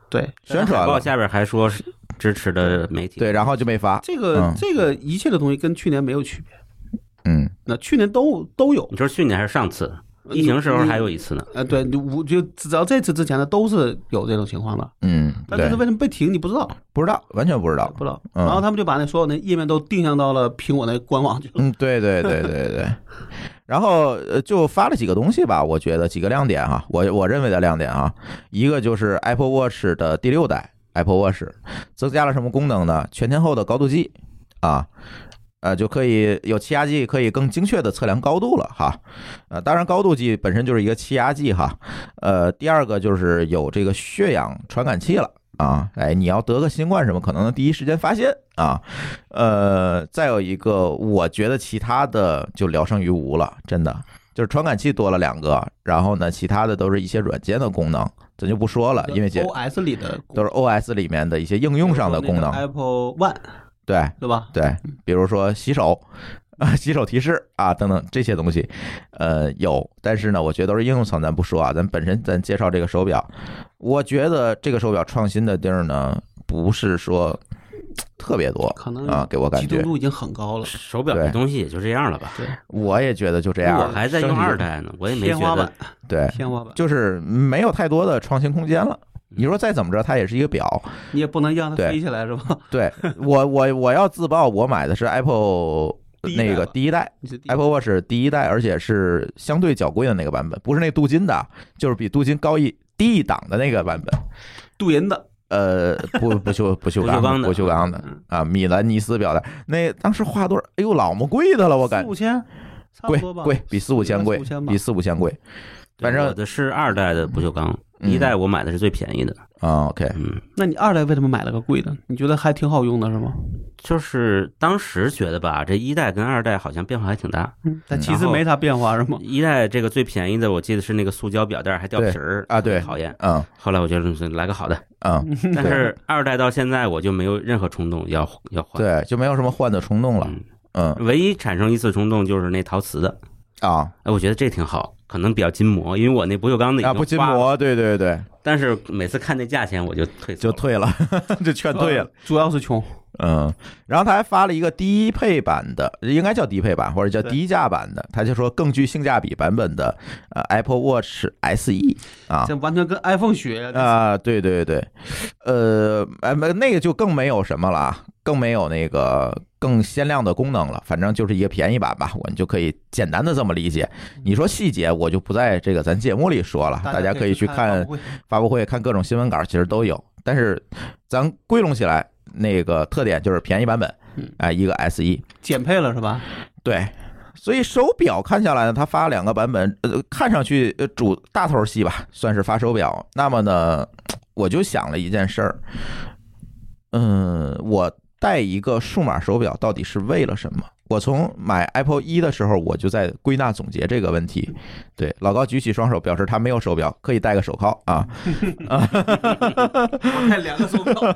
S2: 对，
S1: 宣传
S3: 海报
S1: 了，
S3: 下边还说是支持的媒体。
S1: 对，然后就没发。
S2: 这个、
S1: 嗯
S2: 这个一切的东西跟去年没有区别。
S1: 嗯，
S2: 那去年都都有，
S3: 你说去年还是上次疫情时候还有一次呢？
S2: 呃，对，你无就只要这次之前的都是有这种情况的，
S1: 嗯，
S2: 但这
S1: 对
S2: 次，为什么被停你不知道，
S1: 不知道，完全不知道。
S2: 不知道。
S1: 嗯
S2: 然后他们就把那所有那页面都定向到了苹果那官网去了。
S1: 嗯，对对对对对
S2: *laughs*
S1: 然后呃，就发了几个东西吧，我觉得几个亮点哈，我我认为的亮点啊，一个就是 Apple Watch 的第六代 Apple Watch 增加了什么功能呢？全天候的高度计啊。呃，就可以有气压计，可以更精确的测量高度了哈。呃，当然高度计本身就是一个气压计哈。呃，第二个就是有这个血氧传感器了啊。哎，你要得个新冠什么，可能能第一时间发现啊。呃，再有一个，我觉得其他的就聊胜于无了，真的。就是传感器多了两个，然后呢，其他的都是一些软件的功能，咱就不说了，啊因为这
S2: OS 里的
S1: 都是 OS 里面的一些应用上的功能。
S2: ，Apple One
S1: 对
S2: 对吧？
S1: 对，
S3: 嗯
S1: 比如说洗手啊、洗手提示啊等等这些东西，呃，有。但是呢，我觉得都是应用层，咱不说啊，咱本身咱介绍这个手表，我觉得这个手表创新的地儿呢，不是说特别多
S2: 可能
S1: 啊，给我感
S2: 集中
S1: 觉，
S2: 度已经很高了。
S3: 手表这东西也就这样了吧。
S1: 我也觉得就这样。
S3: 我还在用
S1: 升级
S3: 二代呢，我也没
S2: 天花
S3: 觉
S2: 板
S3: 得，
S1: 对，
S2: 天花板，
S1: 就是没有太多的创新空间了。你说再怎么着，它也是一个表。
S2: 你也不能让它
S1: 对
S2: 飞起来是吧？ *laughs*
S1: 对我，我我要自曝，我买的是 Apple
S2: 第一代
S1: 那个
S2: 吧
S1: 第一代
S2: 你是第一
S1: Apple Watch 第一代，而且是相对较贵的那个版本，不是那镀金的，就是比镀金高一低一档的那个版本。
S2: 镀银的，
S1: 呃，不不锈不锈
S3: 不锈
S1: 钢
S3: 钢
S1: 的，
S3: 的
S1: 不锈钢的
S2: 嗯
S1: 啊，米兰尼斯表带，那当时花多少？哎呦，老么贵的了，我感
S2: 四
S1: 觉
S2: 五千，差不
S1: 贵
S2: 多吧，
S1: 贵，比四五千贵
S2: 四五千，吧
S1: 比四五千贵。
S3: 对
S1: 反正
S3: 我的是二代的不锈钢，
S1: 嗯
S3: 一代我买的是最便宜的。
S1: 啊，OK，
S3: 嗯，
S2: 那你二代为什么买了个贵的？你觉得还挺好用的是吗？
S3: 就是当时觉得吧，这一代跟二代好像变化还挺大。
S2: 嗯，但其
S3: 然
S2: 实
S3: 后
S2: 没啥变化是吗？
S3: 一代这个最便宜的，我记得是那个塑胶表带儿还掉
S1: 对
S3: 皮儿
S1: 啊对
S3: 讨厌。
S1: 嗯
S3: 后来我觉得嗯来个好
S1: *laughs*
S3: 的，
S1: 嗯，
S3: 但是二代到现在我就没有任何冲动要要换。
S1: 对，就没有什么换的冲动了，
S3: 嗯，
S1: 嗯
S3: 唯一产生一次冲动就是那陶瓷的，
S1: 啊
S3: 哎，我觉得这挺好，可能比较筋膜，因为我那不锈钢的已经
S1: 啊，不筋
S3: 花了，
S1: 膜，对对对，
S3: 但是每次看那价钱我就退缩
S1: 就
S3: 了
S1: 退了， *laughs* 就劝嗯退了。
S2: 主要是穷。
S1: 嗯，然后他还发了一个低配版的，应该叫低配版或者叫
S2: 对
S1: 低价版的，他就说更具性价比版本的呃 Apple Watch SE 啊
S2: 这完全跟 iPhone 学的。
S1: 啊、对对对，呃，哎，没那个就更没有什么了啊，更没有那个更鲜亮的功能了，反正就是一个便宜版吧，我们就可以简单的这么理解。你说细节，我就不在这个咱节目里说了，大家可以去看
S2: 发布会
S1: 发布会看各种新闻稿，其实都有。但是咱归拢起来，那个特点就是便宜版本
S2: 嗯，
S1: 哎、一个 S e
S2: 减配了是吧？
S1: 对。所以手表看下来呢，它发两个版本，呃，看上去呃主大头戏吧，算是发手表。那么呢，我就想了一件事儿，嗯，我戴一个数码手表到底是为了什么？我从买 Apple 一的时候，我就在归纳总结这个问题。对，老高举起双手，表示他没有手表，可以戴个手铐啊。
S2: 我看两个手表，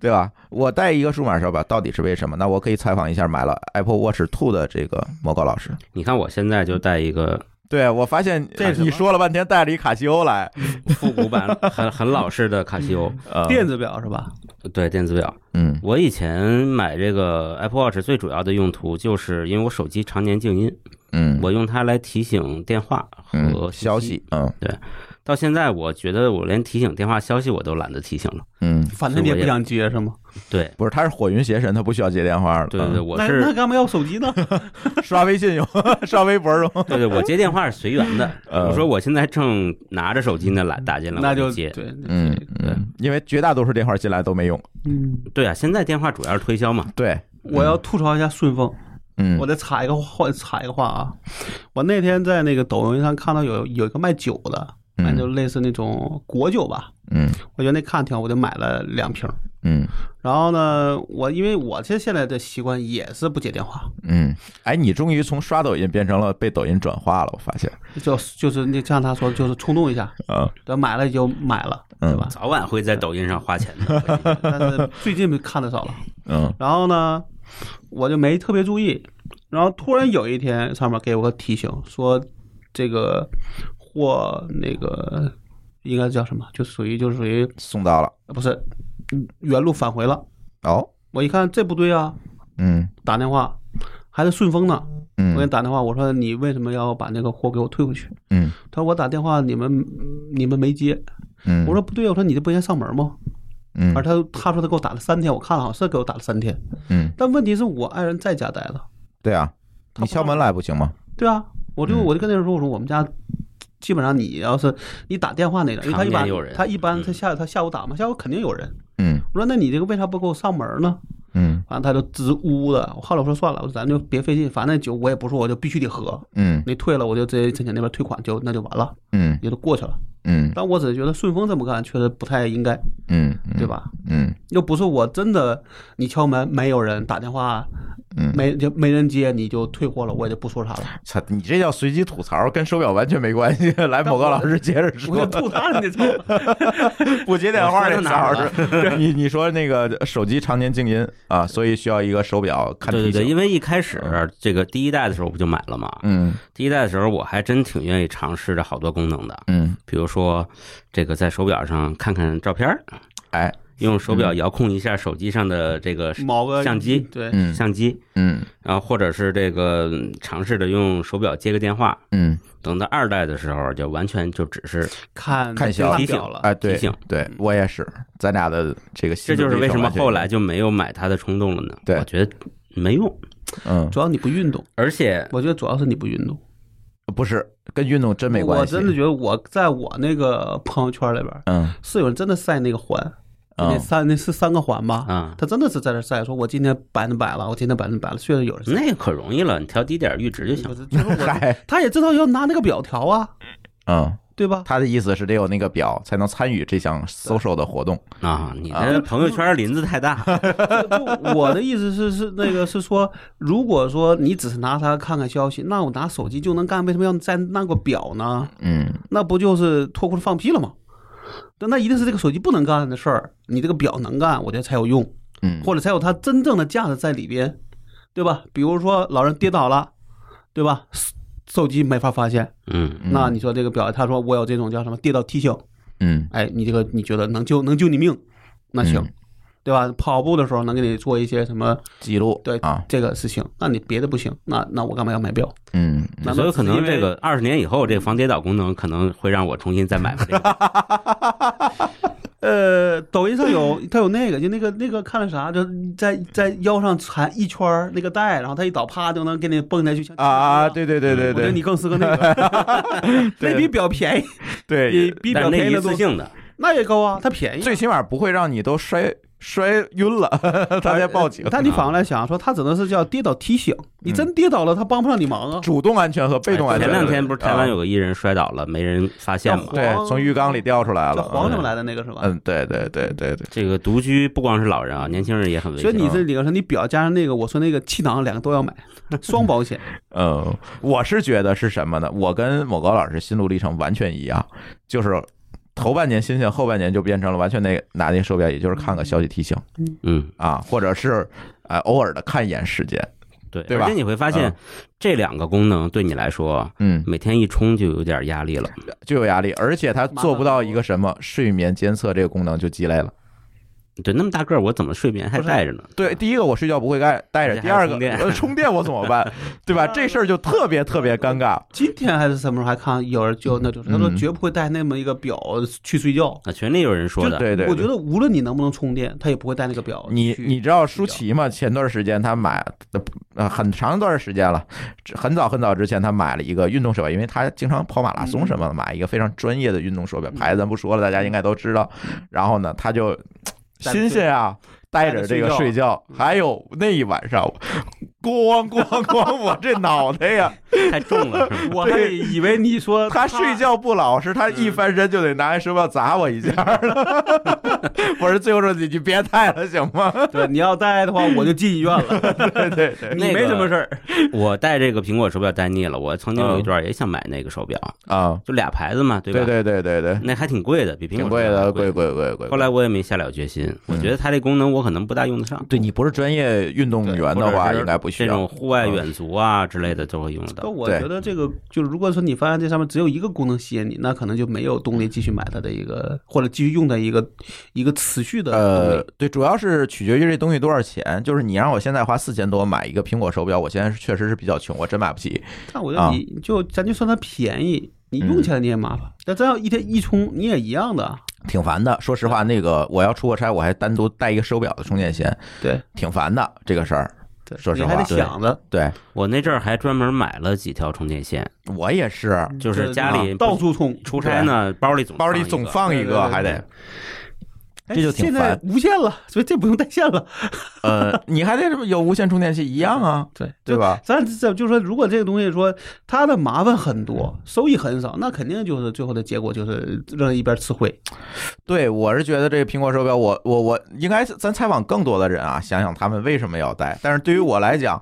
S1: 对吧？我带一个数码手表到底是为什么？那我可以采访一下买了 Apple Watch Two 的这个莫高老师。
S3: 你看我现在就带一个
S1: 对，啊我发现哎
S2: 这是
S1: 你
S2: 什么
S1: 说了半天带了一卡西欧来，
S3: 复古版很很老式的卡
S1: *laughs*
S3: 西欧，
S1: 呃
S2: 电子表是吧？
S3: 对电子表。
S1: 嗯
S3: 我以前买这个 Apple Watch 最主要的用途，就是因为我手机常年静音，
S1: 嗯，
S3: 我用它来提醒电话和
S1: 嗯
S3: 信
S1: 消
S3: 息。
S1: 息，嗯
S3: 到现在，我觉得我连提醒电话消息我都懒得提醒了。
S1: 嗯，
S2: 反正你也不想接是吗？
S3: 对，
S1: 不是，他是火云邪神，他不需要接电话了，
S3: 对对对，我
S2: 那
S3: 是
S2: 那干嘛要手机呢？
S1: 嗯刷微信用， *laughs* 刷微博 *laughs* 用，
S3: 对对，我接电话是随缘的。
S1: *laughs* 呃
S3: 我说我现在正拿着手机呢，来打进来，
S2: 那
S3: 我
S2: 就
S3: 接。
S2: 对，
S1: 嗯
S3: 对
S1: 嗯，因为绝大多数电话进来都没用，
S2: 嗯，
S3: 对啊，现在电话主要是推销嘛。
S1: 对，
S2: 我要吐槽一下顺丰，
S1: 嗯
S2: 我再插一个话，插一个话啊！我那天在那个抖音上看到有有一个卖酒的，反正就类似那种果酒吧，
S1: 嗯
S2: 我觉得那看挺好，我就买了两瓶儿。
S1: 嗯
S2: 然后呢，我因为我这现在的习惯也是不接电话，
S1: 嗯，哎，你终于从刷抖音变成了被抖音转化了，我发现，
S2: 就就是那像他说，就是冲动一下，
S1: 啊，
S2: 对，买了就买了，
S1: 嗯
S2: 对吧？
S3: 早晚会在抖音上花钱
S1: *laughs*
S3: 的，
S2: 但是最近看的少了。
S1: 嗯
S2: 然后呢，我就没特别注意。然后突然有一天，上面给我个提醒，说这个货那个应该叫什么，就属于就属于
S1: 送到了，
S2: 呃不是嗯原路返回了。
S1: 哦，
S2: 我一看这不对啊，
S1: 嗯
S2: 打电话还是顺丰呢。我给你
S1: 嗯
S2: 打电话，我说你为什么要把那个货给我退回去？
S1: 嗯
S2: 他说我打电话你们你们没接。
S1: 嗯，
S2: 我说不对啊，我说你这不应该上门吗？
S1: 嗯，
S2: 而他他说他给我打了三天，我看了好像是给我打了三天，
S1: 嗯，
S2: 但问题是我爱人在家待着。
S1: 对啊，
S2: 他
S1: 你
S2: 不
S1: 敲
S2: 让
S1: 门来不行吗？
S2: 对啊，我就
S1: 嗯
S2: 我就跟那人说，我说我们家基本上你要是你打电话那个，因为他
S3: 常
S2: 一
S3: 年
S2: 般
S3: 有人
S2: 他一般
S3: 嗯
S2: 他下他下午打嘛，下午肯定有人。
S1: 嗯
S2: 我说那你这个为啥不给我上门呢？
S1: 嗯
S2: 完了他就支吾的。我后来我说算了，我说咱就别费劲，反正那酒我也不是我就必须得喝，
S1: 嗯
S2: 你退了我就直接申请那边退款就那就完了，
S1: 嗯
S2: 也就过去了。
S1: 嗯
S2: 但我只是觉得顺丰这么干确实不太应该，
S1: 嗯，
S2: 对？吧？
S1: 嗯
S2: 又不是我真的你敲门没有人打电话
S1: 嗯，
S2: 没就没人接你就退货了，我也就不说啥了。
S1: 操，你这叫随机吐槽，跟手表完全没关系。来，某个老师接着
S2: 我就
S1: 说，
S2: 吐他了，你操！
S1: 不接电话
S3: 我
S1: 那
S3: 说
S1: 仨
S3: 到哪
S1: 老
S3: 儿
S1: 师， *laughs* 你你说那个手机常年静音啊，所以需要一个手表看
S3: 对对
S1: 提
S3: 对，
S1: 醒。
S3: 因为一开始这个第一代的时候我不就买了嘛，
S1: 嗯
S3: 第一代的时候我还真挺愿意尝试着好多功能的，
S1: 嗯，
S3: 比如说这个在手表上看看照片儿，
S1: 哎，
S3: 用手表遥控一下手机上的这个
S2: *laughs* 某个
S3: 相机
S2: 对，
S1: 嗯
S3: 相机，
S1: 嗯
S3: 然后或者是这个嗯尝试着用手表接个电话。
S1: 嗯，
S3: 等到二代的时候，就完全就只是
S2: 看
S1: 看小
S2: 看
S3: 提醒
S2: 表了。
S1: 哎，对
S3: 啊提醒
S1: 对，我也是，咱俩的这个
S3: 这
S1: 心路
S3: 就
S1: 历
S3: 是
S1: 程
S3: 为什么
S1: 完全
S3: 后来就没有买它的冲动了呢？
S1: 对
S3: 我觉得没用，
S1: 嗯
S2: 主要你不运动，
S3: 而且
S2: 我觉得主要是你不运动。
S1: 不是跟运动真没关
S2: 我
S1: 系。
S2: 真的觉得我在我那个朋友圈里边，
S1: 嗯
S2: 是有人真的晒那个环，就那
S1: 嗯
S2: 三那是三个环吧？
S3: 啊，
S2: 他真的是在那晒，说我今天百分之百了，我今天百分之百了，确实有人晒。
S3: 那可容易了，你调低点阈值就行
S2: 不
S3: 了。
S2: 是就是我，
S1: 嗨
S2: 他也知道要拿那个表调啊，
S1: 嗯
S2: 对吧？
S1: 他的意思是得有那个表才能参与这项 social 的活动。
S3: 啊，你
S1: 啊
S3: 的朋友圈林子太大，
S2: *laughs* 就我的意思是是那个是说，如果说你只是拿它看看消息，那我拿手机就能干，为什么要再那个表呢？
S1: 嗯，
S2: 那不就是脱裤子放屁了吗？那那一定是这个手机不能干的事儿，你这个表能干，我觉得才有用，
S1: 嗯
S2: 或者才有它真正的价值在里边，对吧？比如说老人跌倒了，对吧？手手机没法发现，
S3: 嗯
S1: 嗯
S2: 那你说这个表，他说我有这种叫什么跌倒提醒，
S1: 嗯，
S2: 哎，你这个你觉得能救能救你命，那行，
S1: 嗯
S2: 对吧？跑步的时候能给你做一些什么
S1: 记录
S2: 对
S1: 啊，
S2: 这个事情，那你别的不行，那那我干嘛要买表？
S1: 嗯，
S2: 那
S3: 所以
S2: 那
S3: 可
S2: 是
S3: 能
S2: 因为
S3: 这个二十年以后，这个防跌倒功能可能会让我重新再买回这
S1: *laughs*
S3: 个。
S2: 呃，抖音上
S1: *clears throat*
S2: 有他有那个，就那个那个看了啥，就在在腰上缠一圈儿那个带，然后他一倒，啪就能给你蹦下去。像
S1: 啊啊，，对对对对
S2: 我觉得你
S1: 对，
S2: 更适合
S1: *laughs*
S2: 那个，那比表便宜，比
S1: 对，
S2: 比
S3: 但
S2: 表便
S3: 是那
S2: 宜
S3: 一
S2: 的多
S3: 次，性的，
S2: 那也高啊，它便宜。
S1: 最起码不会让你都摔摔晕了， *laughs* 他才报警。
S2: 但你反过来想，说他只能是叫跌倒提醒，
S1: 嗯
S2: 你真跌倒了，他帮不上你忙啊。
S1: 主动安全和被动安全。
S3: 前两天不是台湾
S1: 啊
S3: 有个艺人摔倒了，没人发现
S2: 要
S3: 吗
S2: 火？
S1: 对从浴缸里掉出来了，
S2: 叫黄总来的那个是吧？
S1: 嗯，对对对对对，
S3: 这个独居不光是老人啊，年轻人也
S1: 呃
S3: 很危
S2: 所以
S3: 险。
S2: 你这里头说你表加上那个，我说那个气囊两个都
S1: *laughs*
S2: 要买，双保险。
S1: 嗯，我是觉得是什么呢？我跟某高老师心路历程完全一样，就是头半年新鲜，后半年就变成了完全那拿那手表，也就是看个消息提醒
S3: 嗯，
S1: 啊，或者是呃偶尔的看一眼时间，
S3: 对，
S1: 对吧
S3: 而且你会发现
S1: 嗯
S3: 这两个功能对你来说，
S1: 嗯，
S3: 每天一充就有点压力了。
S1: 就有压力，而且他做不到一个什么睡眠监测这个功能就鸡肋了。
S3: 对，那么大个儿，我怎么睡眠还
S2: 不是
S3: 带着呢？
S1: 对，第一个我睡觉不会带带着，
S3: 嗯而且
S1: 第
S3: 还要
S1: 二个
S3: 充电
S1: 呃充电我怎么办？对吧？这事儿就特别特别尴尬。
S2: 今天还是什么时候还看有人就那就是他说
S1: 嗯
S2: 绝不会带那么一个表去睡觉。
S3: 啊，群里有人说的，
S1: 对对，
S2: 我
S1: 对
S2: 觉得无论你能不能充电，他也不会带那个表去。
S1: 你你知道舒淇吗？前段时间她买的，呃，很长一段时间了，这很早很早之前她买了一个运动手表，因为她经常跑马拉松什么的，买一个非常专业的运动手表，
S2: 嗯
S1: 牌子咱不说了，大家应该都知道。然后呢，她就
S2: 带着
S1: 新鲜啊，带着这个睡觉，还有那一晚上，咣
S2: *laughs*
S1: 咣咣，我这脑袋呀，
S3: 太重
S1: *laughs*
S3: 了，是吧？
S2: 我还
S1: 对
S2: 以为你说
S1: 他睡觉不老实，他
S2: 嗯
S1: 一翻身就得拿一手表砸我一下了。 *laughs* 我说最后说你你别带了行吗？ *laughs*
S2: 对，你要带的话我就进医院了。
S1: 对对对，
S2: 你没什么事儿，
S3: 我戴这个苹果手表戴腻了，我曾经有一段也想买那个手表，
S2: 嗯
S1: 啊。
S3: 就俩牌子嘛，对吧？
S1: 嗯对对对对对，
S3: 那还挺贵的，比苹果
S1: 挺
S3: 手
S1: 贵
S3: 表还
S1: 的，
S3: 贵
S1: 贵。贵贵贵。嗯
S3: 后来我也没下了决心，我觉得它这功能我可能不大用得上。
S1: 对你不是专业运动员的
S3: 或
S1: 话，
S3: 者是
S1: 应该不需
S3: 这种
S1: 要。嗯
S3: 户外远足啊之类的都会用得
S2: 但
S3: 到。
S2: 我
S1: 对
S2: 觉得这个就是，如果说你发现这上面只有一个功能吸引你，那可能就没有动力继续买它的一个，或者继续用的一个一个持续的动
S1: 呃
S2: 力。，
S1: 对，主要是取决于这东西多少钱。就是你让我现在花四千多买一个苹果手表，我现在是确实是比较穷，我真买不起。
S2: 但我觉
S1: 啊
S2: 得你就咱就算它便宜，你用起来你也麻
S1: 嗯
S2: 烦。但真要一天一充，你也一样的。
S1: 挺烦的，说实话，那个我要出个差，我还单独带一个手表的充电线，
S2: 对
S1: 挺烦的这个事儿。
S2: 对，
S1: 说实
S2: 你还
S1: 话
S2: 得想着，
S1: 对
S3: 我那阵儿还专门买了几条充电线，
S1: 我也是，
S3: 就是家里
S2: 啊到处充，
S3: 出差呢，包里总
S1: 包里
S3: 放一
S1: 总
S3: 个
S1: 放一
S2: 对对
S1: 个，
S2: 对
S1: 还得
S3: 对
S1: 这就挺
S2: 哎现
S1: 烦
S2: 在无线了，所以这不用带线了。
S1: 呃，你还得有无线充电器一样啊，
S2: 对
S1: 对？吧？
S2: 咱这就是说，如果这个东西说它的麻烦很多，收益很少，那肯定就是最后的结果就是扔一边吃灰。
S1: 对，我是觉得这个苹果手表，我我我应该是咱采访更多的人啊，想想他们为什么要戴。但是对于我来讲，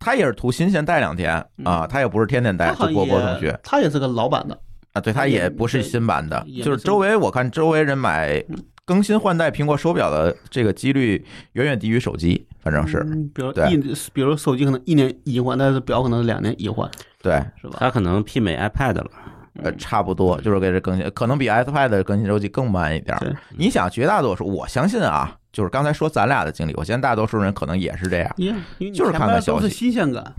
S1: 他也是图新鲜戴两天啊，他也不是天天戴，
S2: 嗯
S1: 就
S2: 他好
S1: 过过同
S2: 像
S1: 学
S2: 也，他也是个老板的，
S1: 啊。对，他也不是新版的
S2: 也，
S1: 就是周围我看周围人买更新换代苹果手表的这个几率远远低于手机，反正是
S2: 嗯比如
S1: 对
S2: 一，比如手机可能一年一换，但是表可能是两年一换，
S1: 对，
S2: 是吧？嗯
S3: 它可能媲美 iPad 了。
S1: 呃，差不多就是给这更新，可能比 iPad 的更新周期更慢一点儿
S2: 对。
S1: 你想，绝大多数我相信啊，就是刚才说咱俩的经历，我相信大多数人可能也是这样。
S2: 一样，因为你
S1: 就是
S2: 前
S1: 看看
S2: 面
S1: 消
S2: 都
S1: 息
S2: 是新鲜感。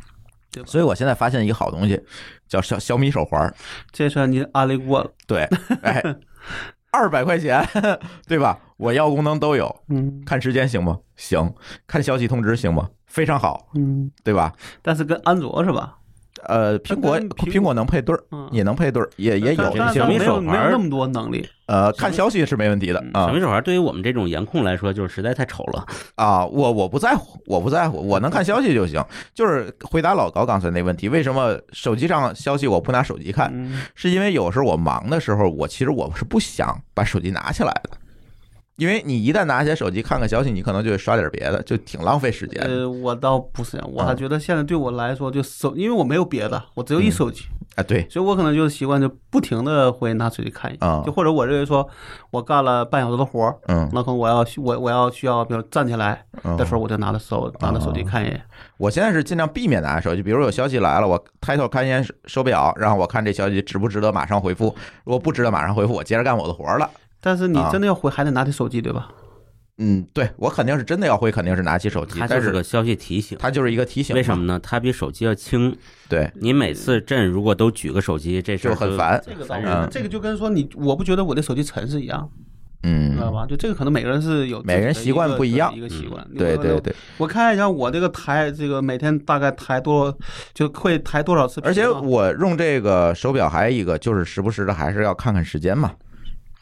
S2: 对吧？
S1: 所以我现在发现一个好东西，叫小小米手环儿。
S2: 这事儿你安利过了，
S1: 对，哎，二百块钱，对吧？我要功能都有，
S2: 嗯
S1: 看时间行吗？行，看消息通知行吗？非常好，
S2: 嗯，
S1: 对吧？
S2: 但是跟安卓是吧？
S1: 呃，苹果
S2: 但跟苹果
S1: 苹果能配对儿，
S2: 嗯，
S1: 也能配对儿，也也
S2: 但
S1: 有，
S2: 但
S3: 小
S2: 但
S3: 米
S2: 没
S3: 手
S2: 有没有
S3: 环儿
S2: 那么多能力，
S1: 呃，看消息是没问题的啊
S3: 小米手环对于我们这种颜控来说，就是实在太丑了。
S1: 啊，我我不在乎，我不在乎，我能看消息就行。就是回答老高刚才那问题，为什么手机上消息我不拿手机看？
S2: 嗯，
S1: 是因为有时候我忙的时候，我其实我是不想把手机拿起来的，因为你一旦拿起来手机看看消息，你可能就会刷点别的，就挺浪费时间的。
S2: 呃，我倒不是这样，我
S1: 啊
S2: 还觉得现在对我来说，就手，因为我没有别的，我只有一
S1: 嗯
S2: 手机，
S1: 啊，对，
S2: 所以我可能就是习惯就不停的会拿手机看一眼，
S1: 啊
S2: 就或者我认为说我干了半小时的活儿，
S1: 嗯
S2: 那可能我要需我我要需要，比如站起来
S1: 嗯
S2: 的时候，我就拿着手拿着手机看一眼，
S1: 我现在是尽量避免拿手机，比如有消息来了，我抬头看一眼手手表，然后我看这消息值不值得马上回复。如果不值得马上回复，我接着干我的活儿了。
S2: 但是你
S1: 啊
S2: 真的要回，还得拿起手机，对吧？
S1: 嗯，对我肯定是真的要回，肯定是拿起手机
S3: 它，就
S1: 但
S3: 是
S1: 是
S3: 个消息提醒。
S1: 它就是一个提醒。
S3: 为什么？呢？它比手机要轻。
S1: 对，
S3: 你每次朕如果都举个手机，这事儿
S1: 就很。烦。
S2: 这个
S3: 倒是
S1: 嗯
S2: 这个就跟说你，我不觉得我的手机沉是一样，
S1: 嗯
S3: 呃
S2: 知，道吧？就这个可能每个人是有
S1: 每个人
S2: 自己
S1: 习
S2: 的
S1: 惯
S2: 一个
S1: 不一样嗯
S2: 一个习惯。
S1: 对
S2: 有的
S1: 对对，
S2: 我看一下我这个抬这个每天大概抬多就会抬多少次屏
S1: 而
S2: 啊，
S1: 且我用这个手表还有一个就是时不时的还是要看看时间嘛，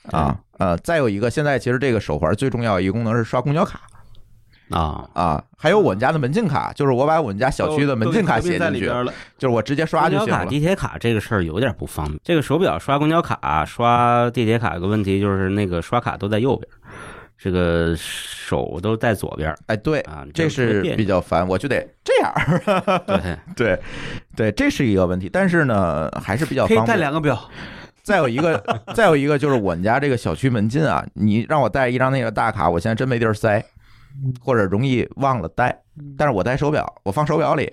S1: 啊呃，再有一个现在其实这个手环最重要一个功能是刷公交卡
S3: 啊，
S1: 啊，还有我们家的门禁卡，就是我把我们家小区的门禁卡
S2: 啊都都
S1: 写
S2: 在
S1: 进
S2: 里
S1: 去，
S2: 边了，
S1: 就是我直接刷
S3: 公
S1: 就
S3: 交
S1: 行
S3: 卡、
S1: 了。
S3: 地铁卡这个事儿有点不方便。这个手表刷公交卡、刷地铁卡有个问题就是那个刷卡都在右边，这个手都在左边
S1: 哎，对，
S3: 啊，
S1: 这是比
S3: 较
S1: 较烦，我就得这样儿。 *laughs*
S3: 对。
S1: 对，对，这是一个问题，但是呢，还是比较
S2: 可以
S1: 方
S2: 带
S1: 便。
S2: 两个表，
S1: 再有一个， *laughs* 再有一个就是我们家这个小区门禁啊，你让我带一张那个大卡，我现在真没地儿塞，
S2: 嗯
S1: 或者容易忘了带。但是我带手表，我放手表里，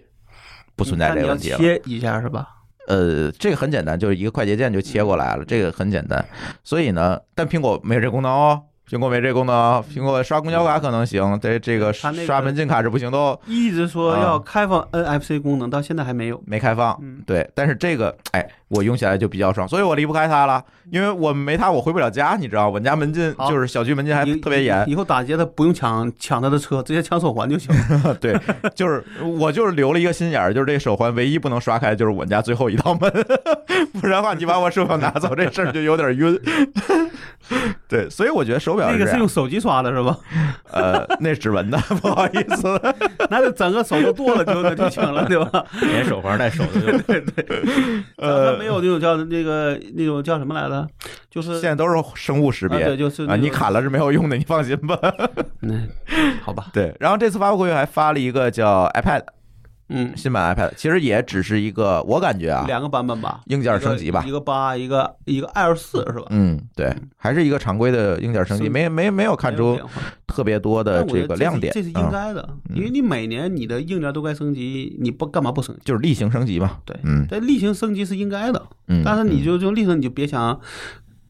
S1: 不存在这个问题
S2: 嗯那
S1: 了
S2: 你。要切一下是吧？
S1: 呃，这个很简单，就是一个快捷键就切过来了，这个很简单。所以呢，但苹果没有这功能哦。苹果没这功能哦，苹果刷公交卡可能行，这这个
S2: 它那个
S1: 刷门禁卡是不行的哦，
S2: 一直说
S1: 啊
S2: 要开放 NFC 功能，到现在还没有。
S1: 没开放。
S2: 嗯，
S1: 对，但是这个，哎，我用起来就比较爽，所以我离不开它了，因为我没它我回不了家，你知道，我们家门禁
S2: 好
S1: 就是小区门禁还
S2: 以
S1: 特别严，
S2: 以以后打劫他不用抢抢他的车，直接抢手环就行。 *laughs*
S1: 对，就是我就是留了一个心眼儿，就是这手环唯一不能刷开就是我们家最后一道门， *laughs* 不然的话你把我手表拿走这事儿就有点晕。 *laughs* 对，所以我觉得手表
S2: 那
S1: 是这
S2: 个是
S1: 样
S2: 用手机刷的是吧？ *laughs*
S1: 呃，那是指纹的，不好意思。
S2: 呃那就整个手都剁了就那就行了， *laughs*
S1: *laughs*
S2: 对吧？
S3: 连手环带手的用，
S1: 呃
S2: 他没有那种叫那个那种叫什么来着？就是
S1: 现在都是生物识
S2: 啊对，
S1: 别
S2: 就是
S1: 啊，
S2: 那
S1: 你
S2: 种
S1: 砍了是没有用的，你放心吧。
S2: 嗯，好吧，
S1: 对，然后这次发布会还发了一个叫 iPad
S2: 嗯，
S1: 新版 iPad，其实也只是一个，我感觉啊，
S2: 两个版本吧，
S1: 硬件升级吧
S2: 一个，一个八，一个一个 L 四是吧？
S1: 嗯，对，还是一个常规的硬件升级，
S2: 升级
S1: 没没没有看
S2: 没有
S1: 出
S2: 变化
S1: 特别多的
S2: 但我觉
S1: 这
S2: 得
S1: 个亮点，
S2: 这是这是
S1: 嗯
S2: 应该的，因为你每年你的硬件都该升级，你不干嘛不升级？
S1: 就是例行升级嘛，
S2: 对
S1: 嗯
S2: 但例行升级是应该的，
S1: 嗯，
S2: 但是你
S1: 嗯
S2: 就就例行你就别想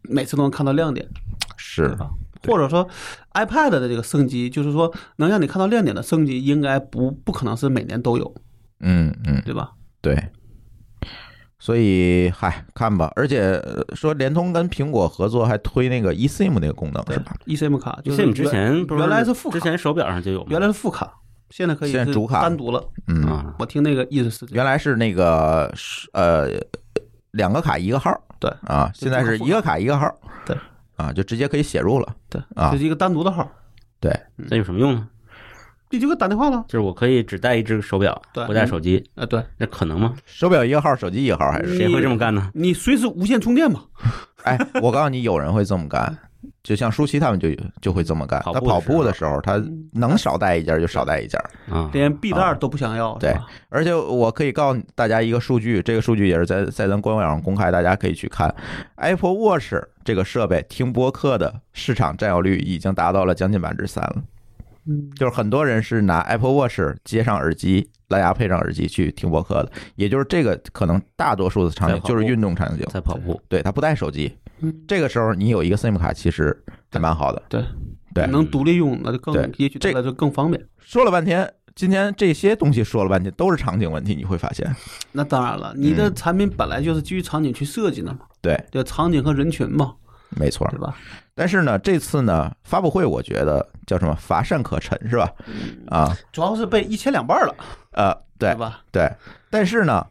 S2: 每次都能看到亮点，对
S1: 是
S3: *laughs*
S2: 吧？
S1: 对
S2: 或者说，iPad 的这个升级，就是说能让你看到亮点的升级，应该不不可能是每年都有，
S1: 嗯嗯
S2: 对吧？
S1: 对，所以嗨看吧，而且呃说联通跟苹果合作还推那个 eSIM 那个功能是吧？
S2: eSIM ？E 卡就是
S3: 这你之前不
S2: 原来是
S3: 是
S2: 副卡
S3: 之前手表上就有吗？
S2: 原来是副卡，现在可以
S1: 现在
S2: 是
S1: 主卡
S2: 单独了。
S1: 嗯，
S3: 啊，
S2: 我听那个意思是这样，
S1: 原来是那个是呃两个卡一个号，
S2: 对
S1: 啊，现在是一个卡一个号，
S2: 对
S1: 啊，就直接可以写入了，
S2: 对，
S1: 啊
S2: 就是一个单独的号，
S1: 嗯
S3: 那有什么用呢？
S2: 你就跟打电话了。
S3: 就是我可以只带一只手表，
S2: 对
S3: 不带手机，
S2: 啊，对，
S3: 那可能吗？
S1: 手表一个号，手机一个号
S3: *laughs*
S1: 还是？
S3: 谁会这么干呢？
S2: 你随时无线充电嘛。
S1: 哎，我告诉你，有人会这么干，就像舒淇他们就就会这么干。
S3: 跑
S1: 他
S3: 步的
S1: 跑
S3: 时
S1: 步
S3: 候嗯
S1: 的时候，他能少带一件就少带一件。
S3: 啊，
S2: 连 B 带儿都不想要，
S1: 对
S2: 是吧
S1: 而且我可以告诉大家一个数据，这个数据也是在在咱官网上公开，大家可以去看。Apple Watch 这个设备听播客的市场占有率已经达到了将近百分之三了。
S2: 嗯，
S1: 就是很多人是拿 Apple Watch 接上耳机，蓝牙配上耳机去听播客的，也就是这个可能大多数的场景
S3: 在跑步
S1: 就是运动场景，
S3: 在跑步，
S1: 对他不带手机
S2: 嗯。
S1: 这个时候你有一个 SIM 卡其实还蛮好的。对
S2: 能独立用那就更
S1: 对，
S2: 也许
S1: 这
S2: 对他来说更方便。
S1: 说了半天，今天这些东西说了半天都是场景问题，你会发现，
S2: 那当然了，你
S1: 嗯
S2: 的产品本来就是基于场景去设计的嘛，
S1: 对，
S2: 对，场景和人群嘛，
S1: 没
S3: 啊
S1: 错
S2: 对。吧？
S1: 但是呢，这次呢，发布会我觉得叫什么乏善可陈是吧？啊，
S2: 嗯主要是被一切两半儿了，
S1: 呃，
S2: 对
S1: 对
S2: 吧？
S1: 对，但是呢，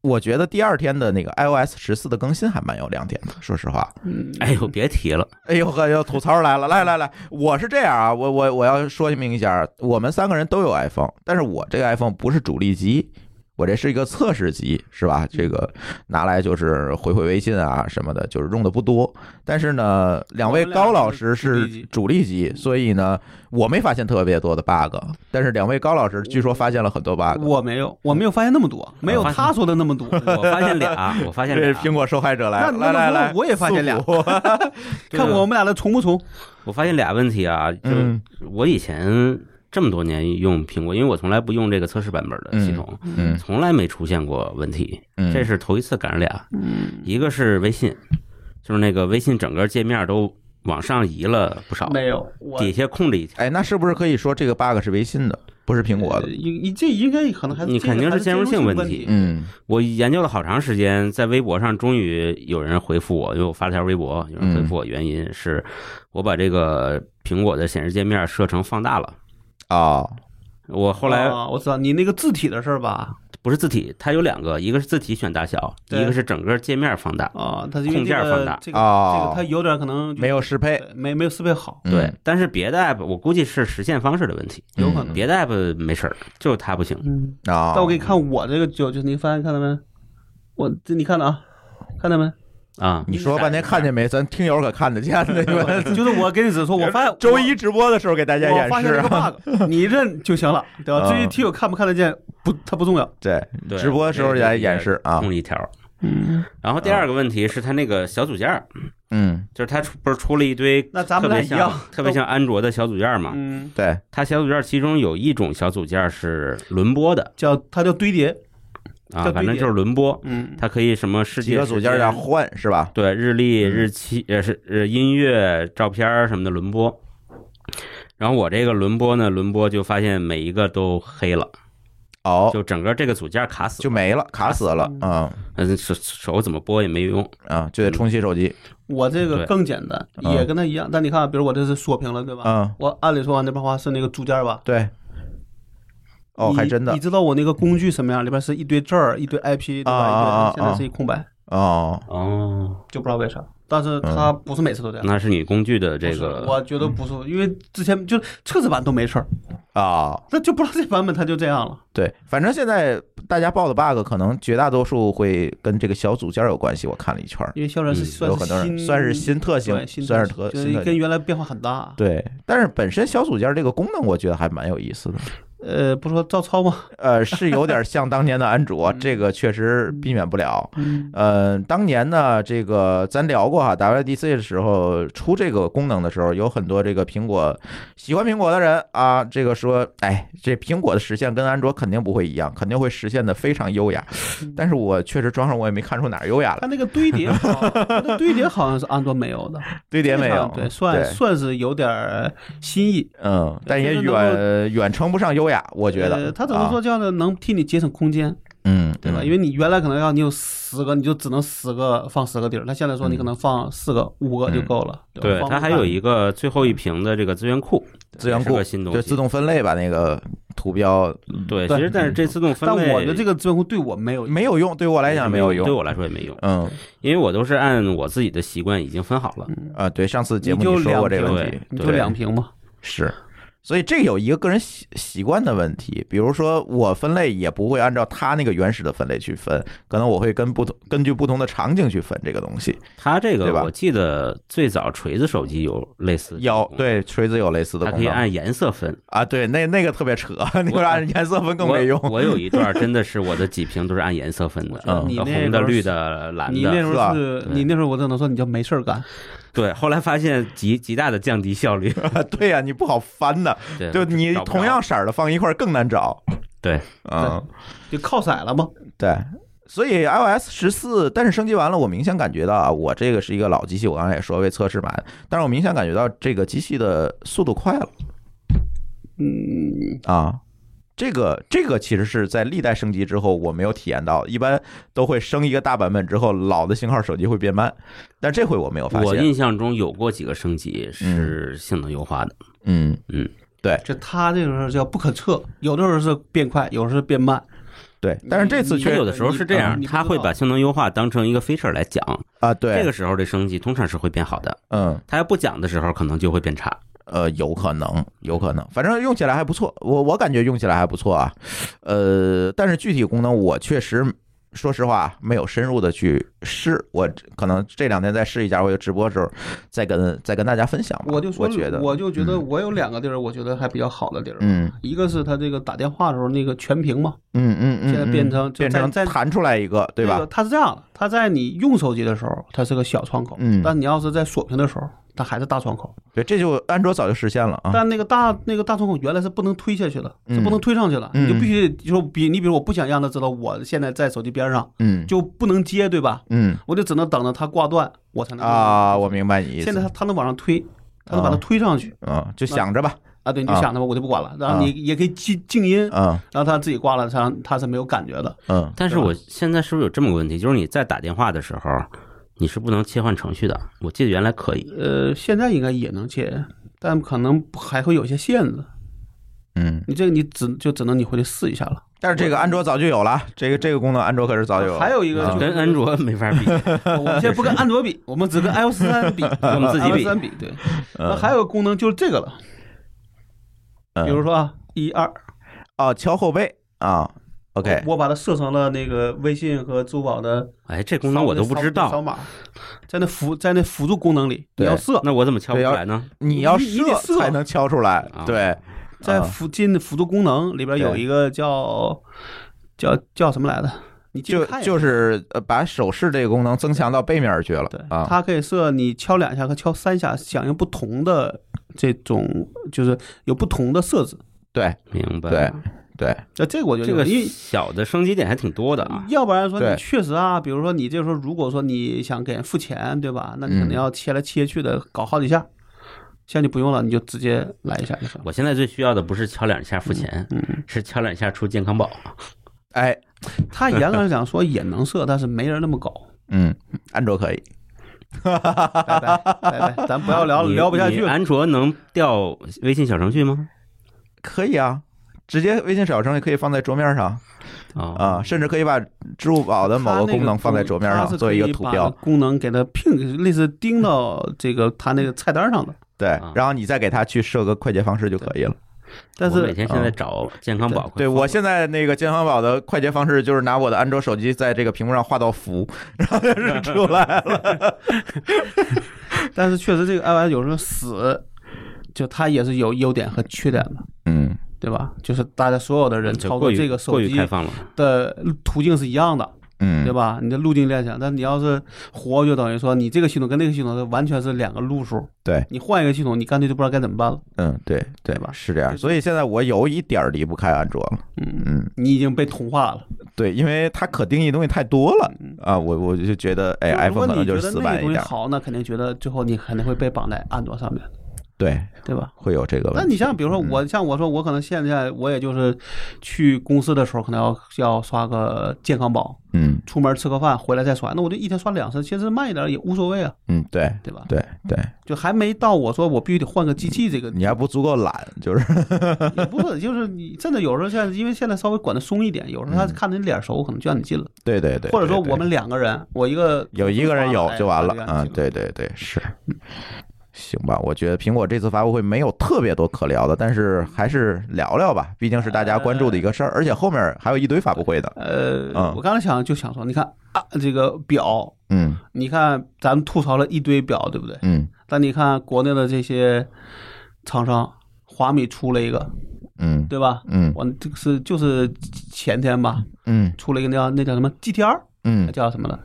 S1: 我觉得第二天的那个 iOS 十四的更新还蛮有亮点的，说实话。
S2: 嗯
S3: 哎呦，别提了，
S1: *laughs* 哎呦呵，又吐槽来了，来来来，我是这样啊，我我我要说明一下，我们三个人都有 iPhone，但是我这个 iPhone 不是主力机，我这是一个测试机，是吧？这个拿来就是回回微信啊什么的，就是用的不多。但是呢，两位高老师是主力机，所以呢，我没发现特别多的 bug，但是两位高老师据说发现了很多 bug。
S2: 我没有，我没有发现那么多，没有
S3: 发现
S2: 他说的那么多。
S3: *laughs* 我啊发现俩， *laughs* 我发现
S1: 这是
S3: 俩，
S1: 苹果受害者来
S2: 那
S1: 了，来来来，
S2: 我也发现俩
S1: 诉苦
S2: *laughs* 看我们俩的重不重？
S3: 我发现俩问题啊，就
S1: *laughs* 嗯
S3: 我以前这么多年用苹果，因为我从来不用这个测试版本的系统，
S1: 嗯
S3: 从来没出现过问题，
S1: 嗯，
S3: 这是头一次赶上俩，
S2: 嗯，
S3: 一个是微信，就是那个微信整个界面都往上移了不少，
S2: 没有，我
S3: 底下空着一条，
S1: 哎，那是不是可以说这个 bug 是微信的，不是苹果的？
S2: 你你这呃应该可能还
S3: 你肯定
S2: 这个还
S3: 是
S2: 是
S3: 兼容性
S2: 问
S3: 问
S2: 题
S3: 题。
S1: 嗯
S3: 我研究了好长时间，在微博上终于有人回复我，因为我发了条微博，有
S1: 嗯
S3: 人回复我，原因是我把这个苹果的显示界面设成放大了。
S1: 哦，
S3: 我后来
S2: 啊我知道你那个字体的事儿吧？
S3: 不是字体，它有两个，一个是字体选大小，
S2: 对
S3: 一个是整个界面放大。
S2: 啊，它是因为
S3: 控件
S2: 这
S3: 儿放
S2: 个
S3: 大啊
S2: 这个
S1: 哦
S2: 这个它有点可能就
S1: 没有适配，
S2: 对没没有适配好，
S1: 嗯
S3: 对，，但是别的 app 我估计是实现方式的问题，
S2: 有可
S1: 嗯
S2: 能。
S3: 别的 app 没事儿，就它不行。
S2: 嗯，
S1: 啊，
S2: 但我给你看我这个就就是您发现看到没？我这你看到啊，看
S3: *laughs*
S2: 到没？
S3: 啊，
S1: 你说半天看见没？咱听友可看得
S2: *laughs*
S1: 见的，你们
S2: 就是我跟你只说，我
S1: *laughs*
S2: 发现
S1: 周一直播的时候给大家
S2: 我发
S1: 演
S2: 现
S1: 示
S2: 了个
S1: 啊，
S2: bug，你认就
S1: *laughs*
S2: 行了，对吧？
S1: 啊
S2: 至于听友看不看得见，不，它不重要。
S1: 对，
S3: 对
S1: 直播的时候来演示啊
S3: 空了一条。
S2: 嗯，
S3: 然后第二个问题是它那个小组件儿，
S1: 嗯，
S3: 就是它出不是出了一堆
S2: 那咱
S3: 特
S2: 们俩
S3: 别
S2: 一
S3: 像
S2: 样，
S3: 特别像安卓的小组件儿嘛。
S2: 嗯，
S1: 对，
S3: 它小组件其中有一种小组件是轮播的
S2: 叫它叫堆叠，
S3: 啊
S2: 叫，
S3: 反正就是轮播，
S2: 嗯，
S3: 它可以什么世
S1: 几
S3: 界
S1: 个组件儿要
S3: 上
S1: 换是吧？
S3: 对日历、
S1: 嗯
S3: 日期呃是呃音乐、照片儿什么的轮播。然后我这个轮播呢，轮播就发现每一个都黑了，
S1: 哦，
S3: 就整个这个组件卡死
S1: 就，没了，卡死了，嗯
S3: 呃手手怎么拨也没用。
S1: 啊，就得重启手机，
S2: 我这个
S3: 对
S2: 更简单，
S1: 嗯
S2: 也跟它一样。但你看啊，比如我这是锁屏了，对吧？
S1: 嗯，
S2: 我按理说啊往那边划是那个组件吧？
S1: 对，哦，
S2: 你
S1: 还真的
S2: 你，知道我那个工具什么样？里边是一堆字儿，一堆 IP，
S1: 啊
S2: 对
S1: 啊啊
S2: 吧？
S1: 啊
S2: 一堆现在是一空白，
S1: 哦，
S3: 哦，
S2: 就不知道为啥。但
S1: 嗯
S2: 是它不是每次都这样。
S3: 那是你工具的
S2: 不
S3: 这
S2: 是
S3: 个
S2: 我觉得不是，
S1: 嗯
S2: 因为之前就测试版都没事儿，
S1: 哦，
S2: 那就不知道这版本它就这样了。
S1: 对，反正现在大家报的 bug 可能绝大多数会跟这个小组件儿有关系，我看了一圈儿，
S2: 因为肖然是
S3: 嗯
S2: 算
S1: 有
S2: 是
S1: 很多人
S2: 新
S1: 算是新特性
S2: 对，新
S1: 算是
S2: 特
S1: 特
S2: 就是
S1: 新特性
S2: 跟原来变化很大。啊
S1: 对，但是本身小组件这个功能，我觉得还蛮有意思的。
S2: 呃，不是说照抄吗？
S1: 呃，是有点像当年的安卓，
S2: 嗯
S1: 这个确实避免不了。
S2: 嗯
S1: 呃，当年呢，这个咱聊过哈，WDC 的时候出这个功能的时候，有很多这个苹果喜欢苹果的人啊，这个说，哎，这苹果的实现跟安卓肯定不会一样，肯定会实现的非常优雅。
S2: 嗯
S1: 但是我确实装上我也没看出哪儿优雅
S2: 它
S1: 来，
S2: 那个堆叠好，它那堆叠好像是安卓没有的，
S1: 堆叠没有，
S2: 对，算算是有点儿新意。
S1: 嗯，但也
S2: 这个能够
S1: 远远称不上优雅，我觉
S2: 呃
S1: 得。
S2: 它只能说
S1: 啊，
S2: 这样的能替你节省空间，
S1: 嗯，
S2: 对吧？
S1: 嗯
S2: 因为你原来可能要你有十个，你就只能十个放十个地儿，那现在说你可能放四个、五个就够了。
S3: 对
S2: 吧
S3: 它还有一个最后一屏的这个资源库，
S1: 资源
S3: 也是
S1: 库
S3: 个新东
S1: 就
S3: 西，
S1: 自动分类吧，那个图标
S3: 对，
S2: 对
S3: 其实但是这自动分
S2: 但
S3: 类，
S2: 我觉得这个资源库对我没有
S1: 没有用，对我来讲没有
S3: 对
S1: 用。
S3: 我来说也没用，
S1: 嗯
S3: 因为我都是按我自己的习惯已经分好了。
S1: 啊，对，上次节
S2: 你
S1: 目
S2: 就
S1: 你说
S2: 两
S1: 过这
S2: 屏
S1: 个
S3: 问
S1: 问
S3: 题
S1: 题，
S2: 你就
S1: 对
S2: 两屏嘛。
S1: 是，所以这有一个个人习习惯的问题。比如说，我分类也不会按照他那个原始的分类去分，可能我会跟不同根据不同的场景去分这个东西。
S3: 它这
S1: 对
S3: 个
S1: 吧
S3: 我记得最早锤子手机有类似的
S1: 有
S3: 功能，
S1: 对锤子有类似的
S3: 它可
S1: 功
S3: 以
S1: 能
S3: 按颜色分，
S1: 啊，对，那那个特别扯， *laughs* 那个按颜色分更没用
S3: 我。我有一段真的是我的几屏都是按颜色分的，
S1: 嗯
S2: 你那
S3: 红的、
S2: 段儿
S3: 绿
S2: 是
S3: 的、蓝
S2: 你那
S3: 的。
S2: 时
S1: 是吧
S2: 候是你那时候，我只能说你叫没事儿干。
S3: 对，后来发现极极大的降低效
S1: *laughs*
S3: 率。
S1: 对呀、你不好翻呐，
S3: 对，
S1: 就你
S3: 找不着
S1: 同样色儿的放一块儿更难找。
S3: 对，
S1: 嗯。
S2: 就靠色了嘛，
S1: 对，所以 iOS 十四，但是升级完了，我明显感觉到啊，我这个是一个老机器，我刚才也说为测试版，但是我明显感觉到这个机器的速度快了
S2: 嗯，
S1: 啊。这个这个其实是在历代升级之后我没有体验到，一般都会升一个大版本之后，老的型号手机会变慢，但这回我没有发
S3: 我
S1: 现。
S3: 印象中有过几个升级是性能优化的。
S1: 嗯
S3: 嗯，
S1: 对，
S2: 就它这个时候叫不可测，有的时候是变快，有的时候是变慢，
S1: 对，但是这次
S3: 它
S1: 却
S3: 有的时候嗯是这样，
S2: 你
S3: 它会把性能优化当成一个 feature 来讲，
S1: 啊，对，
S3: 这个时候这升级通常是会变好的，
S1: 嗯
S3: 它要不讲的时候可能就会变差。
S1: 呃，有可能，有可能，反正用起来还不错，我我感觉用起来还不错啊，呃，但是具体功能我确实。说实话，啊没有深入的去试，我可能这两天再试一下，我有直播的时候再跟再跟大家分享吧。
S2: 我就说，
S1: 我觉得，
S2: 我就觉得嗯我有两个地儿，我觉得还比较好的地儿，
S1: 嗯
S2: 一个是它这个打电话的时候那个全屏嘛，
S1: 嗯嗯嗯，
S2: 现在变成
S1: 嗯变成
S2: 在在
S1: 弹出来一个，对
S2: 这
S1: 吧
S2: 个？它是这样的，它在你用手机的时候，它是个小窗口，
S1: 嗯
S2: 但你要是在锁屏的时候，它还是大窗口。
S1: 对，这就安卓早就实现了啊。
S2: 但那个大那个大窗口原来是不能推下去的，
S1: 嗯
S2: 是不能推上去的，
S1: 嗯
S2: 你就必须就说比你比如我不想让他知道我现在在手机边上，
S1: 嗯
S2: 就不能接，对吧？
S1: 嗯
S2: 我就只能等着他挂断，我才能
S1: 啊，我明白你意思。
S2: 现在他他能往上推，他能把它
S1: 啊
S2: 推上去
S1: 嗯，就想着吧，
S2: 啊，对，你就
S1: 啊
S2: 想着吧，我就不管了，然后你也可以静静音，
S1: 嗯
S2: 然后他自己挂了，他他是没有感觉的。
S1: 嗯，
S3: 但是
S1: 对吧
S3: 我现在是不是有这么个问题？就是你在打电话的时候，你是不能切换程序的。我记得原来可以，
S2: 呃，现在应该也能接，但可能还会有些限制。
S1: 嗯，
S2: 你这个你只就只能你回去试一下了。
S1: 但是这个安卓早就有了，啊这个这个功能安卓可是早就有了。
S2: 还有一个
S1: 啊
S2: 就
S3: 跟安卓没法比。
S2: 我们现在不跟安卓比，我们只
S1: *laughs*
S2: 跟 iOS 三比，
S3: 我们自己
S2: iOS
S3: 比
S2: 三比对。那
S1: 嗯
S2: 还有个功能就是这个了，
S1: 嗯
S2: 比如说啊，一二
S1: 哦，敲后背啊，OK，
S2: 哦我我把它设成了那个微信和支付宝的
S3: 哎，这功能我都不知
S2: 扫
S3: 道，
S2: 码，在那辅在那辅助功能里，你要
S1: 对
S2: 设
S3: 那我怎么敲不出来呢？
S1: 你要
S2: 你你得
S1: 射
S2: 射
S1: 才能敲出来
S3: 啊，
S1: 对，
S2: 在
S1: 啊
S2: 辅进辅助功能里边有
S1: 对
S2: 一个叫叫叫什么来着？你进
S1: 就
S2: 去看一下
S1: 就是呃把手势这个功能增强到背面儿去了
S2: 对，
S1: 啊，
S2: 它可以设你敲两下和敲三下，响应不同的这种，就是有不同的设置。
S1: 对
S3: 明白。
S1: 对对，
S2: 那这个我就
S3: 这个
S2: 因为
S3: 小的升级点还挺多的啊。
S2: 要不然说
S1: 对
S2: 你确实啊，比如说你这时候如果说你想给人付钱，对吧？那你可能
S1: 嗯
S2: 要切来切去的搞好几下，现在就不用了，你就直接来一下就行。
S3: 我现在最需要的不是敲两下付钱，
S2: 嗯，
S3: 是敲两下出健康宝。啊
S1: 哎，
S2: 他严格来讲说也能设，但是没人那么搞。
S1: 嗯，安卓可以，
S2: 拜拜拜拜，咱不要
S1: *laughs*
S2: 聊了，
S3: 你
S2: 聊不下去
S3: 你
S2: 了。
S3: 安卓能调微信小程序吗？
S1: 可以啊。直接微信小程序可以放在桌面上
S2: 哦
S3: 啊，
S1: 啊，甚至可以把支付宝的某
S2: 它那
S1: 个功能放在桌面
S2: 它
S1: 上
S2: 是
S1: 作为一
S2: 可
S1: 个
S2: 以
S1: 图
S2: 把
S1: 标，
S2: 功能给它拼，类似钉到这个它那个菜单上的。
S1: 对
S3: 啊，
S1: 然后你再给它去设个快捷方式就可以了。
S2: 但
S3: 我每
S2: 是
S3: 天
S1: 啊
S3: 现在找健康宝，
S1: 对我现在那个健康宝的快捷方式就是拿我的安卓手机在这个屏幕上画道符，然后就是出来了。
S2: 但是确实这个 iOS 有时候死，就它也是有优点和缺点的，
S1: 嗯，
S2: 对吧？就是大家所有的人
S3: 就
S2: 操
S3: 嗯过
S2: 作
S3: 于
S2: 这个手
S3: 过于
S2: 机
S3: 开放了。
S2: 的途径是一样的，
S1: 嗯
S2: 对？吧？你的路径联想，但你要是活，就等于说你这个系统跟那个系统是完全是两个路数。
S1: 对，
S2: 你换一个系统，你干脆就不知道该怎么办了。
S1: 嗯，对对
S2: 对吧
S1: 是这样，所以现在我有一点儿离不开安卓了。
S2: 嗯，
S1: 嗯，
S2: 你已经被同化了。
S1: 对，因为它可定义东西太多了
S2: 嗯
S1: 啊，我我就觉得，哎
S2: 如果
S1: ，iPhone 可
S2: 你
S1: 能就
S2: 觉得
S1: 是死
S2: 那个
S1: 板一
S2: 东西
S1: 点儿。
S2: 好，那肯定觉得最后你肯定会被绑在安卓上面，
S1: 对，
S2: 对吧？
S1: 会有这个
S2: 那
S1: 问题。
S2: 你
S1: 嗯
S2: 像比如说我，像我说我可能现在我也就是去公司的时候，可能要要刷个健康宝，
S1: 嗯
S2: 出门吃个饭回来再刷，那我就一天刷两次，其实慢一点也无所谓啊，
S1: 嗯，对
S2: 对吧？
S1: 对对，
S2: 就还没到我说我必须得换个机器这个，
S1: 你还不足够懒，就是
S2: 也不是，就是你真的有时候现在因为现在稍微管的松一点，有时候他看着你脸熟，可能就让你进了，
S1: 对对嗯对，
S2: 或者说
S1: 对
S2: 我们两个人，我一个
S1: 有一个人有
S2: 哎
S1: 就完了
S2: 他让
S1: 啊
S2: 你！进
S1: 对对对，是。行吧，我觉得苹果这次发布会没有特别多可聊的，但是还是聊聊吧，毕竟是大家关注的一个事儿，而且后面还有一堆发布会的。
S2: 呃
S1: 嗯，
S2: 我刚才想就想说，你看啊，这个表，
S1: 嗯
S2: 你看咱们吐槽了一堆表，对不对？
S1: 嗯
S2: 但你看国内的这些厂商，华米出了一个，
S1: 嗯
S2: 对吧？
S1: 嗯
S2: 我这个是就是前天吧，
S1: 嗯
S2: 出了一个那叫那叫什么 GTR，
S1: 嗯，
S2: 叫什么的，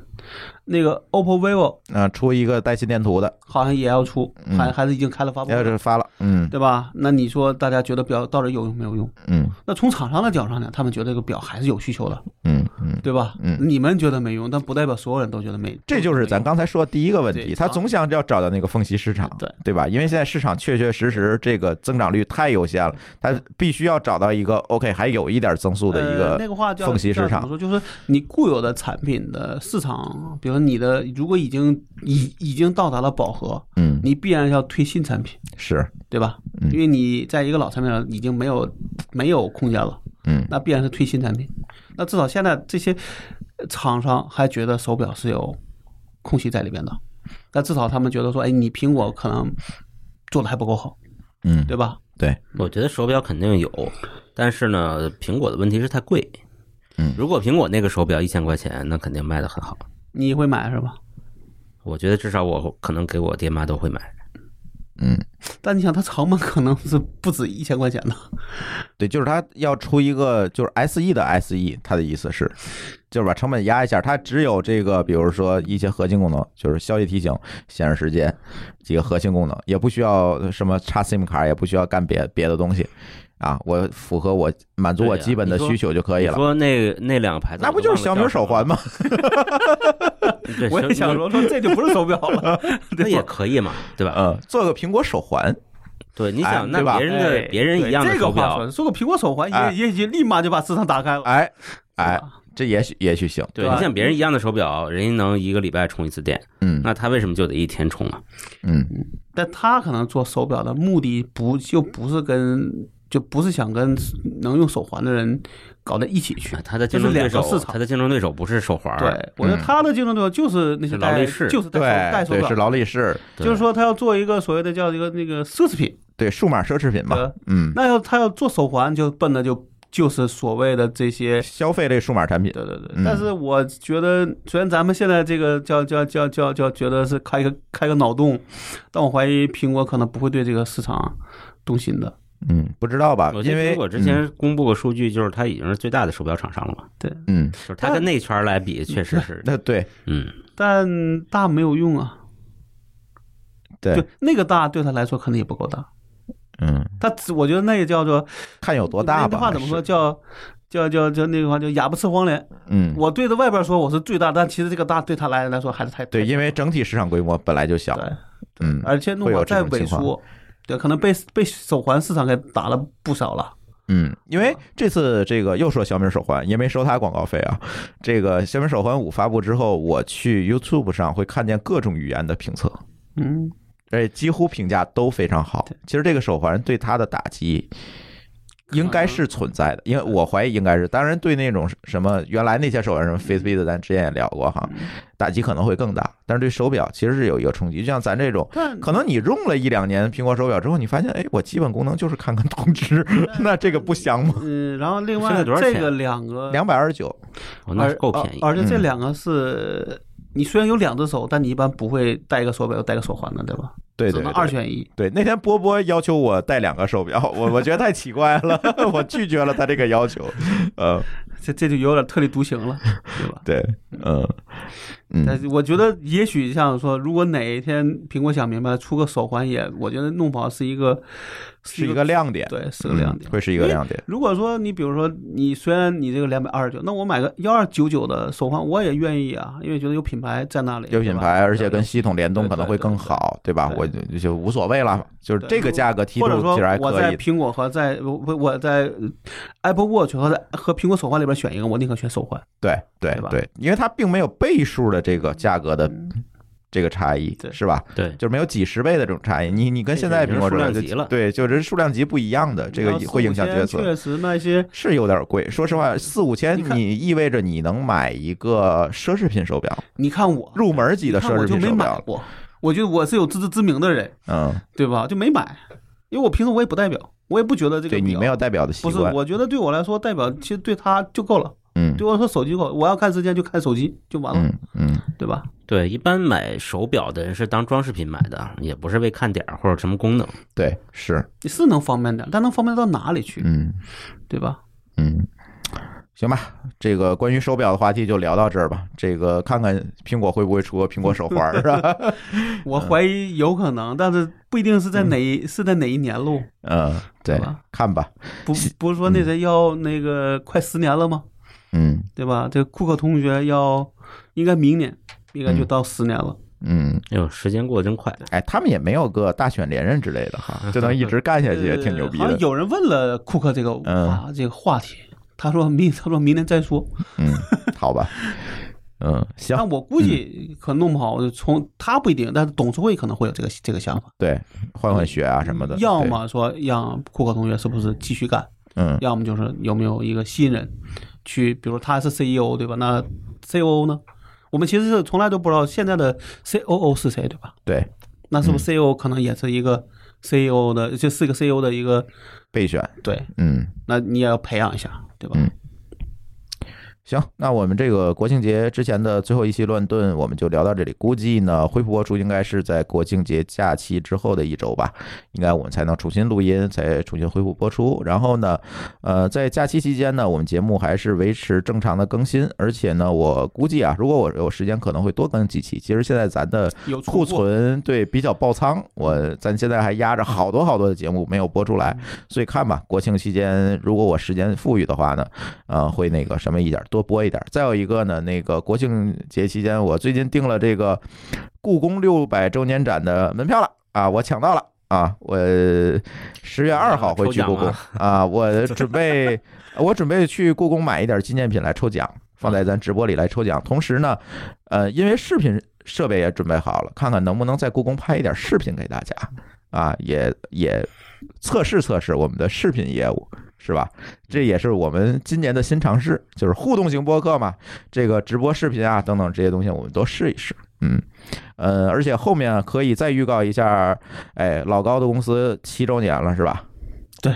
S2: 那个 OPPO、vivo
S1: 啊，出一个带心电图的，
S2: 好像也要出，
S1: 嗯
S2: 还还是已经开了发布
S1: 要
S2: 会
S1: 是
S2: 了，
S1: 发了，嗯
S2: 哦对吧？那你说大家觉得表到底有用没有用？
S1: 嗯
S2: 那从厂商的角度上讲，他们觉得这个表还是有需求的，
S1: 嗯嗯，
S2: 对吧？
S1: 嗯
S2: 你们觉得没用，但不代表所有人都觉得没。
S1: 这就是咱刚才说的第一个问题，
S2: 对啊
S1: 他总想要找到那个缝隙市场，
S2: 对
S1: 对吧？因为现在市场确确实实这个增长率太有限了，他必须要找到一个 OK 还有一点增速的一
S2: 呃、
S1: 个
S2: 那个话叫
S1: 缝隙市
S2: 叫
S1: 场
S2: 怎么说就是你固有的产品的市场，比如说你的如果已经已已经到达了饱和，
S1: 嗯
S2: 你必然要推新产品，
S1: 是。
S2: 对吧？
S1: 嗯
S2: 因为你在一个老产品上已经没有没有空间了，
S1: 嗯
S2: 那必然是推新产品。那至少现在这些厂商还觉得手表是有空隙在里边的，那至少他们觉得说，哎，你苹果可能做的还不够好，
S1: 嗯，
S2: 对吧？
S1: 对，
S3: 我觉得手表肯定有，但是呢，苹果的问题是太贵。
S1: 嗯
S3: 如果苹果那个手表一千块钱，那肯定卖的很好。
S2: 你会买是吧？
S3: 我觉得至少我可能给我爹妈都会买。
S1: 嗯，
S2: 但你想，它成本可能是不止一千块钱的，
S1: 对，就是它要出一个就是 SE 的 SE，它的意思是，就是把成本压一下，它只有这个，比如说一些核心功能，就是消息提醒、显示时间几个核心功能，也不需要什么插 SIM 卡，也不需要干别别的东西啊，我符合我满足我
S3: 对呀
S1: 基本的
S3: 你说
S1: 需求就可以
S3: 你
S1: 了。
S3: 说那那两个牌子，
S1: 那不就是小米手环
S3: 吗？
S1: 吗？
S3: 对，
S2: 我也
S3: 小
S2: 想说说这就不是手表了，
S3: *laughs* 那
S2: 对
S3: 也
S2: 吧？
S3: 可以嘛，对吧？
S1: 嗯，做个苹果手环，
S3: 对，你
S1: 哎
S3: 想，
S1: 对吧
S3: 那别人的
S2: 哎
S3: 别人一样的
S2: 对这个
S3: 手
S2: 话
S3: 表
S2: 说，的，说个苹果手环
S1: 哎
S2: 也也也立马就把市场打开了，
S1: 哎哎
S2: 对，吧
S1: 这也许也许行，
S3: 哦对
S2: 对吧
S3: 你像别人一样的手表，人家能一个礼拜充一次电，
S1: 嗯
S3: 那他为什么就得一天充啊？
S1: 嗯
S2: 但他可能做手表的目的不就不是跟就不是想跟能用手环的人搞在一起去
S3: 啊，他的竞争
S2: 这是
S3: 对
S2: 两个
S3: 手
S2: 市，场
S3: 他的竞争对手不是手环，啊
S2: 对，我觉得他的竞争对手就是那些
S3: 是劳
S2: 戴
S3: 嗯力士
S2: 就是戴手
S1: 对
S2: 戴手
S1: 对
S2: 表
S1: 是劳力士，
S3: 对
S2: 就是说他要做一个所谓的叫一个那个奢侈品，
S1: 对数码奢侈品嘛
S3: 啊
S2: 对，
S1: 嗯，
S2: 那要他要做手环，就奔的就就是所谓的这些。
S1: 消费类数码产品，
S2: 对对对，
S1: 嗯
S2: 但是我觉得，虽然咱们现在这个叫叫叫叫叫觉得是开个开个脑洞， *laughs* 但我怀疑苹果可能不会对这个市场动心的。
S1: 嗯，不知道吧？
S3: 我记
S1: 因
S3: 得
S1: 为
S3: 苹果之
S2: 嗯
S3: 前公布过数据，就是它已经是最大的手表厂商了嘛，
S1: 嗯，嗯
S3: 就是它跟那圈儿来比，确实是，
S2: *laughs*
S1: 那对
S3: 嗯，
S2: 但大没有用啊，
S1: 对
S2: 就，那个大对他来说可能也不够大。
S1: 嗯，
S2: 他只我觉得那个叫做
S1: 看有多大
S2: 那句
S1: 吧。
S2: 话怎么说？
S1: 是？
S2: 叫叫叫叫那句话叫哑巴吃黄连。
S1: 嗯，
S2: 我对着外边说我是最大，但其实这个大对他来来说还是太
S1: 对，
S2: 太
S1: 因为整体市场规模本来就小，
S2: 对，
S1: 嗯，
S2: 而且诺
S1: 会
S2: 瓦
S1: 有这
S2: 在
S1: 种情
S2: 萎
S1: 况
S2: 缩，对，可能被被手环市场给打了不少了。
S1: 嗯，因为这次这个又说小米手环也没收它广告费啊。这个小米手环五发布之后，我去 YouTube 上会看见各种语言的评测，
S2: 嗯，
S1: 而且几乎评价都非常好
S2: 对。
S1: 其实这个手环对它的打击。应该是存在的，因为我怀疑应该是。当然，对那种什么原来那些手环，什么 Face b 的，咱之前也聊过哈，
S2: 嗯
S1: 打击可能会更大。但是对手表其实是有一个冲击，就像咱这种
S2: 但
S1: 可能你用了一两年苹果手表之后，你发现，哎，我基本功能就是看看通
S2: *laughs*
S1: 知，那这个不香吗？
S2: 嗯，然后另
S3: 现
S2: 外
S3: 在多少钱
S2: 这个两个，
S1: 两百二十九，
S3: 哦，那
S2: 而
S3: 是够便宜。
S2: 而而且这
S1: 嗯
S2: 两个是。你虽然有两只手，但你一般不会戴一个手表又戴个手环的，对吧？
S1: 对
S2: 只
S1: 对
S2: 能
S1: 对
S2: 二选一。
S1: 对。那天波波要求我带两个手表，我我觉得太奇怪了， *laughs* 我拒绝了他这个要求。呃，
S2: 这这就有点特立独
S1: *laughs*
S2: 行了，对吧？
S1: 对，嗯
S2: 但
S1: 嗯，
S2: 是我觉得，也许像说，如果哪一天苹果想明白出个手环也，我觉得弄不好是一个
S1: 是一个亮点，
S2: 对，是个亮点
S1: 嗯。会是一个亮点。
S2: 如果说你比如说你虽然你这个两百二十九，那我买个幺二九九的手环我也愿意啊，因为觉得有品牌在那里，
S1: 有品牌，
S2: 对吧
S1: 而且跟系统联动
S2: 对
S1: 可能会更好，对吧？
S2: 对
S1: 我就就无所谓了，就是这个价格梯
S2: 或者
S1: 度
S2: 说
S1: 其实还
S2: 我
S1: 可
S2: 在
S1: 以。
S2: 苹果和在不不我在 Apple Watch 和在和苹果手环里边选一个，我宁可选手环。
S1: 对对
S2: 对吧嗯
S1: 对，因为它并没有倍数的这个价格的这个差异，
S2: 对
S1: 是吧？
S3: 对，
S1: 就是没有几十倍的这种差异。你你跟现在
S3: 这已经
S1: 苹果
S3: 数量
S1: 就
S3: 级了
S1: 对，就是数量级不一样的，这个
S2: 然后
S1: 会影响决
S2: 4500
S1: 策。
S2: 确实那些
S1: 是有点贵，说实话，四五千
S2: 你，看
S1: 你意味着你能买一个奢侈品手表，
S2: 你看我
S1: 入门级的
S2: 哦你看
S1: 奢
S2: 我
S1: 侈
S2: 就
S1: 品
S2: 没
S1: 手表
S2: 买
S1: 了。
S2: 过，我觉得我是有自知之明的人，
S1: 嗯，
S2: 对吧？就没买，因为我平时我也不戴表，我也不觉得这个
S1: 对你
S2: 表
S1: 没有戴表的习
S2: 不是，
S1: 惯。
S2: 我觉得对我来说代表其实对他就够了。
S1: 嗯
S2: 对我来说手机够了，我要看时间就看手机就完了，
S1: 嗯嗯，
S2: 对吧？
S3: 对，一般买手表的人是当装饰品买的，也不是为看点儿或者什么功能。
S1: 对，是，
S2: 你是能方便点，但能方便到哪里去，
S1: 嗯
S2: 对吧？
S1: 嗯。行吧，这个关于手表的话题就聊到这儿吧。这个看看苹果会不会出个苹果手环儿
S2: *laughs*
S1: 啊？
S2: 我怀疑有可能，但是不一定是在哪一是在哪一年录，
S1: 嗯，对
S2: 好吧，
S1: 看吧。
S2: 不不是说那谁要那个快十年了吗？
S1: 嗯
S2: 对吧？这库克同学要应该明年应该就
S1: 嗯
S2: 到十年了，
S1: 嗯，
S3: 哎呦，时间过得真快。啊
S1: 哎，他们也没有个大选连任之类的哈，啊就能
S3: *laughs*
S1: 一直干下去，也挺牛逼
S2: 呃好
S1: 的
S2: 像。有人问了库克这个
S1: 嗯
S2: 啊这个话题，他说明他说明年再说，
S1: 嗯，好吧，嗯，行嗯
S2: 但，我估计可弄不好，就从他不一定，但是董事会可能会有这个这个想法，
S1: 对，换换血啊什么的，
S2: 要
S1: 对，
S2: 么说让库克同学是不是继续干，
S1: 嗯
S2: 要么就是有没有一个新人去，比如他是 CEO 对吧？那 COO 呢？我们其实是从来都不知道现在的 COO 是谁对吧？
S1: 对，
S2: 那
S1: 嗯
S2: 是不是 CEO 可能也是一个 CEO 的，就是一个 CEO 的一个
S1: 备选，
S2: 对？
S1: 嗯，
S2: 那你也要培养一下对吧？
S1: 嗯行，那我们这个国庆节之前的最后一期乱炖，我们就聊到这里。估计呢，恢复播出应该是在国庆节假期之后的一周吧，应该我们才能重新录音，才重新恢复播出。然后呢，呃，在假期期间呢，我们节目还是维持正常的更新，而且呢，我估计啊，如果我有时间，可能会多更几期。其实现在咱的
S2: 有
S1: 库
S2: 存。
S1: 存对比较爆仓，我咱现在还压着好多好多的节目没有播出来，所以看吧，国庆期间如果我时间富裕的话呢，呃，会那个什么一点多播一点。再有一个呢，那个国庆节期间，我最近订了这个故宫六百周年展的门票了啊，我抢到了。啊，我十月二号会去故宫
S3: 抽奖
S1: 啊，我准备我准备去故宫买一点纪念品来抽奖，放在咱直播里来抽奖。同时呢，呃，因为视频设备也准备好了，看看能不能在故宫拍一点视频给大家啊，也也测试测试我们的视频业务，是吧？这也是我们今年的新尝试，就是互动型播客嘛，这个直播视频啊等等这些东西，我们都试一试。嗯，呃，而且后面可以再预告一下，哎，老高的公司七周年了，是吧？对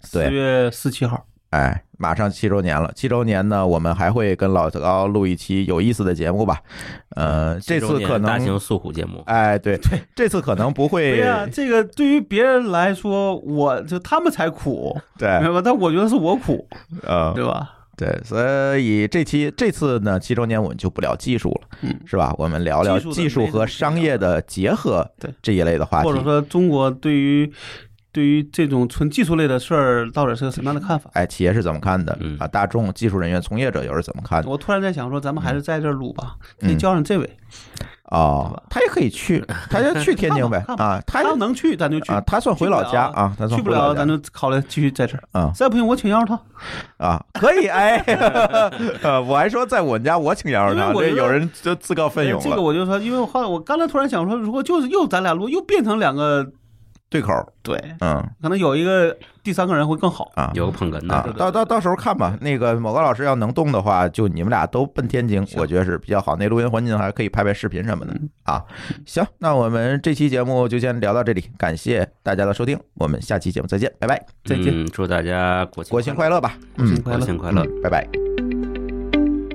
S2: 四月十七号，
S1: 哎，马上七周年了。七周年呢，我们还会跟老高录一期有意思的节目吧？呃，这次
S3: 周年
S1: 可
S3: 大
S1: 能，
S3: 型诉苦节目，
S1: 哎，对对，这次可能不
S2: *laughs*
S1: 会，
S2: 对啊哎呀、这个对于别人来说，我就他们才苦，
S1: 对，
S2: 明白吧？但我觉得是我苦，
S1: 呃，
S2: 对吧？
S1: 对，所以这期这次呢，七周年我们就不聊技术了，
S2: 嗯，
S1: 是吧？我们聊聊
S2: 技术的
S1: 技术和商业的结合，
S2: 对
S1: 这一类的话题
S2: 或。者说中国对于对于这种纯技术类的事儿，到底是个什么样的看法？
S1: 哎，企业是怎么看的
S3: 嗯
S1: 啊？大众、技术人员、从业者又是怎么看的？
S2: 我突然在想说，咱们还是在这儿录吧，
S1: 啊嗯
S2: 可以叫上这位，
S1: 哦，他也可以
S2: *laughs*
S1: 去，他就去天津呗
S2: 看吧看吧
S1: 啊，他
S2: 他要能去咱就去，
S1: 啊，他算回老家
S2: 去不了
S1: 啊，他算
S2: 去不
S1: 回老
S2: 了
S1: 家
S2: 咱就考虑继续在这儿。
S1: 啊
S2: 再不行我请邀他，
S1: 啊，可以哎， *laughs* 呃我还说在我们家我请羊肉汤，
S2: 因为我
S1: 这
S2: 觉得
S1: 有人就自告奋勇
S2: 哎这个
S1: 了，
S2: 我就说，因为我后来我刚才突然想说，如果就是又咱俩录，又变成两个，
S1: 对口，
S2: 对，
S1: 嗯
S2: 可能有一个第三个人会更好。
S1: 啊。
S3: 有个捧哏
S1: 啊
S3: 的，，
S1: 到到到时候看吧。那个某个老师要能动的话，就你们俩都奔天津，我觉得是比较好。那录音环境还可以拍拍视频什么的啊。行，那我们这期节目就先聊到这里，感谢大家的收听，我们下期节目再见，拜拜，
S2: 再见
S3: 嗯，祝大家国庆
S1: 国庆快乐吧，嗯
S2: 庆。快乐
S3: 国庆快乐。
S1: 拜拜。